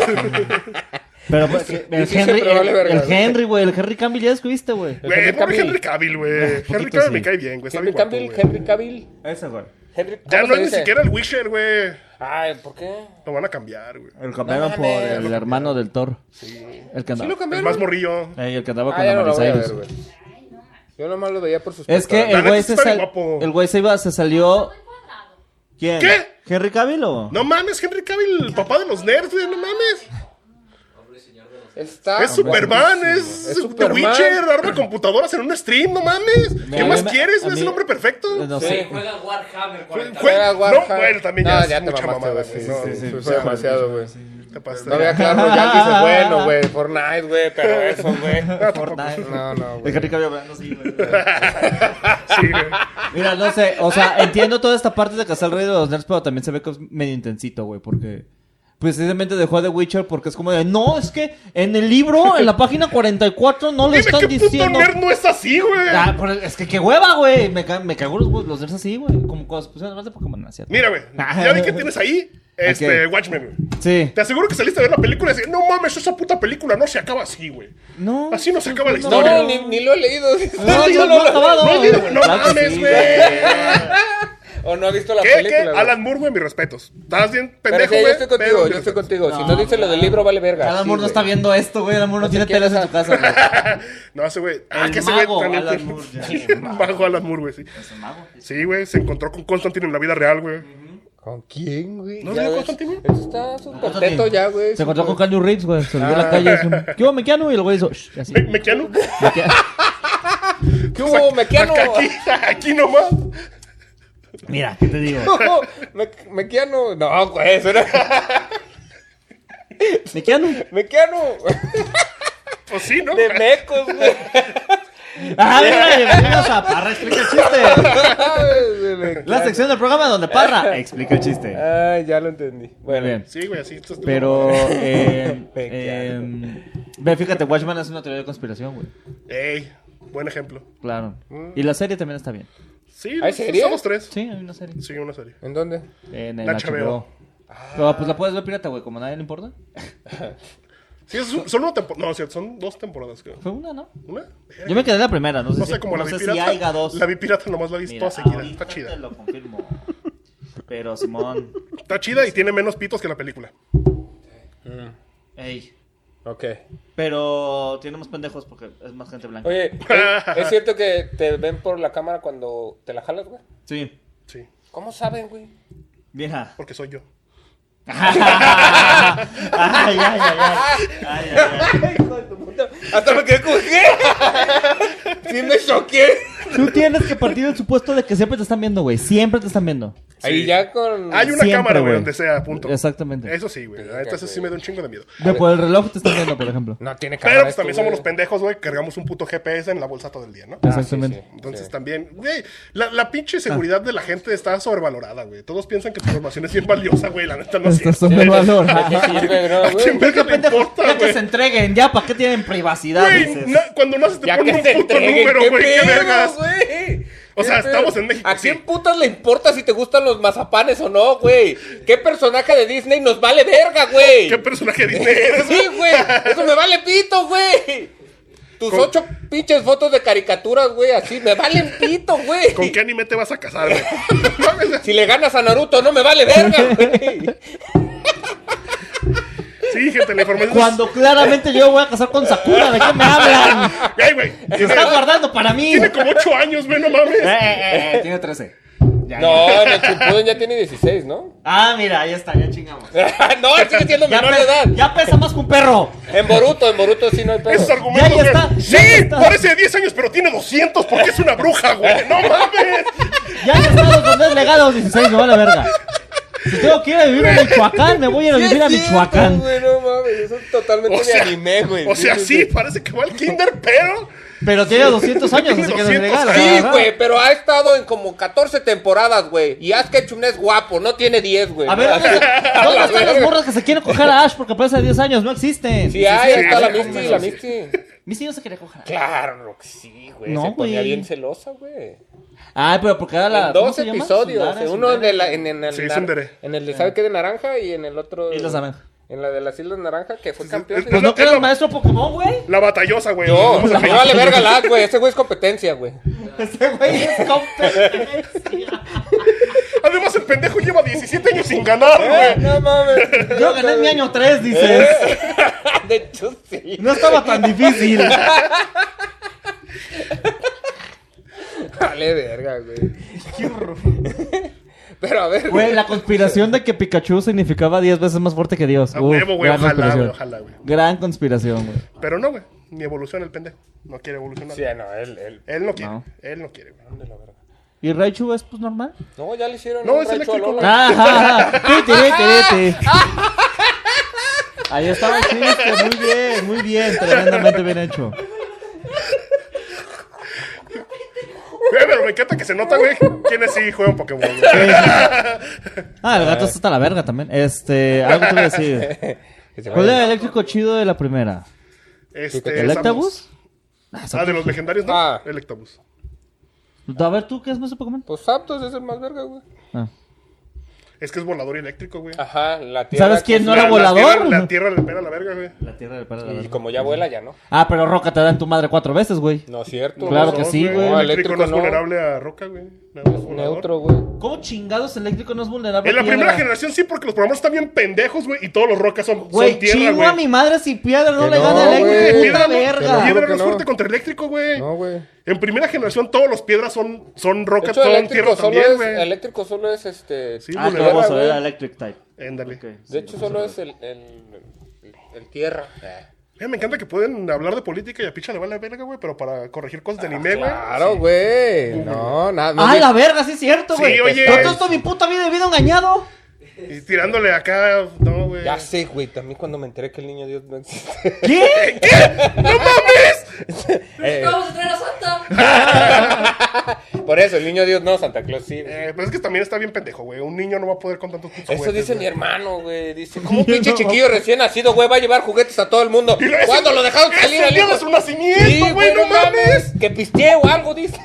Speaker 3: Pero pues, que el
Speaker 1: sí,
Speaker 3: Henry,
Speaker 1: pero vale
Speaker 3: el,
Speaker 1: verga,
Speaker 3: el
Speaker 1: güey.
Speaker 3: Henry, güey, el Henry Cavill ya descubriste, güey.
Speaker 2: Güey,
Speaker 1: Henry
Speaker 2: pobre
Speaker 1: Cavill. Ah,
Speaker 2: Henry Cavill, güey. Henry
Speaker 3: poquito
Speaker 2: Cavill
Speaker 3: sí.
Speaker 2: me cae bien, güey. Está
Speaker 1: Henry
Speaker 2: bien guapo,
Speaker 1: Cavill,
Speaker 2: güey.
Speaker 1: Henry Cavill.
Speaker 3: Ese, güey.
Speaker 1: Henry,
Speaker 2: Ya
Speaker 1: ¿cómo se
Speaker 2: no es ni
Speaker 1: dice?
Speaker 2: siquiera el Witcher, güey.
Speaker 1: Ay, ¿por qué?
Speaker 2: Lo van a cambiar, güey.
Speaker 3: El cambiaron
Speaker 1: No
Speaker 3: por
Speaker 1: mames.
Speaker 3: el hermano del Thor. El que
Speaker 1: ¿Sí
Speaker 3: andaba,
Speaker 1: lo
Speaker 2: Es
Speaker 1: cambiaron?
Speaker 2: más morrillo.
Speaker 3: Ey, el que andaba
Speaker 1: Ah,
Speaker 3: con
Speaker 1: ya
Speaker 3: la
Speaker 1: no lo
Speaker 3: Miley
Speaker 1: voy a ver,
Speaker 3: Cyrus.
Speaker 1: güey. Yo nomás lo veía por sus
Speaker 3: Es que
Speaker 2: La
Speaker 3: el
Speaker 1: pectorales.
Speaker 2: neta
Speaker 3: güey
Speaker 2: está
Speaker 3: se,
Speaker 2: bien
Speaker 3: sal-
Speaker 2: guapo.
Speaker 3: el güey se iba, se salió. ¿Quién?
Speaker 2: ¿Qué?
Speaker 3: ¿Henry Cavill o?
Speaker 2: No mames, Henry Cavill, el papá de los nerds, güey. No mames.
Speaker 1: Está...
Speaker 3: Ah,
Speaker 2: es Superman, es,
Speaker 1: Es
Speaker 2: The
Speaker 1: Superman.
Speaker 2: Witcher, arma computadoras en un stream, no mames. ¿Qué
Speaker 3: a
Speaker 2: más
Speaker 3: mí me-
Speaker 2: quieres?
Speaker 3: a
Speaker 2: güey? Es
Speaker 3: mí-
Speaker 2: el hombre perfecto.
Speaker 3: Eh, No
Speaker 1: Sí.
Speaker 3: sé.
Speaker 5: Juega Warhammer 40.
Speaker 2: Jue-
Speaker 1: Era
Speaker 2: no,
Speaker 1: Warhammer.
Speaker 2: bueno, también ya es mucha
Speaker 1: te mamaste,
Speaker 2: mamada,
Speaker 1: güey.
Speaker 2: güey.
Speaker 1: Sí,
Speaker 2: No,
Speaker 1: sí,
Speaker 2: sí,
Speaker 1: sí,
Speaker 2: sí,
Speaker 1: fue demasiado, güey.
Speaker 2: Te pasaste.
Speaker 1: No había claro, pues, ya dices, bueno, güey, Fortnite, güey, pero eso, güey.
Speaker 2: Ah, tampoco.
Speaker 3: Fortnite.
Speaker 1: No, no,
Speaker 3: El
Speaker 1: güey.
Speaker 3: Henry Cavill hablando así, güey.
Speaker 2: Sí, güey.
Speaker 3: Mira, no sé, o sea, entiendo toda esta parte de Casal Rey de los Nerds, pero también se ve que es medio intensito, güey, porque precisamente dejó de Witcher porque es como de, no, es que en el libro, en la página 44, no le
Speaker 2: Dime
Speaker 3: están
Speaker 2: que puto
Speaker 3: diciendo.
Speaker 2: nerd no es así, güey.
Speaker 3: Ah, pero es que qué hueva, güey. Me, ca- me cago los, hue- los nerds así, güey. Como cuando se pusieron más de Pokémon, ¿no es cierto?
Speaker 2: Mira, güey.
Speaker 3: Ah.
Speaker 2: Ya vi que tienes ahí. Este,
Speaker 3: Ok.
Speaker 2: Watchmen. güey.
Speaker 3: Sí.
Speaker 2: Te aseguro que saliste a ver la película y decías, no mames, esa puta película no se acaba así, güey.
Speaker 3: No.
Speaker 2: Así no se acaba la
Speaker 1: No,
Speaker 2: historia.
Speaker 1: ni, ni lo he leído.
Speaker 3: No, yo no lo he acabado.
Speaker 2: No,
Speaker 3: güey.
Speaker 2: no, no
Speaker 3: Claro que
Speaker 2: mames,
Speaker 3: sí,
Speaker 2: güey.
Speaker 1: O no ha visto la
Speaker 2: ¿Qué? ¿Qué?
Speaker 1: película. güey.
Speaker 2: Alan Moore, güey, mis respetos. Estás bien
Speaker 1: Pero
Speaker 2: pendejo,
Speaker 1: sí,
Speaker 2: güey.
Speaker 1: yo estoy
Speaker 2: pero
Speaker 1: contigo,
Speaker 2: mis
Speaker 1: yo estoy
Speaker 2: respetos.
Speaker 1: contigo. si
Speaker 3: No,
Speaker 1: no dice lo del libro, vale verga.
Speaker 3: Cada
Speaker 1: Sí,
Speaker 3: amor no
Speaker 1: güey.
Speaker 3: está viendo esto, güey. El amor no tiene
Speaker 1: quién
Speaker 3: teles en
Speaker 1: es
Speaker 3: su casa, güey.
Speaker 2: No, ese güey. Ah,
Speaker 3: El
Speaker 2: que ese güey
Speaker 3: mago
Speaker 2: también.
Speaker 3: Alan Moore, ya.
Speaker 2: Sí, el mago Alan Moore, güey, sí.
Speaker 3: Es un mago.
Speaker 2: Sí, güey, se encontró con Constantine en la vida real, güey.
Speaker 1: ¿Con quién, güey?
Speaker 2: ¿No
Speaker 1: Ya
Speaker 2: vio
Speaker 1: ves,
Speaker 2: Constantino?
Speaker 1: eso Está su contento ya, güey.
Speaker 3: Se encontró con
Speaker 1: Carlos.
Speaker 3: Keanu Reeves, güey. Se olvidó en la calle. es un, ¿Qué hubo, Mequiano? Y el güey hizo... "Shh", así.
Speaker 2: Me- Mequiano.
Speaker 3: Mequiano.
Speaker 1: ¿Qué hubo, Uh, Mequiano?
Speaker 2: Acá, Aquí, aquí nomás.
Speaker 3: Mira, ¿qué te digo?
Speaker 1: Me- Mequiano. No, güey, eso era-
Speaker 3: ¿Mequiano?
Speaker 1: Mequiano.
Speaker 2: Pues sí, ¿no?
Speaker 1: De mecos, güey.
Speaker 3: Ah, mira, bienvenidos a Parra Explica el Chiste.
Speaker 1: De mecos.
Speaker 3: La sección del programa donde Parra explica el chiste.
Speaker 1: Ah, ya lo entendí.
Speaker 3: Muy
Speaker 1: Bueno,
Speaker 3: bien.
Speaker 2: Sí, güey, así. esto es-
Speaker 3: Pero, eh,
Speaker 1: Mequiano.
Speaker 3: eh, ve, fíjate, Watchman es una teoría de conspiración, güey.
Speaker 2: Ey, buen ejemplo.
Speaker 3: Claro.
Speaker 1: Mm.
Speaker 3: Y la serie también está bien.
Speaker 2: Sí,
Speaker 1: ¿Hay serie?
Speaker 2: somos tres.
Speaker 3: Sí, hay una serie.
Speaker 2: Sí, una serie.
Speaker 1: ¿en dónde?
Speaker 3: En el
Speaker 2: La
Speaker 3: HBO.
Speaker 2: HBO. Ah.
Speaker 3: Pero pues la puedes ver pirata, güey, como a nadie le importa.
Speaker 2: Sí, es un- son una temporada. No, o sea, son dos temporadas, creo.
Speaker 3: Fue una, ¿no?
Speaker 2: ¿Una?
Speaker 3: Yo me quedé en la primera, no sé
Speaker 2: No
Speaker 3: si,
Speaker 2: sé, como
Speaker 3: no
Speaker 2: la
Speaker 3: sé
Speaker 2: vi
Speaker 3: si
Speaker 2: pirata.
Speaker 3: haya dos.
Speaker 2: La vi pirata nomás la vi
Speaker 3: Mira,
Speaker 2: toda seguida.
Speaker 3: ahorita
Speaker 2: Está chida.
Speaker 3: Te lo confirmo. Pero Simón,
Speaker 2: Está chida y tiene menos pitos que la película.
Speaker 3: ey,
Speaker 1: Ok.
Speaker 3: pero tiene más pendejos porque es más gente blanca.
Speaker 1: Oye, ¿es, es cierto que te ven por la cámara cuando te la jalas, güey?
Speaker 3: Sí,
Speaker 2: Sí,
Speaker 1: ¿Cómo saben, güey?
Speaker 3: vieja.
Speaker 2: porque soy yo.
Speaker 3: Ay, ay, ay, ay. Ay, ay, ay.
Speaker 1: Hijo de tu puta. Hasta me quedé como, ¿qué? Sí me choqué.
Speaker 3: Tú tienes que partir del supuesto de que siempre te están viendo, güey. Siempre te están viendo.
Speaker 1: Ahí ya con...
Speaker 2: Hay una
Speaker 3: Siempre,
Speaker 2: cámara, güey,
Speaker 3: güey.
Speaker 2: donde sea, punto.
Speaker 3: Exactamente.
Speaker 2: Eso sí, güey. Entonces sí me da un chingo de miedo.
Speaker 3: Ve, por el reloj te están viendo, por ejemplo.
Speaker 1: No tiene cámara.
Speaker 2: Pero pues
Speaker 1: esto,
Speaker 2: también somos
Speaker 1: güey.
Speaker 2: los pendejos, güey, que cargamos un puto GPS en la bolsa todo el día, ¿no?
Speaker 1: Ah, sí,
Speaker 3: Exactamente.
Speaker 1: sí,
Speaker 2: Entonces
Speaker 1: sí.
Speaker 2: también, güey, la, la pinche seguridad de la gente está sobrevalorada, güey. Todos piensan que tu información es bien valiosa, güey. La neta no es
Speaker 3: Estás
Speaker 2: cierto.
Speaker 1: ¿De qué
Speaker 3: sobrevalorado.
Speaker 1: sirve, no,
Speaker 2: ¿A
Speaker 1: Ah, güey?
Speaker 2: quién verga le importa,
Speaker 3: Ya que
Speaker 2: güey?
Speaker 3: se entreguen, ya, ¿para qué tienen privacidad?
Speaker 2: Güey,
Speaker 3: dices?
Speaker 2: na- cuando naces te
Speaker 1: Ya
Speaker 2: ponen
Speaker 1: que
Speaker 2: un
Speaker 1: se
Speaker 2: puto
Speaker 1: entreguen,
Speaker 2: número, güey. ¿Qué,
Speaker 1: pedo,
Speaker 2: vergas?
Speaker 1: güey?
Speaker 2: O
Speaker 1: ¿Qué
Speaker 2: sea,
Speaker 1: pedo?
Speaker 2: estamos en México,
Speaker 1: ¿A
Speaker 2: sí.
Speaker 1: quién putas le importa si te gustan los mazapanes o no, güey? ¿Qué personaje de Disney nos vale verga, güey?
Speaker 2: ¿Qué personaje de Disney eres,
Speaker 1: Sí, güey. Eso me vale pito, güey. Tus
Speaker 2: Con-
Speaker 1: ocho pinches fotos de caricaturas, güey, así. Me valen pito, güey.
Speaker 2: ¿Con qué anime te vas a casar, güey? Mames,
Speaker 1: Si le ganas a Naruto, no me vale verga, güey.
Speaker 2: sí, gente, la información.
Speaker 3: Cuando claramente yo voy a casar con Sakura, ¿de qué me hablan?
Speaker 2: Ey, güey. eh,
Speaker 3: Se
Speaker 2: Tiene,
Speaker 3: está guardando para mí.
Speaker 2: tiene como 8 años, güey, no
Speaker 3: Eh,
Speaker 2: mames.
Speaker 3: eh, eh, tiene 13. Ya,
Speaker 1: No,
Speaker 3: ya.
Speaker 1: en el Shippuden ya tiene 16, ¿no?
Speaker 3: Ah, mira, ahí está, ya chingamos.
Speaker 1: no, sigue siendo
Speaker 3: Ya,
Speaker 1: Eh, menor de
Speaker 3: pe-
Speaker 1: edad.
Speaker 3: ya pesa más que un perro.
Speaker 1: En Boruto, en Boruto sí no hay pedo.
Speaker 2: Esos argumentos,
Speaker 3: Ya, ya
Speaker 2: güey.
Speaker 3: está, ya
Speaker 2: Sí,
Speaker 3: está.
Speaker 2: parece de 10 años, pero tiene 200 porque es una bruja, güey. No mames.
Speaker 3: Ya han estado con dos legados 16, me va la verga. Si tengo que ir a vivir a Michoacán, me voy a ir a
Speaker 1: Sí es
Speaker 3: vivir a
Speaker 1: cierto,
Speaker 3: Michoacán.
Speaker 1: güey, no mames, eso es totalmente
Speaker 2: O sea,
Speaker 1: de anime, güey.
Speaker 2: o sea, sí, parece que va al kinder, pero
Speaker 3: Pero tiene 200 años, así que no es
Speaker 2: 200
Speaker 3: legal.
Speaker 1: Sí,
Speaker 3: ajá.
Speaker 1: güey, pero ha estado en como 14 temporadas, güey. Y Ash Ketchum es guapo, no tiene 10, güey.
Speaker 3: A ver,
Speaker 1: No,
Speaker 3: ¿dónde,
Speaker 1: a
Speaker 3: dónde
Speaker 1: la
Speaker 3: están las
Speaker 1: verga.
Speaker 3: morras que se quieren coger a Ash porque pasa 10 años? No existen.
Speaker 1: Sí, ahí está la
Speaker 2: sí,
Speaker 1: Misty,
Speaker 2: sí,
Speaker 1: la
Speaker 2: sí.
Speaker 1: Misty.
Speaker 3: Misty no se quería coger a Ash.
Speaker 1: Claro que sí, güey.
Speaker 3: No,
Speaker 1: se ponía
Speaker 3: güey.
Speaker 1: bien celosa, güey.
Speaker 3: Ay, pero porque era la.
Speaker 1: En
Speaker 3: ¿cómo
Speaker 1: dos
Speaker 3: se llama?
Speaker 1: episodios.
Speaker 3: Sundara,
Speaker 1: en uno
Speaker 3: Sundara.
Speaker 1: de la, en, en el
Speaker 2: Sí,
Speaker 1: nar-
Speaker 2: Sundere.
Speaker 1: en el de sabe qué de naranja y en el otro.
Speaker 3: Islas Naranja.
Speaker 1: En la de las Islas Naranja, que fue
Speaker 2: es-
Speaker 1: campeón.
Speaker 3: Pues
Speaker 1: No,
Speaker 3: no que era el maestro Pokémon, güey.
Speaker 2: la batallosa, güey. Vamos a
Speaker 1: me
Speaker 2: pelear.
Speaker 1: vale verga la, güey. Ese güey es competencia, güey.
Speaker 3: Este güey es competencia.
Speaker 2: Además, el pendejo lleva 17 años sin ganar,
Speaker 1: Eh,
Speaker 2: güey.
Speaker 1: No mames.
Speaker 3: Yo gané en mi año 3, dices.
Speaker 2: Eh.
Speaker 1: De hecho, sí.
Speaker 3: No estaba tan difícil.
Speaker 1: Vale verga, güey. Pero a ver,
Speaker 3: Güey, la conspiración de que Pikachu significaba 10 veces más fuerte que Dios.
Speaker 2: A
Speaker 3: Uf,
Speaker 2: huevo, güey.
Speaker 3: gran
Speaker 2: Ojalá, güey.
Speaker 3: conspiración.
Speaker 2: Ojalá, güey.
Speaker 3: Gran conspiración, güey.
Speaker 2: Pero no, güey. Ni evoluciona el pendejo. No quiere evolucionar.
Speaker 1: Sí, no, él, él.
Speaker 2: Él no quiere.
Speaker 3: No.
Speaker 2: Él no quiere, güey.
Speaker 3: ¿Y Raichu es pues normal? Ah,
Speaker 1: No, ya le hicieron.
Speaker 2: No,
Speaker 1: un
Speaker 2: es
Speaker 1: rancho a
Speaker 2: eléctrico,
Speaker 1: Lola.
Speaker 2: güey.
Speaker 3: Ajá, ajá. Ti, ti, ti, ti, ti. Ahí estaba el chiste, muy bien, muy bien, tremendamente bien hecho.
Speaker 2: Güey, Eh, pero me encanta que se nota, güey, quiénes sí juegan Pokémon. güey.
Speaker 3: Ah, el gato está hasta la verga también. Este, algo te voy a decir.
Speaker 1: Que se
Speaker 3: ¿Cuál
Speaker 1: vayan.
Speaker 3: era el eléctrico chido de la primera?
Speaker 2: Este,
Speaker 3: ¿El
Speaker 2: Samus.
Speaker 3: Octabus? Ah,
Speaker 2: Ah, de los legendarios, ¿no?
Speaker 1: Ah.
Speaker 2: El Octabus. Ah,
Speaker 3: A ver, ¿tú qué es más de Pokémon?
Speaker 1: Pues Zapdos es el más verga, güey.
Speaker 3: Ah.
Speaker 2: Es que es volador eléctrico, güey.
Speaker 1: Ajá, la tierra.
Speaker 3: ¿Sabes quién
Speaker 1: que-
Speaker 3: no era
Speaker 2: La-
Speaker 3: volador?
Speaker 2: La tierra, la tierra le pega a la verga, güey.
Speaker 3: La tierra del perro.
Speaker 1: Y como ya vuela, ya no.
Speaker 3: Ah, pero Roca te da en tu madre cuatro veces, güey.
Speaker 1: No es cierto.
Speaker 3: Claro
Speaker 1: no,
Speaker 3: que
Speaker 2: No,
Speaker 3: sí, güey.
Speaker 2: No,
Speaker 1: No,
Speaker 2: eléctrico no es
Speaker 1: Oh, eléctrico no.
Speaker 2: vulnerable a roca, güey. Nada más volador.
Speaker 1: Neutro, güey.
Speaker 3: ¿Cómo chingados eléctrico no es vulnerable?
Speaker 2: En la
Speaker 3: a
Speaker 2: primera
Speaker 3: piedra?
Speaker 2: generación sí, porque los programas están bien pendejos, güey, y todos los rocas son,
Speaker 3: Güey,
Speaker 2: son tierra,
Speaker 3: chingo a mi
Speaker 2: güey.
Speaker 3: madre si piedra no
Speaker 1: Que
Speaker 3: le
Speaker 1: no,
Speaker 3: gana eléctrico,
Speaker 1: güey. Ah,
Speaker 2: no-
Speaker 3: puta
Speaker 1: Te
Speaker 3: verga.
Speaker 1: lo-
Speaker 2: piedra
Speaker 1: Claro que
Speaker 2: no es
Speaker 1: no.
Speaker 2: fuerte contra eléctrico, güey.
Speaker 1: No, güey.
Speaker 2: En primera generación todos los piedras son, son
Speaker 1: De
Speaker 2: roca,
Speaker 1: hecho,
Speaker 2: son
Speaker 1: eléctrico
Speaker 2: tierra
Speaker 1: solo,
Speaker 2: también,
Speaker 1: es,
Speaker 2: güey.
Speaker 1: eléctrico solo es este.
Speaker 2: Sí,
Speaker 3: Ah,
Speaker 2: vulnerable,
Speaker 3: claro,
Speaker 1: güey.
Speaker 3: era electric type.
Speaker 2: Ándale.
Speaker 3: Ok.
Speaker 1: De hecho, solo es el, el, el- el tierra.
Speaker 2: Eh, me encanta que pueden hablar de política y a picha le va la verga, güey, pero para corregir cosas de anime, güey.
Speaker 1: Ah, Claro, güey. No, nada. más
Speaker 3: Ah,
Speaker 1: bien-
Speaker 3: la verga, sí es cierto, güey.
Speaker 2: oye.
Speaker 3: Yo todo esto mi puta vida he vivido engañado.
Speaker 2: Y tirándole acá, no, güey.
Speaker 1: Ya sé, güey. También cuando me enteré que el niño Dios no existe.
Speaker 3: ¿Qué?
Speaker 1: Eh,
Speaker 5: ¡Vamos a traer a Santa!
Speaker 1: por eso, el niño Dios no, Santa Claus sí.
Speaker 2: Eh, pero es que también está bien pendejo, güey. Un niño no va a poder con tantos putos
Speaker 1: Eso
Speaker 2: juguetes,
Speaker 1: dice
Speaker 2: güey.
Speaker 1: mi hermano, güey. Dice, como un pinche chiquillo recién nacido, güey, va a llevar juguetes a todo el mundo.
Speaker 2: Y luego
Speaker 1: ¿Cuándo
Speaker 2: ese-
Speaker 1: lo dejaron
Speaker 2: ese
Speaker 1: salir al
Speaker 2: día
Speaker 1: hijo?
Speaker 2: de su nacimiento, güey, no mames.
Speaker 1: Que pistee o algo, dice.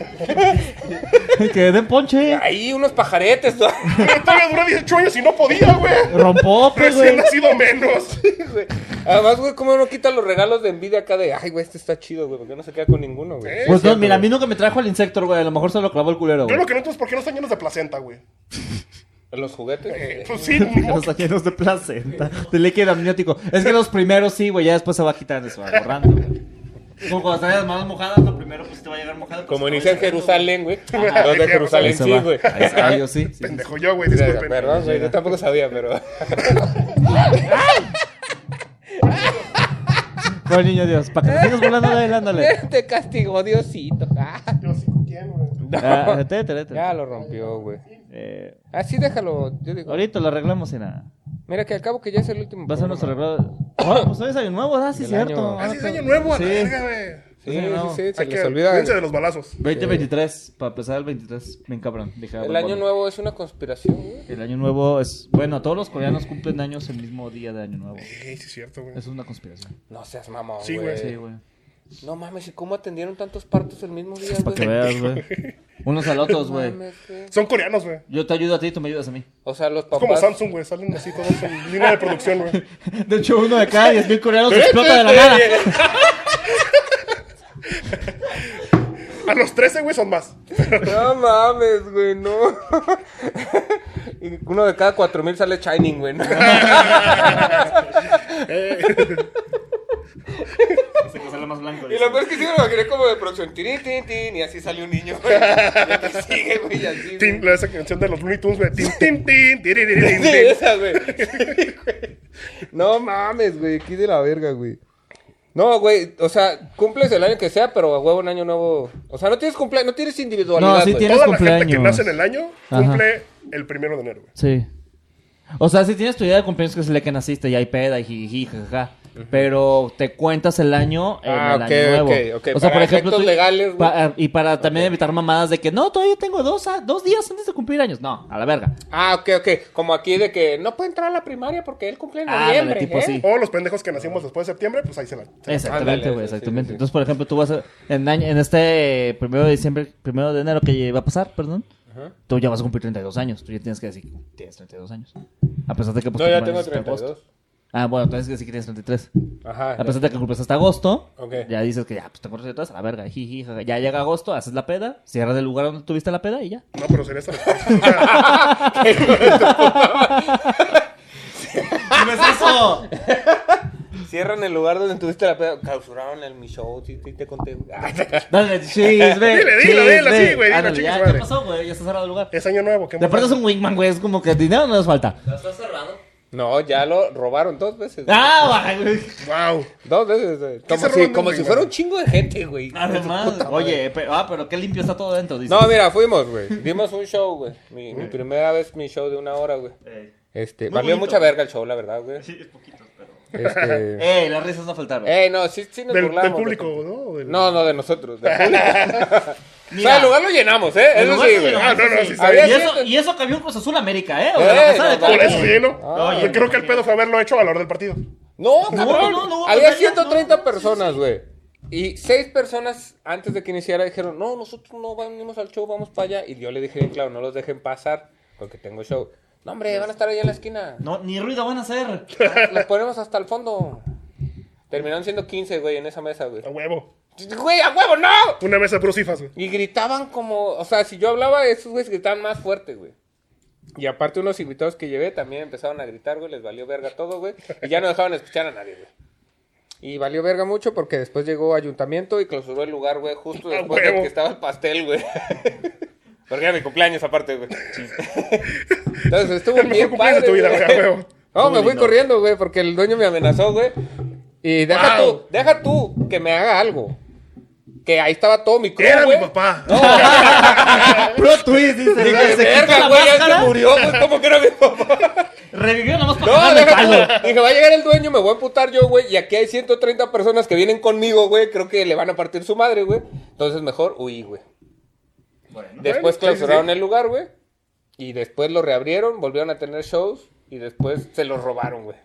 Speaker 3: que den
Speaker 2: Ah,
Speaker 3: ponche.
Speaker 1: Ahí unos pajaretes. ¿no?
Speaker 2: Pero todavía dura 18 años y no podía, güey.
Speaker 3: Rompope,
Speaker 2: Recién
Speaker 3: güey.
Speaker 2: nacido menos.
Speaker 1: Güey. Además, güey, cómo no quita los regalos de envidia acá de, ay, güey, este está chido, güey, porque no se queda con ninguno, güey.
Speaker 2: Eh,
Speaker 3: Pues no, mira, a mí nunca me trajo el insector, güey. A lo mejor se lo clavó el culero,
Speaker 2: Yo
Speaker 3: güey.
Speaker 2: lo que no entiendo es por qué no están llenos de placenta, güey.
Speaker 1: Los juguetes.
Speaker 2: Eh,
Speaker 1: güey.
Speaker 2: pues sí, ni modo.
Speaker 3: Los llenos de placenta, de líquido amniótico. Es que los primeros sí, güey, ya después se va quitando, se va borrando, güey. Como cuando están las manos mojadas, lo primero pues te va a llegar mojado. pues,
Speaker 1: Como
Speaker 3: te va
Speaker 1: inicia en
Speaker 3: a llegar,
Speaker 1: Jerusalén, güey.
Speaker 2: Ajá.
Speaker 1: Los de
Speaker 3: güey. Ahí
Speaker 1: Jerusalén,
Speaker 3: se
Speaker 1: sí,
Speaker 3: va.
Speaker 1: güey.
Speaker 3: Ahí está, yo sí. sí, sí.
Speaker 2: Pendejo yo, güey, disculpen.
Speaker 1: Perdón, güey, yo tampoco sabía, pero.
Speaker 3: Con el niño Dios, para que te sigas volando de él, ándale.
Speaker 1: Te castigó Diosito. Ah.
Speaker 2: Yo sí, ¿quién, güey?
Speaker 3: Ah, tete, tete.
Speaker 1: Ya lo rompió, güey.
Speaker 3: Eh,
Speaker 1: Así Ah, déjalo, yo digo.
Speaker 3: ahorita lo arreglamos y nada.
Speaker 1: Mira que al cabo que ya es el último.
Speaker 3: Va a ser nuestro
Speaker 1: programa.
Speaker 3: arreglado. Ah, pues hoy es año nuevo, ¿verdad? Sí,
Speaker 1: Del año.
Speaker 3: cierto.
Speaker 2: Así es
Speaker 3: Ah,
Speaker 2: año nuevo, a
Speaker 3: sí.
Speaker 2: la verga, güey.
Speaker 1: Sí, sí,
Speaker 3: no.
Speaker 1: sí, se
Speaker 2: Hay que-
Speaker 1: les olvida.
Speaker 2: cuídense de los balazos.
Speaker 3: 2023, para empezar el 23, bien cabrón. dije,
Speaker 1: El
Speaker 3: bueno,
Speaker 1: año nuevo es una conspiración, güey.
Speaker 3: El año nuevo es. Bueno, todos los coreanos cumplen años el mismo día de año nuevo.
Speaker 2: Ey, sí, es cierto, güey.
Speaker 3: Es una conspiración.
Speaker 1: No seas mamón,
Speaker 2: Sí,
Speaker 1: güey.
Speaker 2: güey,
Speaker 3: Sí, güey.
Speaker 1: No mames, ¿y cómo atendieron tantos partos el mismo día,
Speaker 3: Para
Speaker 1: güey?
Speaker 3: que veas, güey. Unos al
Speaker 1: pues
Speaker 3: otros,
Speaker 1: No
Speaker 3: güey.
Speaker 1: mames, güey.
Speaker 2: Son coreanos, güey.
Speaker 3: Yo te ayudo a ti y tú me ayudas a mí.
Speaker 1: O sea, los
Speaker 2: Es como
Speaker 1: papás.
Speaker 2: Samsung, güey. Salen así todos en línea de producción, güey.
Speaker 3: De hecho, uno de cada 10.000 coreanos explota de la nada.
Speaker 2: A los 13, güey, son más.
Speaker 1: No mames, güey, no. Y Uno de cada cuatro mil sale Shining, güey. ¿no?
Speaker 3: Se sale más blanco.
Speaker 1: Y lo peor es que sí me lo imaginé como de producción. Tirin, tin, tin, y así sale un niño, güey. Y el que sigue, güey, y así.
Speaker 2: Tin,
Speaker 1: güey.
Speaker 2: la- esa canción de los Looney Tunes, güey. Tin, tin, tin, tiriririn,
Speaker 1: Sí,
Speaker 2: tin.
Speaker 1: esa, güey. Sí, güey. No mames, güey, aquí de la verga, güey. No, güey, o sea, cumples el año que sea, pero a huevo un año nuevo. O sea, no tienes cumple, no tienes individualidad,
Speaker 3: No, sí
Speaker 1: güey.
Speaker 3: tienes-
Speaker 2: Toda la
Speaker 3: cumpleaños.
Speaker 2: gente que nace en el año
Speaker 3: Ajá.
Speaker 2: cumple el primero de enero, güey.
Speaker 3: Sí. O sea, si tienes tu idea de cumpleaños que es el día que naciste y hay peda y jiji, jajaja. Pero te cuentas el año en
Speaker 1: Ah,
Speaker 3: el
Speaker 1: ok,
Speaker 3: año
Speaker 1: ok,
Speaker 3: nuevo.
Speaker 1: ok.
Speaker 3: O sea,
Speaker 1: Para
Speaker 3: por ejemplo,
Speaker 1: efectos legales, güey.
Speaker 3: pa- y para también evitar mamadas de que no, todavía tengo dos, a- dos días antes de cumplir años. No, a la verga.
Speaker 1: Ah, ok, ok. Como aquí de que no puede entrar a la primaria porque él cumple en
Speaker 3: Ah,
Speaker 1: noviembre.
Speaker 3: ándale, tipo
Speaker 1: ¿eh?
Speaker 3: así.
Speaker 2: O los pendejos que nacimos después de septiembre, pues ahí se van.
Speaker 3: Exactamente,
Speaker 1: Ándale,
Speaker 3: güey,
Speaker 1: sí,
Speaker 3: exactamente.
Speaker 1: sí, sí.
Speaker 3: Entonces, por ejemplo, tú vas a, en, año- en este primero de diciembre, primero de enero que va a pasar, perdón, tú ya vas a cumplir 32 años. Tú ya tienes que decir que tienes 32 años. A pesar de que... pues,
Speaker 1: No, ya
Speaker 3: cumplan
Speaker 1: tengo
Speaker 3: hasta agosto.
Speaker 1: 32.
Speaker 3: Ah, bueno, entonces que sí que tienes 33.
Speaker 1: Ajá.
Speaker 3: A pesar de que cumples hasta agosto,
Speaker 1: Ok.
Speaker 3: ya dices que ya, pues te corres detrás, a la verga, jiji, jaja. Ya llega agosto, haces la peda, cierras el lugar donde tuviste la peda y ya.
Speaker 2: No, pero sería hasta los 13. O sea,
Speaker 3: ¿Qué es eso?
Speaker 1: Cierran el lugar donde tuviste la peda. Clausuraron el mi show, sí, sí, te conté. Ah,
Speaker 3: Dale, chisme.
Speaker 2: Dile, dilo,
Speaker 3: chisme.
Speaker 2: dilo, sí, güey, dilo, chingue
Speaker 3: Ándale,
Speaker 2: su
Speaker 3: ya,
Speaker 2: madre.
Speaker 3: ya pasó, güey, ya está cerrado el lugar.
Speaker 2: es año nuevo, qué
Speaker 3: De pronto es un wingman, güey, es como que dinero no nos falta.
Speaker 5: ¿La estás cerrando?
Speaker 1: No, ya lo robaron dos veces. güey.
Speaker 3: Ah, va, güey.
Speaker 2: Wow.
Speaker 1: Dos veces. güey. Como,
Speaker 2: se
Speaker 1: si,
Speaker 2: roban
Speaker 1: como
Speaker 2: un
Speaker 1: si
Speaker 2: Wingman?
Speaker 1: fuera un chingo de gente, güey.
Speaker 3: Ah, Además, oye, pero, ah, pero qué limpio está todo dentro, dices.
Speaker 1: No, mira, fuimos, güey. Dimos un show, güey. Mi, mi primera vez, mi show de una hora, güey.
Speaker 3: Ey,
Speaker 1: Este,
Speaker 3: Eh. Muy
Speaker 1: valió
Speaker 3: bonito.
Speaker 1: mucha verga el show, la verdad, güey.
Speaker 3: Eh. sí, es poquito, pero...
Speaker 1: Este...
Speaker 3: Ey, Eh, las
Speaker 2: Eh,
Speaker 3: risas no faltaron.
Speaker 1: Ey, no, sí, sí nos
Speaker 2: Del, del
Speaker 1: burlamos.
Speaker 2: público,
Speaker 1: güey.
Speaker 2: ¿no? Del-
Speaker 1: No, no, de nosotros, del público. O sea,
Speaker 3: Mira.
Speaker 1: el lugar lo llenamos, ¿eh?
Speaker 3: El
Speaker 1: Eso
Speaker 3: lugar
Speaker 1: sí,
Speaker 3: lo
Speaker 1: güey.
Speaker 3: llenamos,
Speaker 2: Ah, no, no,
Speaker 3: sí.
Speaker 2: sí,
Speaker 1: A ver,
Speaker 2: sabía.
Speaker 3: Y
Speaker 1: Así
Speaker 3: eso,
Speaker 1: es.
Speaker 3: y eso que había un Cruz Azul América, ¿eh? O
Speaker 1: Eh,
Speaker 3: sea, la pasada de
Speaker 1: no,
Speaker 3: todo.
Speaker 2: Por eso lleno.
Speaker 3: Ah.
Speaker 2: Yo creo que el pedo fue a verlo hecho a la hora del partido.
Speaker 1: No,
Speaker 3: No,
Speaker 1: cabrón.
Speaker 3: no, no,
Speaker 1: Había
Speaker 3: no,
Speaker 1: 130
Speaker 3: no, no,
Speaker 1: personas, güey. Y seis personas antes de que iniciara dijeron, no, nosotros no venimos al show, vamos para allá. Y yo le dije, bien claro, no los dejen pasar porque tengo show. No, hombre, van a estar allá en la esquina.
Speaker 3: No, ni ruido van a hacer.
Speaker 1: Los ponemos hasta el fondo. Terminaron siendo 15, güey, en esa mesa, güey.
Speaker 2: A huevo.
Speaker 1: Güey, a huevo, no.
Speaker 2: Una mesa de puros fifas, güey.
Speaker 1: Y gritaban como, o sea, si yo hablaba, esos güeyes gritaban más fuerte, güey. Y aparte unos invitados que llevé también empezaron a gritar, güey, les valió verga todo, güey. Y ya no dejaban escuchar a nadie, güey. Y valió verga mucho porque después llegó ayuntamiento y clausuró el lugar, güey, justo
Speaker 2: ¡A
Speaker 1: después de
Speaker 2: Ah, huevo!
Speaker 1: que estaba el pastel, güey. Porque era mi cumpleaños aparte, güey. Entonces estuvo
Speaker 2: El mejor
Speaker 1: bien
Speaker 2: cumpleaños
Speaker 1: padre,
Speaker 2: de tu vida,
Speaker 1: güey.
Speaker 2: güey, a huevo.
Speaker 1: No, me
Speaker 3: Muy
Speaker 1: fui
Speaker 3: lindo.
Speaker 1: corriendo, güey, porque el dueño me amenazó, güey. Y deja
Speaker 2: ¡Wow!
Speaker 1: tú, deja tú que me haga algo. Que ahí estaba todo mi crew,
Speaker 2: Era mi
Speaker 1: güey.
Speaker 2: papá.
Speaker 3: Pro twist, dice.
Speaker 1: Dije,
Speaker 3: güey, se quitó
Speaker 1: verga,
Speaker 3: la
Speaker 1: güey, ya
Speaker 3: máscara,
Speaker 1: se murió, güey, ¿cómo que era mi papá?
Speaker 3: Revivió nomás para
Speaker 1: No,
Speaker 3: quitarle el
Speaker 1: déjame.
Speaker 3: palo.
Speaker 1: Dije, va a llegar el dueño, me voy a emputar yo, güey, y aquí hay 130 personas que vienen conmigo, güey, creo que le van a partir su madre, güey. Entonces mejor huí, güey. Después
Speaker 2: Bueno, sí,
Speaker 1: clausuraron
Speaker 2: sí.
Speaker 1: el lugar, güey, y después lo reabrieron, volvieron a tener shows, y después se los robaron, güey.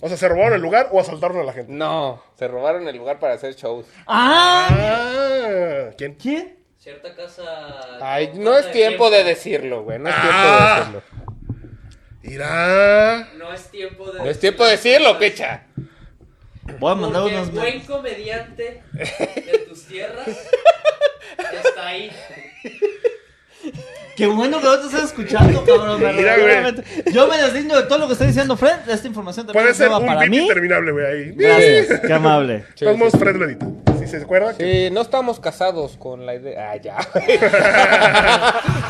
Speaker 2: O sea, se robaron el lugar o asaltaron a la gente.
Speaker 1: No, se robaron el lugar para hacer shows.
Speaker 3: Ah,
Speaker 2: Ah, ¿quién?
Speaker 3: ¿quién?
Speaker 5: Cierta casa.
Speaker 1: Ay, no es tiempo de decirlo, güey, no es tiempo de
Speaker 2: Ah.
Speaker 1: decirlo.
Speaker 2: Irá.
Speaker 5: No es tiempo de.
Speaker 1: No es tiempo de decirlo, picha.
Speaker 3: Voy a mandar
Speaker 5: Porque
Speaker 3: unos.
Speaker 5: buen comediante de tus tierras está ahí.
Speaker 3: Qué bueno que vos estás escuchando, cabrón.
Speaker 2: Mira, güey.
Speaker 3: verdaderamente. Yo me deslindo de todo lo que está diciendo Fred. Esta información también
Speaker 2: Puede
Speaker 3: es
Speaker 2: ser
Speaker 3: nueva
Speaker 2: un
Speaker 3: para
Speaker 2: beat
Speaker 3: mí.
Speaker 2: interminable, güey, ahí.
Speaker 3: Gracias, qué amable.
Speaker 1: Sí,
Speaker 2: Vamos,
Speaker 1: sí, sí.
Speaker 2: Fred lo edita. Si se acuerda, que-
Speaker 1: Sí, Eh, no estamos casados con la idea. Ah, ya.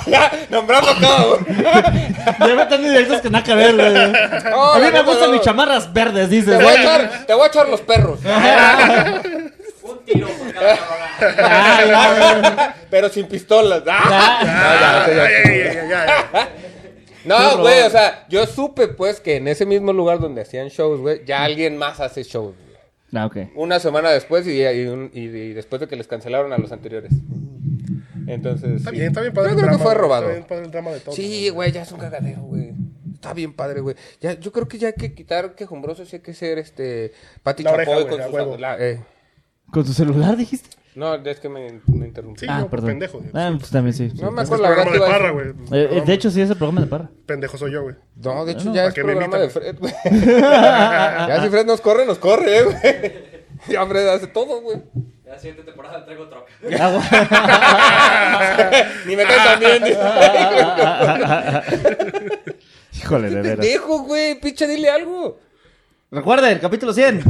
Speaker 1: ya, nombramos todo.
Speaker 3: Debe tener directos que nada que ver, güey.
Speaker 1: No,
Speaker 3: a mí
Speaker 1: no,
Speaker 3: me
Speaker 1: no,
Speaker 3: gustan
Speaker 1: no.
Speaker 3: mis chamarras verdes, dices.
Speaker 1: Te voy, a
Speaker 3: güey.
Speaker 1: echar, te voy a echar los perros.
Speaker 5: Un tiro por cada cabrón.
Speaker 3: Ah, ya, güey.
Speaker 1: Pero sin pistolas. Ah.
Speaker 2: Ah,
Speaker 1: Ah, ya,
Speaker 2: ay,
Speaker 1: ya,
Speaker 2: ay, ay, ay, ay.
Speaker 1: No,
Speaker 3: horror.
Speaker 1: güey, o sea, yo supe pues que en ese mismo lugar donde hacían shows, güey, ya alguien más hace shows. güey.
Speaker 3: Ah, ok.
Speaker 1: Una semana después y, y un- y- y después de que les cancelaron a los anteriores. Entonces.
Speaker 2: Está
Speaker 1: sí.
Speaker 2: bien, está bien padre
Speaker 1: Yo
Speaker 2: el
Speaker 1: creo
Speaker 2: drama.
Speaker 1: que fue robado.
Speaker 2: Está bien padre el drama de todo.
Speaker 1: Sí, güey, ya es un cagadero, güey. Está bien padre, güey. Ya, yo creo que ya hay que quitar quejumbrosos y hay que ser este Pati
Speaker 2: La oreja,
Speaker 1: Chapoy
Speaker 2: güey,
Speaker 1: con
Speaker 2: a
Speaker 1: sus
Speaker 2: huevo.
Speaker 1: la- eh.
Speaker 3: ¿Con tu celular dijiste?
Speaker 1: No, es que me, me interrumpí.
Speaker 2: Sí,
Speaker 3: ah,
Speaker 2: yo,
Speaker 3: perdón.
Speaker 2: pendejo. güey.
Speaker 3: Ah, pues también sí. sí.
Speaker 1: no me
Speaker 2: Este es
Speaker 1: acuerdo la verdad.
Speaker 2: programa de
Speaker 1: que iba a
Speaker 2: parra,
Speaker 1: decir-
Speaker 2: güey.
Speaker 3: Eh, eh, de hecho, sí, es el programa de Parra.
Speaker 2: Pendejo soy yo, güey.
Speaker 1: No, de hecho
Speaker 3: No,
Speaker 1: ya
Speaker 2: para
Speaker 1: es
Speaker 2: que me
Speaker 1: programa de
Speaker 2: invitan.
Speaker 1: Fred, güey. ya si Fred nos corre, nos corre, eh, güey. Ya Fred hace todo, güey.
Speaker 5: La siguiente temporada traigo troca.
Speaker 3: Ah, güey.
Speaker 1: Ni me cae tan bien.
Speaker 3: Híjole, Ah, de veras.
Speaker 1: Pendejo, güey. Picha, dile algo.
Speaker 3: Recuerden, capítulo 100.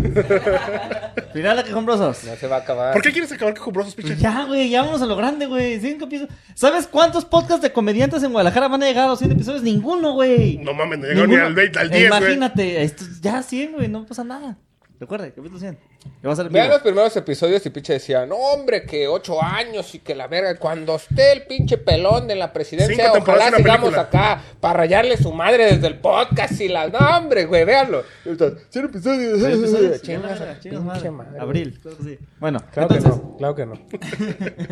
Speaker 3: Final de quejumbrosos.
Speaker 1: No se va a acabar.
Speaker 2: ¿Por qué quieres acabar con cumbrosos,
Speaker 3: Pues
Speaker 2: pinche?
Speaker 3: ya, güey, ya vámonos a lo grande, güey. 100 capítulos. ¿Sabes cuántos podcasts de comediantes en Guadalajara van a llegar a los 100 episodios? Ninguno, güey.
Speaker 2: No mames, no llegó ni
Speaker 3: Ninguno.
Speaker 2: al 20, al 10, güey.
Speaker 3: Imagínate, esto es ya 100, güey, no pasa nada. Recuerda, capítulo 100. Ya va a ser en
Speaker 1: Vean
Speaker 3: vivo.
Speaker 1: los primeros episodios y pinche decía, no hombre, que ocho años y que la verga, cuando esté el pinche pelón de la presidencia,
Speaker 2: Cinco temporadas
Speaker 1: ojalá
Speaker 2: y una
Speaker 1: sigamos
Speaker 2: película".
Speaker 1: acá para rayarle su madre desde el podcast y la... No hombre, güey, véanlo. Y entonces, Cien episodios.
Speaker 3: Tres episodios,
Speaker 1: Chingas
Speaker 3: ya,
Speaker 1: a tu
Speaker 3: chingas
Speaker 1: pinche
Speaker 3: madre.
Speaker 1: madre.
Speaker 3: Abril, claro que sí. Bueno,
Speaker 1: Claro
Speaker 3: entonces, Eh.
Speaker 1: que no, claro que no.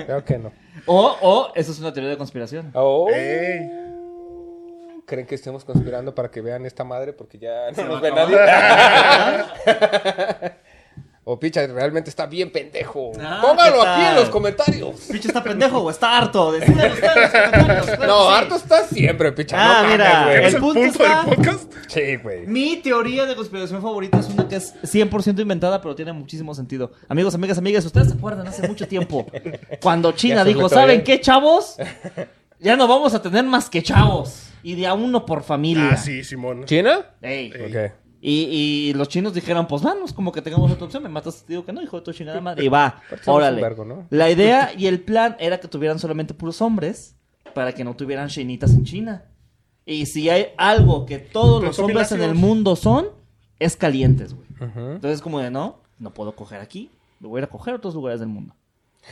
Speaker 1: claro que no.
Speaker 3: o, o, eso es una teoría de conspiración.
Speaker 1: Oh,
Speaker 2: Ey.
Speaker 1: ¿Creen que estemos conspirando para que vean esta madre? Porque ya no
Speaker 5: va
Speaker 1: nos
Speaker 5: a
Speaker 1: ve nadie. o picha, realmente está bien pendejo.
Speaker 3: Ah,
Speaker 1: Póngalo
Speaker 3: ¿qué
Speaker 1: aquí en
Speaker 3: tal?
Speaker 1: los comentarios.
Speaker 3: Picho está pendejo o está harto. Decídalo ustedes en los comentarios, claro
Speaker 1: No,
Speaker 3: que sí.
Speaker 1: harto está siempre, picha.
Speaker 3: Ah,
Speaker 1: no mames,
Speaker 3: mira.
Speaker 1: güey.
Speaker 2: ¿Ese ¿Es el
Speaker 3: El
Speaker 2: punto
Speaker 3: punto
Speaker 2: del
Speaker 3: está-
Speaker 2: podcast?
Speaker 1: Sí, güey.
Speaker 3: Mi teoría de conspiración favorita es una que es 100% inventada, pero tiene muchísimo sentido. Amigos, amigas, amigas, ustedes se acuerdan hace mucho tiempo cuando
Speaker 1: Ya se
Speaker 3: China
Speaker 1: me
Speaker 3: dijo,
Speaker 1: todavía-
Speaker 3: ¿saben qué, chavos? Ya no vamos a tener más que chavos. Y de a uno por familia.
Speaker 2: Ah, sí, Simón.
Speaker 1: ¿China?
Speaker 3: Ey.
Speaker 2: Ey.
Speaker 1: Ok.
Speaker 3: Y, y los chinos dijeron, pues vamos, como que tengamos otra opción. Me matas, te digo que no, hijo de tu chingada madre. Y va,
Speaker 1: Somos un
Speaker 3: órale.
Speaker 1: vergo, ¿no?
Speaker 3: La idea y el plan era que tuvieran solamente puros hombres para que no tuvieran chinitas en China. Y si hay algo que todos
Speaker 2: Pero
Speaker 3: los
Speaker 2: son
Speaker 3: hombres en el
Speaker 2: biláceos.
Speaker 3: mundo son, es calientes, güey.
Speaker 1: Ujú.
Speaker 3: Entonces, como de no, no puedo coger aquí, me voy a ir a coger a otros lugares del mundo.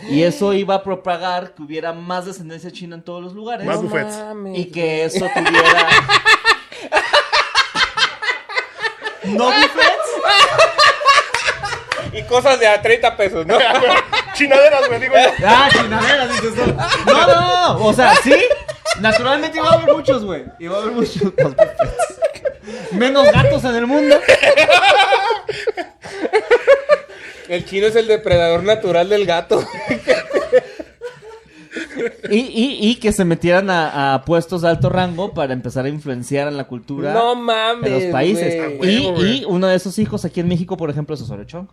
Speaker 2: ¡Eh!
Speaker 3: Y eso iba a propagar que hubiera más descendencia china en todos los lugares.
Speaker 2: Más
Speaker 1: No
Speaker 2: buffets.
Speaker 1: mames.
Speaker 3: Y que eso tuviera. ¿No buffets?
Speaker 1: Y cosas de a 30 pesos, ¿no?
Speaker 2: Ah, Chinaderas, güey, digo yo.
Speaker 3: Ah, chingaderas, dices tú. No, no, no. O sea, sí. Naturalmente iba a haber muchos, güey. Iba a haber muchos. Menos gatos en el mundo.
Speaker 1: El chino es el depredador natural del gato.
Speaker 3: Y, y, y que se metieran a, a puestos de alto rango para empezar a influenciar en la cultura.
Speaker 1: No mames,
Speaker 3: En los países.
Speaker 1: güey.
Speaker 3: Y,
Speaker 2: A huevo,
Speaker 3: y uno de esos hijos aquí en México, por ejemplo, es Osorio Chong.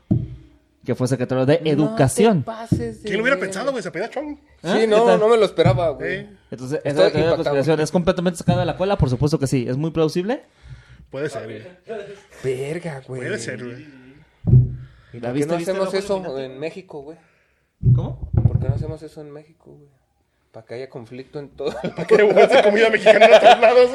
Speaker 3: Que fue secretario de
Speaker 1: No
Speaker 3: Educación.
Speaker 1: te pases de
Speaker 2: ¿Quién lo hubiera
Speaker 1: verga.
Speaker 2: pensado, güey? Se pedía chong.
Speaker 3: ¿Ah?
Speaker 1: Sí,
Speaker 3: ¿Qué
Speaker 1: no,
Speaker 3: tal?
Speaker 1: no me lo esperaba, güey.
Speaker 2: Eh,
Speaker 3: Entonces, esa
Speaker 1: Estoy
Speaker 3: teoría de la
Speaker 1: impactado.
Speaker 3: conspiración es completamente sacada de la cola, por supuesto que sí. Es muy plausible.
Speaker 2: Puede ser, güey.
Speaker 1: Verga, güey.
Speaker 2: Puede ser, güey.
Speaker 1: ¿Y
Speaker 3: ¿La
Speaker 1: ¿Por qué
Speaker 3: viste,
Speaker 1: no
Speaker 3: viste
Speaker 1: hacemos
Speaker 3: el ojo
Speaker 1: eso
Speaker 3: iluminante?
Speaker 1: en México, güey?
Speaker 3: ¿Cómo?
Speaker 1: ¿Por qué no hacemos eso en México, güey? Para que haya conflicto en todo.
Speaker 2: Que bolsa de comida mexicana en otros lados.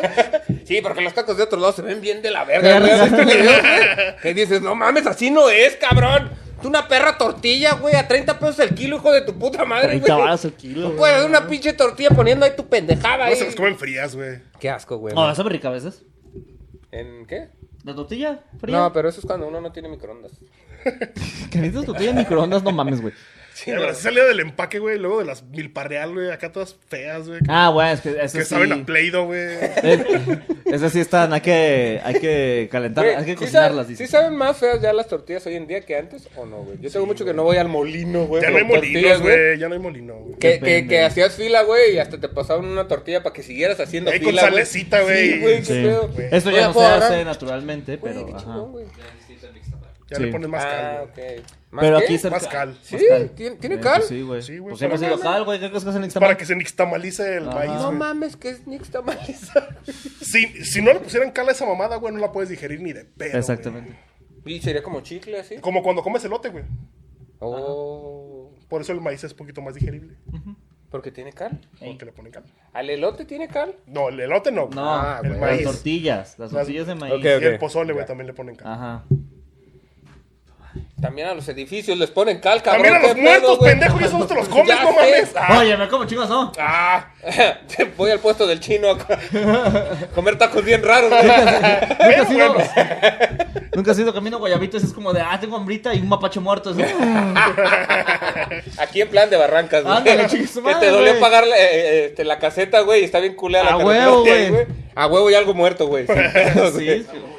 Speaker 1: sí, porque los tacos de otros lados se ven bien de la verga, güey. ¿Has visto videos, güey? Que dices, no mames, así no es, cabrón. Tú una perra tortilla, güey, a 30 pesos el kilo, hijo de tu puta madre,
Speaker 3: 30
Speaker 1: güey.
Speaker 3: balas el kilo.
Speaker 1: No
Speaker 3: güey.
Speaker 1: puedes dar una pinche tortilla poniendo ahí tu pendejada,
Speaker 2: No se
Speaker 1: ahí.
Speaker 2: las comen frías, güey.
Speaker 1: Qué asco, güey.
Speaker 3: No, sabe rica a veces.
Speaker 1: ¿En qué?
Speaker 3: ¿La tortilla fría?
Speaker 1: No, pero eso es cuando uno no tiene microondas.
Speaker 3: Que necesitas tortilla en microondas, no mames, güey.
Speaker 2: Sí, Eh, pero así salía del empaque, güey. Luego de las milparreal, güey. Acá todas feas, güey. Que,
Speaker 3: Ah, güey, es que eso
Speaker 2: que
Speaker 3: sí.
Speaker 2: saben a Play-Doh, güey.
Speaker 3: Eh, Esas sí están, hay que, hay que calentarlas, hay que
Speaker 1: Güey, ¿sí
Speaker 3: cocinarlas.
Speaker 1: saben-
Speaker 3: dice.
Speaker 1: ¿Sí saben más feas ya las tortillas hoy en día que antes o no, güey? Yo tengo mucho que no voy al molino, güey.
Speaker 2: Ya no hay
Speaker 1: por
Speaker 2: molinos,
Speaker 1: tortillas,
Speaker 2: güey. Ya no hay molino, güey.
Speaker 1: Que, que,
Speaker 3: Depende.
Speaker 1: que hacías fila, güey, y hasta te pasaban una tortilla para que siguieras haciendo
Speaker 2: Ahí Eh, con
Speaker 1: fila, güey.
Speaker 2: salecita, güey.
Speaker 1: Sí, güey, qué
Speaker 3: Sí.
Speaker 1: pedo.
Speaker 3: Esto
Speaker 1: Oye,
Speaker 3: ya no se
Speaker 1: ¿puedo agarrar?
Speaker 3: hace naturalmente,
Speaker 1: Güey,
Speaker 3: pero.
Speaker 1: qué
Speaker 3: ajá.
Speaker 1: chingón, güey.
Speaker 5: Ya existe en Mixtapal.
Speaker 2: Ya
Speaker 3: Sí.
Speaker 2: le pones más
Speaker 1: Ah,
Speaker 2: cal,
Speaker 1: ok.
Speaker 2: güey.
Speaker 1: ¿Más
Speaker 3: Pero
Speaker 1: qué?
Speaker 3: aquí se.
Speaker 2: Más cal.
Speaker 1: Sí,
Speaker 3: Más cal.
Speaker 1: ¿tiene- tiene
Speaker 3: Eh,
Speaker 1: cal?
Speaker 3: pues Sí, güey.
Speaker 2: Sí, güey,
Speaker 3: Pues
Speaker 2: pero
Speaker 3: hemos
Speaker 2: no
Speaker 3: ido
Speaker 1: mames.
Speaker 3: cal, güey. ¿Qué crees que hacen en
Speaker 2: Para
Speaker 3: Ixtamal?
Speaker 2: que se nixtamalice el
Speaker 3: Ajá.
Speaker 2: maíz,
Speaker 1: No
Speaker 2: güey.
Speaker 1: mames, que es Nick Tamales.
Speaker 2: Si, si no le pusieran cal a esa mamada, güey, no la puedes digerir ni de pedo.
Speaker 3: Exactamente.
Speaker 1: y sería como chicle, así.
Speaker 2: güey. Como cuando comes elote, güey.
Speaker 1: Oh,
Speaker 2: Por eso el maíz es poquito más digerible.
Speaker 1: porque tiene cal.
Speaker 2: Porque le ponen cal.
Speaker 1: ¿Al elote tiene cal?
Speaker 2: No, el elote no. güey.
Speaker 3: No,
Speaker 1: Ah,
Speaker 2: el
Speaker 1: güey.
Speaker 3: las
Speaker 2: maíz.
Speaker 3: tortillas. Las
Speaker 2: Las-
Speaker 3: tortillas de maíz.
Speaker 1: Ok, Ah.
Speaker 2: Y el pozole, güey, también le ponen cal.
Speaker 3: Ajá.
Speaker 1: También a los edificios les ponen cal, cabrón.
Speaker 2: También a los
Speaker 1: ¿qué
Speaker 2: muertos,
Speaker 1: pedo, güey?
Speaker 2: pendejo, y eso no te los comes,
Speaker 1: Ya
Speaker 2: no
Speaker 1: sé.
Speaker 2: mames. Ah,
Speaker 3: Oye, me como chicos, no.
Speaker 2: ah,
Speaker 1: Voy al puesto del chino a co- comer tacos bien raros. güey.
Speaker 3: Nunca ha sido.
Speaker 2: bueno.
Speaker 3: Nunca ha sido camino guayabitos. Es como de, ah, tengo hambrita y un mapache muerto. "Ah, así.
Speaker 1: Ah, Aquí en plan de barrancas, güey.
Speaker 3: Ándale, chingue
Speaker 1: Que
Speaker 3: su madre,
Speaker 1: te dolió
Speaker 3: güey.
Speaker 1: pagar la, eh, eh, este, la caseta, güey, y está bien culea la
Speaker 3: A
Speaker 1: carretera
Speaker 3: huevo,
Speaker 1: que hay,
Speaker 3: güey.
Speaker 1: A huevo y algo muerto, güey. sin pedos,
Speaker 3: Sí,
Speaker 1: güey.
Speaker 3: es que-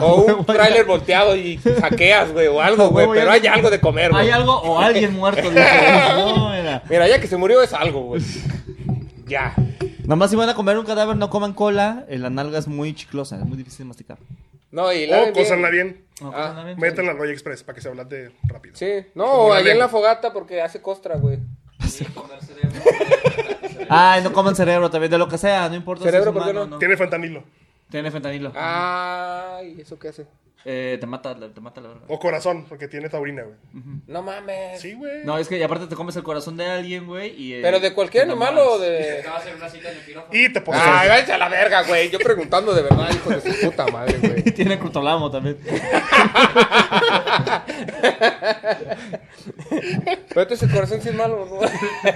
Speaker 1: O un tráiler volteado y saqueas, güey, o
Speaker 3: A
Speaker 1: algo, güey.
Speaker 3: huevo y
Speaker 1: Pero
Speaker 3: algo-
Speaker 1: hay algo de comer,
Speaker 3: Hay
Speaker 1: güey.
Speaker 3: algo o alguien muerto. dice. No, mira.
Speaker 1: Mira, ya que se murió es algo, güey. Ya.
Speaker 3: Nada más si van a comer un cadáver, no coman cola. eh, La nalga es muy chiclosa, es muy difícil de masticar.
Speaker 1: No, y la.
Speaker 2: o cosanla bien.
Speaker 3: No,
Speaker 1: Ah,
Speaker 3: coman bien.
Speaker 2: Métanla al Roy Express para que se ablande rápido.
Speaker 1: Sí, no, o allá en la fogata porque hace costra, güey.
Speaker 5: Sí, comer cerebro. Cerebro.
Speaker 3: Ay, no coman cerebro también, de lo que sea, no importa.
Speaker 1: Cerebro,
Speaker 3: si es
Speaker 1: ¿por qué Ah.
Speaker 3: humano
Speaker 1: no?
Speaker 3: o
Speaker 2: Tiene fentanilo.
Speaker 3: Tiene fentanilo.
Speaker 1: Ay, ¿eso qué hace?
Speaker 3: Eh, te mata, la- te mata la verdad.
Speaker 2: O corazón, porque tiene taurina, güey.
Speaker 1: No mames.
Speaker 2: Sí, güey.
Speaker 3: No, es que y aparte te comes el corazón de alguien, güey. y, eh,
Speaker 1: Pero de cualquier
Speaker 3: te
Speaker 1: animal
Speaker 3: enamoras.
Speaker 1: o de.
Speaker 5: Acabas de hacer una cita en el quirófano.
Speaker 2: Y te pones.
Speaker 1: Ah, váyanse a la verga, güey. Yo preguntando de verdad, hijo de su puta madre, güey.
Speaker 3: Tiene crutolamo también.
Speaker 1: Pero entonces el corazón sí es malo, ¿no?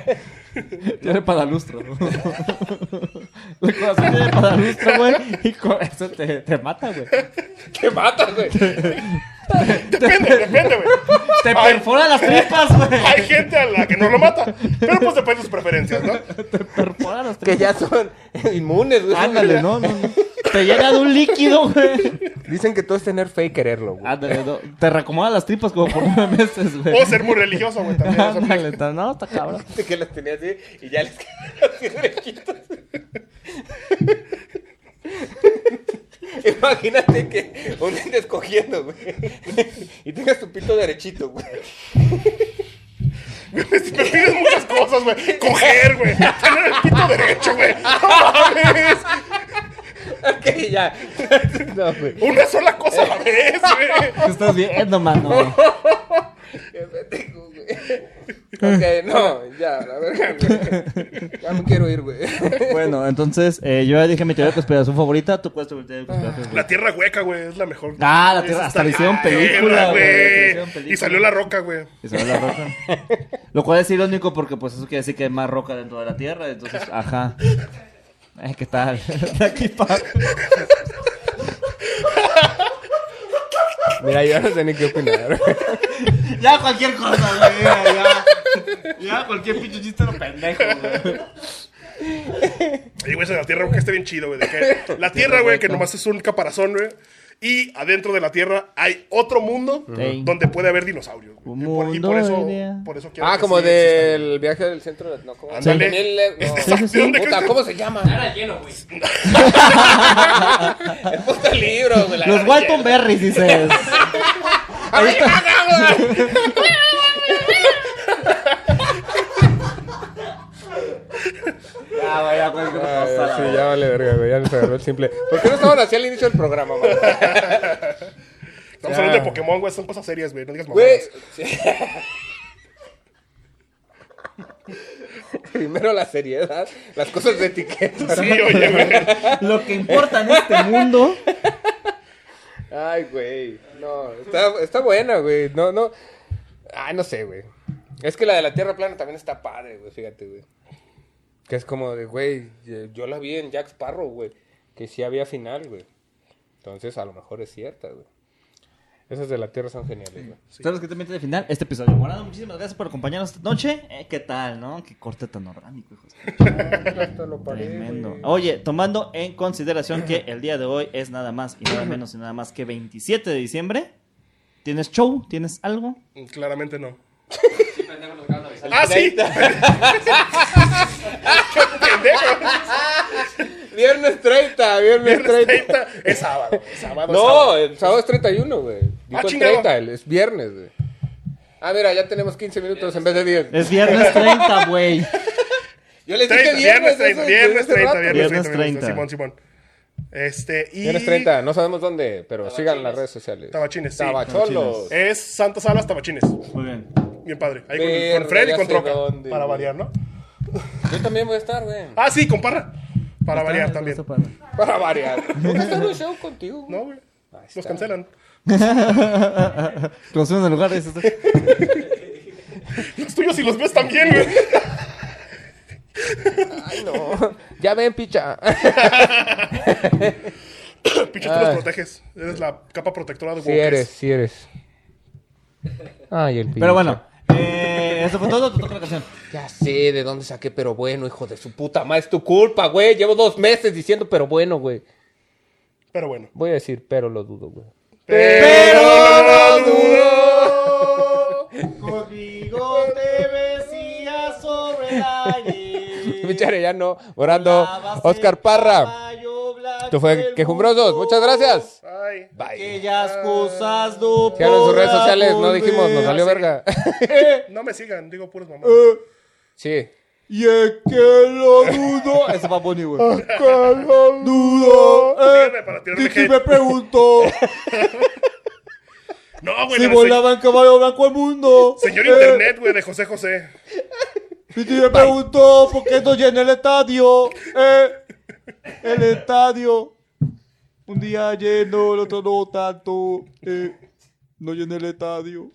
Speaker 3: Tiene padalustro. ¿no? el corazón tiene padalustro, güey. Y con eso te, te mata, güey.
Speaker 1: Te mata, güey.
Speaker 2: depende, depende, güey.
Speaker 3: Te
Speaker 2: Ay.
Speaker 3: perfora las tripas, güey.
Speaker 2: Hay gente a la que no lo mata. Pero pues depende de sus preferencias, ¿no?
Speaker 3: Te perfora las tripas.
Speaker 1: Que ya son inmunes, güey.
Speaker 3: Ándale, no, no, no. Te llena de un líquido, güey.
Speaker 1: Dicen que todo es tener fe y quererlo, güey.
Speaker 3: Ándale, no. Te reacomoda las tripas como por nueve meses, güey.
Speaker 2: O ser muy religioso, güey, también. o sea,
Speaker 3: Ándale, ta- no, está cabrón.
Speaker 1: Dice que las tenía así y ya les quedaron así requitos. Imagínate que un día te escogiendo, güey. Y tengas tu pito derechito, güey.
Speaker 2: Me pides muchas cosas, güey. Coger, güey. Tener el pito derecho, güey. No mames.
Speaker 1: Ok, ya. No, güey.
Speaker 2: Una sola cosa a la vez, güey.
Speaker 3: ¿Qué estás viendo, mano?
Speaker 1: Qué pendejo, güey. Ok, no, ya, la verga, güey. Ya me quiero ir, güey.
Speaker 3: Bueno, entonces, eh, yo ya dije mi teoría de conspiración favorita. ¿Tú cuál es tu teoría de
Speaker 1: Ah.
Speaker 3: conspiración favorita?
Speaker 2: La tierra hueca, güey, es la mejor.
Speaker 3: Ah, la
Speaker 2: Es
Speaker 3: tierra.
Speaker 2: esta-
Speaker 3: Hasta le hicieron
Speaker 2: Ah,
Speaker 3: película,
Speaker 2: tierra,
Speaker 3: güey. le hicieron
Speaker 2: güey.
Speaker 3: película.
Speaker 2: Y salió la roca, güey.
Speaker 3: Y salió la roca. Lo cual es irónico porque, pues, eso quiere decir que hay más roca dentro de la tierra. Entonces, ajá. Eh, ¿Qué tal? De aquí para.
Speaker 1: Mira, yo no sé ni qué opinar.
Speaker 3: Ya cualquier cosa, güey. Ya, ya. Ya, cualquier pinche chiste lo pendejo, güey.
Speaker 2: Y, güey, se la tierra, güey, que esté bien chido, güey. de que la tierra, güey, que nomás es un caparazón, güey. Y adentro de la tierra hay otro mundo
Speaker 3: Ey.
Speaker 2: donde puede haber dinosaurios. güey.
Speaker 3: Un
Speaker 2: y por, y
Speaker 3: mundo
Speaker 2: por
Speaker 3: de idea.
Speaker 2: eso, por eso quiero
Speaker 1: Ah,
Speaker 2: que
Speaker 1: como
Speaker 2: sí
Speaker 1: del viaje del centro de... No, ¿cómo?
Speaker 2: Ándale.
Speaker 1: Mil, eh, no.
Speaker 2: existan.
Speaker 3: Sí, sí, sí.
Speaker 2: ¿De dónde crees
Speaker 1: Puta,
Speaker 2: que-
Speaker 1: ¿cómo se llama?
Speaker 5: Era lleno, güey.
Speaker 1: El puto libro, güey. la
Speaker 3: Los
Speaker 1: gran
Speaker 3: Walton
Speaker 1: mierda.
Speaker 3: Berries, dices.
Speaker 1: Ahorita.
Speaker 3: Ya, güey, ya, güey, que no pasa,
Speaker 1: Ah, sí,
Speaker 3: güey.
Speaker 1: ya vale verga, güey. Ya nos agarró el simple. ¿Por qué no estaban así al inicio del programa, mano?
Speaker 2: Estamos
Speaker 1: Ya.
Speaker 2: hablando de Pokémon, güey. Son cosas serias, güey. No digas
Speaker 1: Güey.
Speaker 2: mamadas.
Speaker 1: Primero la seriedad, las cosas de etiqueta.
Speaker 2: Sí, oye, güey.
Speaker 3: Lo que importa en este mundo.
Speaker 1: Ay, güey. No, está, está buena, güey. No, no. Ay, no sé, güey. Es que la de la Tierra plana también está padre, güey. Fíjate, güey. Que es como de, güey, eh, yo la vi en Jack Sparrow, güey. Que sí había final, güey. Entonces, a lo mejor es cierta, güey. Esas de la Tierra son geniales, güey.
Speaker 3: ¿Sabes qué también tiene final? Este episodio. Morado, muchísimas gracias por acompañarnos esta noche. Eh, ¿Qué tal, no? Qué corte tan orgánico, hijos.
Speaker 1: Hasta lo paré,
Speaker 3: Tremendo.
Speaker 1: güey.
Speaker 3: Oye, tomando en consideración que el día de hoy es nada más y nada menos y nada más que 27 de diciembre. ¿Tienes show? ¿Tienes algo?
Speaker 2: Claramente no.
Speaker 5: Sí, pendejo, nos acaban de avisar.
Speaker 2: ¡Ah, sí!
Speaker 1: Viernes 30, viernes, 30.
Speaker 2: Es sábado, güey. Sábado, es
Speaker 1: No,
Speaker 2: sábado.
Speaker 1: el sábado es 31, güey. Dijo
Speaker 2: Ah,
Speaker 1: el
Speaker 2: chingado.
Speaker 1: 30, el- es viernes, güey. Ah, mira, ya tenemos 15 minutos en vez de 10.
Speaker 3: Es viernes 30, güey.
Speaker 1: Yo les
Speaker 2: 30,
Speaker 1: dije
Speaker 2: viernes
Speaker 1: viernes,
Speaker 2: 30,
Speaker 1: eso,
Speaker 2: viernes
Speaker 1: desde hace
Speaker 2: 30,
Speaker 1: rato.
Speaker 2: viernes 30, viernes
Speaker 3: Viernes 30.
Speaker 2: 30. Simón, Simón. Este, y...
Speaker 1: Viernes 30, no sabemos dónde, pero
Speaker 5: Tabachines.
Speaker 1: sigan las redes sociales.
Speaker 2: Tabachines, sí.
Speaker 1: Tabacholos.
Speaker 2: Es Santa Salas Tabachines.
Speaker 3: Muy bien.
Speaker 2: Bien padre. Ahí
Speaker 1: Verga,
Speaker 2: con, con Fred y
Speaker 1: ya
Speaker 2: con
Speaker 1: sé
Speaker 2: Troca.
Speaker 1: dónde,
Speaker 2: para
Speaker 1: güey.
Speaker 2: variar, ¿no?
Speaker 1: Yo también voy a estar, güey.
Speaker 2: Ah, sí, con Parra. Para variar también.
Speaker 1: Para variar. Nunca he estado en un show contigo, güey.
Speaker 2: No, güey.
Speaker 1: Ahí está.
Speaker 2: Los cancelan.
Speaker 3: Los suben de lugares.
Speaker 2: Los tuyos y los míos también, güey.
Speaker 1: Ay, no. Ya ven, picha.
Speaker 2: Pinche, tú los
Speaker 1: Ay.
Speaker 2: proteges. Eres la capa protectora de
Speaker 1: Sí
Speaker 2: Wokers.
Speaker 1: eres, sí eres. Ay, el picha.
Speaker 3: Pero bueno, eh, eso fue todo. Te toca la canción.
Speaker 1: Ya sé de dónde saqué, pero bueno, hijo de su puta madre, es tu culpa, güey. Llevo dos meses diciendo, pero bueno, güey.
Speaker 2: Pero bueno.
Speaker 1: Voy a decir, pero lo dudo, güey.
Speaker 2: Pero
Speaker 1: no
Speaker 3: Conmigo te besías sobre la aire.
Speaker 1: Mi charellano, orando. Oscar Parra. Esto fue Quejumbrosos. Muchas gracias.
Speaker 2: Ay.
Speaker 1: Bye.
Speaker 3: Aquellas cosas no
Speaker 1: Síganos en sus redes
Speaker 3: podrá
Speaker 1: sociales, no dijimos, nos
Speaker 3: volver.
Speaker 1: valió verga.
Speaker 2: No me sigan, digo puros mamás.
Speaker 1: Sí.
Speaker 3: Y es que lo dudo. Eso va Bonnie, güey. Dudo. eh,
Speaker 2: Síganme para tirarme
Speaker 3: Titi
Speaker 2: hate.
Speaker 3: me preguntó
Speaker 2: No, güey.
Speaker 3: si
Speaker 2: la se-
Speaker 3: volaba en caballo blanco el mundo.
Speaker 2: Señor
Speaker 3: Eh,
Speaker 2: Internet, güey, de José José.
Speaker 3: Titi me preguntó por qué no llena el estadio. Eh, el estadio. Un día lleno, el otro no tanto. Eh, no llena el estadio.